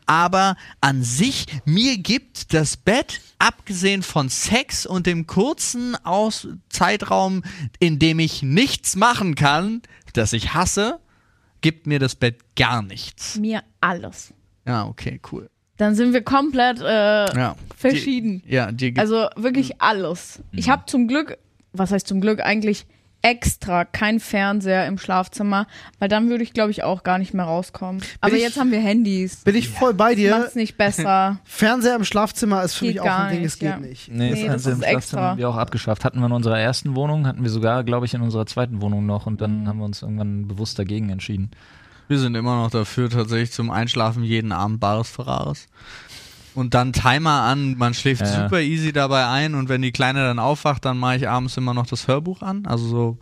Speaker 4: Aber an sich mir gibt das Bett abgesehen von Sex und dem kurzen Aus Zeitraum, in dem ich nichts machen kann, das ich hasse, gibt mir das Bett gar nichts.
Speaker 2: mir alles.
Speaker 4: Ja, okay, cool.
Speaker 2: Dann sind wir komplett äh,
Speaker 4: Ja.
Speaker 2: verschieden.
Speaker 4: Dir, ja, dir gibt Mhm.
Speaker 2: Also wirklich alles. Ich habe zum Glück, was heißt zum Glück eigentlich extra kein Fernseher im Schlafzimmer, weil dann würde ich glaube ich auch gar nicht mehr rauskommen. Aber
Speaker 1: ich-
Speaker 2: jetzt haben wir Handys.
Speaker 1: Bin ich voll bei dir.
Speaker 2: Macht's nicht
Speaker 4: (laughs)
Speaker 2: besser.
Speaker 1: Fernseher im Schlafzimmer ist für
Speaker 2: Geht
Speaker 1: mich auch ein
Speaker 2: gar
Speaker 1: Ding,
Speaker 2: nicht,
Speaker 1: es geht
Speaker 2: ja.
Speaker 1: nicht.
Speaker 2: (laughs)
Speaker 3: Nee,
Speaker 2: Nee, das
Speaker 3: Fernseher im
Speaker 2: ist
Speaker 3: Schlafzimmer
Speaker 2: extra.
Speaker 3: haben wir auch abgeschafft. Hatten wir in unserer ersten Wohnung, hatten wir sogar, glaube ich, in unserer zweiten Wohnung noch und
Speaker 2: Mhm.
Speaker 3: dann haben wir uns irgendwann bewusst dagegen entschieden.
Speaker 4: Wir sind immer noch dafür, tatsächlich zum Einschlafen jeden Abend Bares Ferraris. Und dann Timer an, man schläft
Speaker 3: Ja.
Speaker 4: super easy dabei ein und wenn die Kleine dann aufwacht, dann mache ich abends immer noch das Hörbuch an. Also so,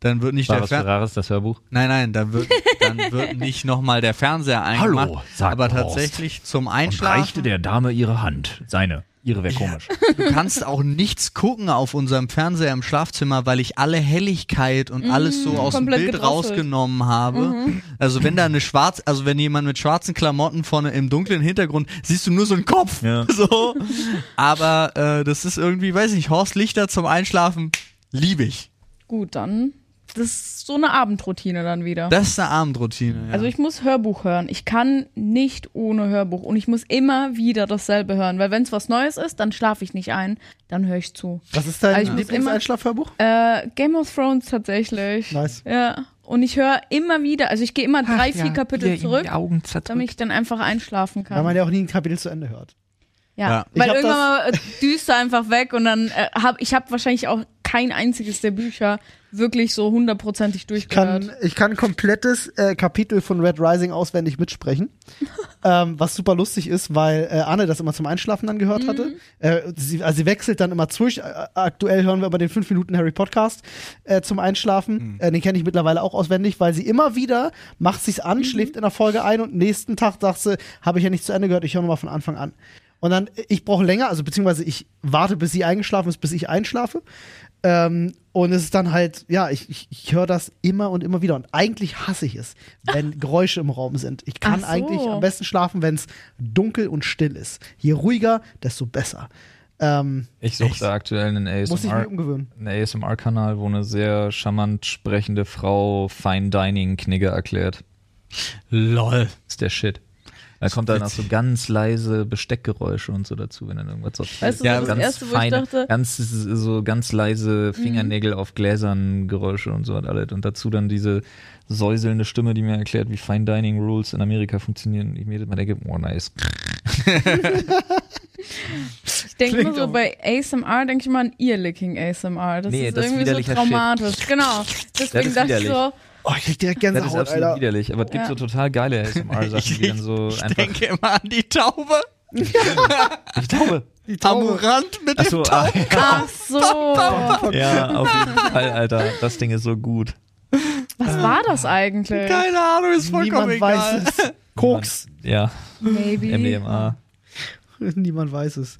Speaker 4: dann wird nicht
Speaker 3: War was
Speaker 4: der Fer
Speaker 3: Ferraris, das Hörbuch?
Speaker 4: Nein, nein, dann wird, dann
Speaker 3: (laughs)
Speaker 4: wird nicht nochmal der Fernseher eingemacht.
Speaker 3: Hallo, sagt
Speaker 4: aber
Speaker 3: Horst.
Speaker 4: tatsächlich zum
Speaker 3: Und
Speaker 4: Einschlafen.
Speaker 3: reichte der Dame ihre Hand. Seine. Ihre wäre komisch.
Speaker 4: Du kannst auch nichts gucken auf unserem Fernseher im Schlafzimmer, weil ich alle Helligkeit und
Speaker 1: Mm,
Speaker 4: alles so aus dem
Speaker 2: komplett
Speaker 4: Bild
Speaker 2: gedrosselt.
Speaker 4: rausgenommen habe.
Speaker 1: Mhm.
Speaker 4: Also wenn da eine schwarz, also wenn jemand mit schwarzen Klamotten vorne im dunklen Hintergrund, siehst du nur so einen Kopf.
Speaker 3: Ja.
Speaker 4: (laughs) So. Aber äh, das ist irgendwie, weiß ich nicht, Horst Lichter zum Einschlafen liebe ich.
Speaker 2: Gut, dann das ist so eine Abendroutine dann wieder.
Speaker 4: Das ist eine Abendroutine. Ja.
Speaker 2: also ich muss Hörbuch hören. Ich kann nicht ohne Hörbuch und ich muss immer wieder dasselbe hören, weil wenn es was Neues ist, dann schlafe ich nicht ein, dann höre ich zu.
Speaker 1: Was ist dein
Speaker 2: Also ich muss
Speaker 1: Lieblingseinschlafhörbuch?
Speaker 2: Äh, Game of Thrones tatsächlich.
Speaker 1: Nice.
Speaker 2: Ja. Und ich höre immer wieder, also ich gehe immer drei, vier Kapitel zurück,
Speaker 5: Die Augen
Speaker 2: damit ich dann einfach einschlafen kann.
Speaker 1: Weil man ja auch nie ein Kapitel zu Ende hört.
Speaker 2: ja.
Speaker 4: Ja.
Speaker 1: Ich
Speaker 2: Weil
Speaker 1: hab
Speaker 2: irgendwann mal äh, düster einfach weg und dann äh, hab ich habe wahrscheinlich auch kein einziges der Bücher wirklich so hundertprozentig durchgehört.
Speaker 1: kann, ich kann ein komplettes äh, Kapitel von Red Rising auswendig mitsprechen. ähm, was super lustig ist, weil äh, Anne das immer zum Einschlafen dann gehört hatte. Äh, sie, also sie wechselt dann immer durch. Äh, aktuell hören wir aber den 5 Minuten Harry Podcast äh, zum Einschlafen. Äh, den kenne ich mittlerweile auch auswendig, weil sie immer wieder macht sich's an, schläft in der Folge ein und nächsten Tag sagt sie, habe ich ja nicht zu Ende gehört, ich höre nochmal von Anfang an. Und dann, äh, ich brauche länger, also beziehungsweise ich warte, bis sie eingeschlafen ist, bis ich einschlafe. Ähm, und es ist dann halt, ja, ich, ich, ich höre das immer und immer wieder. Und eigentlich hasse ich es, wenn Geräusche im Raum sind. Ich kann
Speaker 2: Ach so.
Speaker 1: eigentlich am besten schlafen, wenn es dunkel und still ist. Je ruhiger, desto besser. Ähm,
Speaker 3: Ich suchte aktuell einen
Speaker 1: muss ich
Speaker 3: ASMR,
Speaker 1: mich umgewöhnen.
Speaker 3: einen ASMR-Kanal, wo eine sehr charmant sprechende Frau Fine Dining Knigge erklärt.
Speaker 4: Lol.
Speaker 3: Ist der Shit. Da kommt dann auch so ganz leise Besteckgeräusche und so dazu, wenn dann irgendwas so
Speaker 2: Weißt du,
Speaker 4: Ja,
Speaker 2: so das
Speaker 3: ganz
Speaker 2: erste, wo ich
Speaker 3: feine,
Speaker 2: dachte, Mhm.
Speaker 3: ganz so ganz leise Fingernägel auf Gläsern Geräusche und so und alles und dazu dann diese säuselnde Stimme, die mir erklärt, wie Fine Dining Rules in Amerika funktionieren. Ich mir jedes Mal denke, oh nice.
Speaker 2: ich denke immer
Speaker 4: Klingt
Speaker 2: so
Speaker 4: auch-
Speaker 2: bei ASMR, denke ich mal an Earlicking ASMR. Das
Speaker 3: Nee,
Speaker 2: ist
Speaker 3: das ist
Speaker 2: irgendwie so
Speaker 3: widerlicher Shit.
Speaker 2: traumatisch. Genau. Deswegen
Speaker 3: ist
Speaker 2: dachte ich
Speaker 3: widerlich.
Speaker 2: so,
Speaker 1: Oh, ich krieg direkt
Speaker 3: Das ist
Speaker 1: Gänsehaut,
Speaker 3: absolut
Speaker 1: Alter.
Speaker 3: widerlich, aber es gibt
Speaker 2: Ja.
Speaker 3: so total geile ASMR-Sachen, die dann so
Speaker 4: ich
Speaker 3: einfach.
Speaker 4: denke immer an die Taube.
Speaker 3: Ich glaube.
Speaker 1: Die Taube.
Speaker 4: Amorant mit
Speaker 3: Achso, ah,
Speaker 2: ach so.
Speaker 3: (laughs) ja, auf jeden Fall, Alter. Das Ding ist so gut.
Speaker 2: Was war das eigentlich?
Speaker 4: dem Keine Ahnung, ist vollkommen
Speaker 1: Niemand
Speaker 4: egal.
Speaker 1: weiß es. (laughs) Koks.
Speaker 3: Ja,
Speaker 2: Maybe.
Speaker 3: MDMA.
Speaker 1: Niemand weiß es.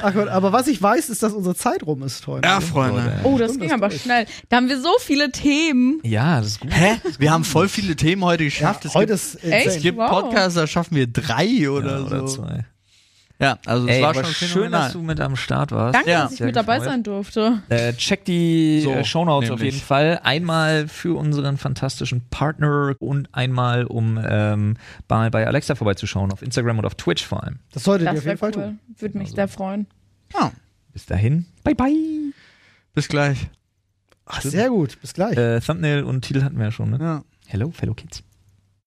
Speaker 1: Ach Gott, aber was ich weiß, ist, dass unsere Zeit rum ist heute.
Speaker 4: Ja, Freunde.
Speaker 2: Oh, das
Speaker 1: Stimmt,
Speaker 2: ging
Speaker 1: das
Speaker 2: aber
Speaker 1: durch.
Speaker 2: schnell. Da haben wir so viele Themen.
Speaker 3: Ja, das ist gut.
Speaker 4: Hä? Wir haben voll viele Themen heute
Speaker 1: ja,
Speaker 4: geschafft. es
Speaker 1: heute
Speaker 4: gibt,
Speaker 1: ist
Speaker 2: Echt?
Speaker 1: insane.
Speaker 4: es gibt
Speaker 2: Wow.
Speaker 4: Podcasts, da schaffen wir drei
Speaker 3: Ja,
Speaker 4: oder,
Speaker 3: oder
Speaker 4: so.
Speaker 3: zwei.
Speaker 4: Ja, also es
Speaker 3: Ey,
Speaker 4: war
Speaker 3: aber
Speaker 4: schon
Speaker 3: schön, dass
Speaker 4: phänomenal.
Speaker 3: du mit am Start warst.
Speaker 2: Danke,
Speaker 4: Ja,
Speaker 2: dass ich
Speaker 3: sehr
Speaker 2: mit dabei
Speaker 3: gefreut.
Speaker 2: sein durfte.
Speaker 3: Äh, check die
Speaker 4: So,
Speaker 3: äh, Shownotes auf
Speaker 4: nämlich.
Speaker 3: jeden Fall. Einmal für unseren fantastischen Partner und einmal, um ähm, mal bei Alexa vorbeizuschauen, auf Instagram und auf Twitch vor allem.
Speaker 1: Das solltet ihr
Speaker 2: Das
Speaker 1: auf jeden
Speaker 2: wäre
Speaker 1: Fall tun. Also.
Speaker 2: cool. Würde mich sehr freuen.
Speaker 4: Ja,
Speaker 3: Bis dahin. Bye, bye.
Speaker 4: bis gleich.
Speaker 1: Ach, sehr gut. Bis gleich.
Speaker 3: Äh, Thumbnail und Titel hatten wir ja schon, ne?
Speaker 4: Ja.
Speaker 3: Hello, fellow kids.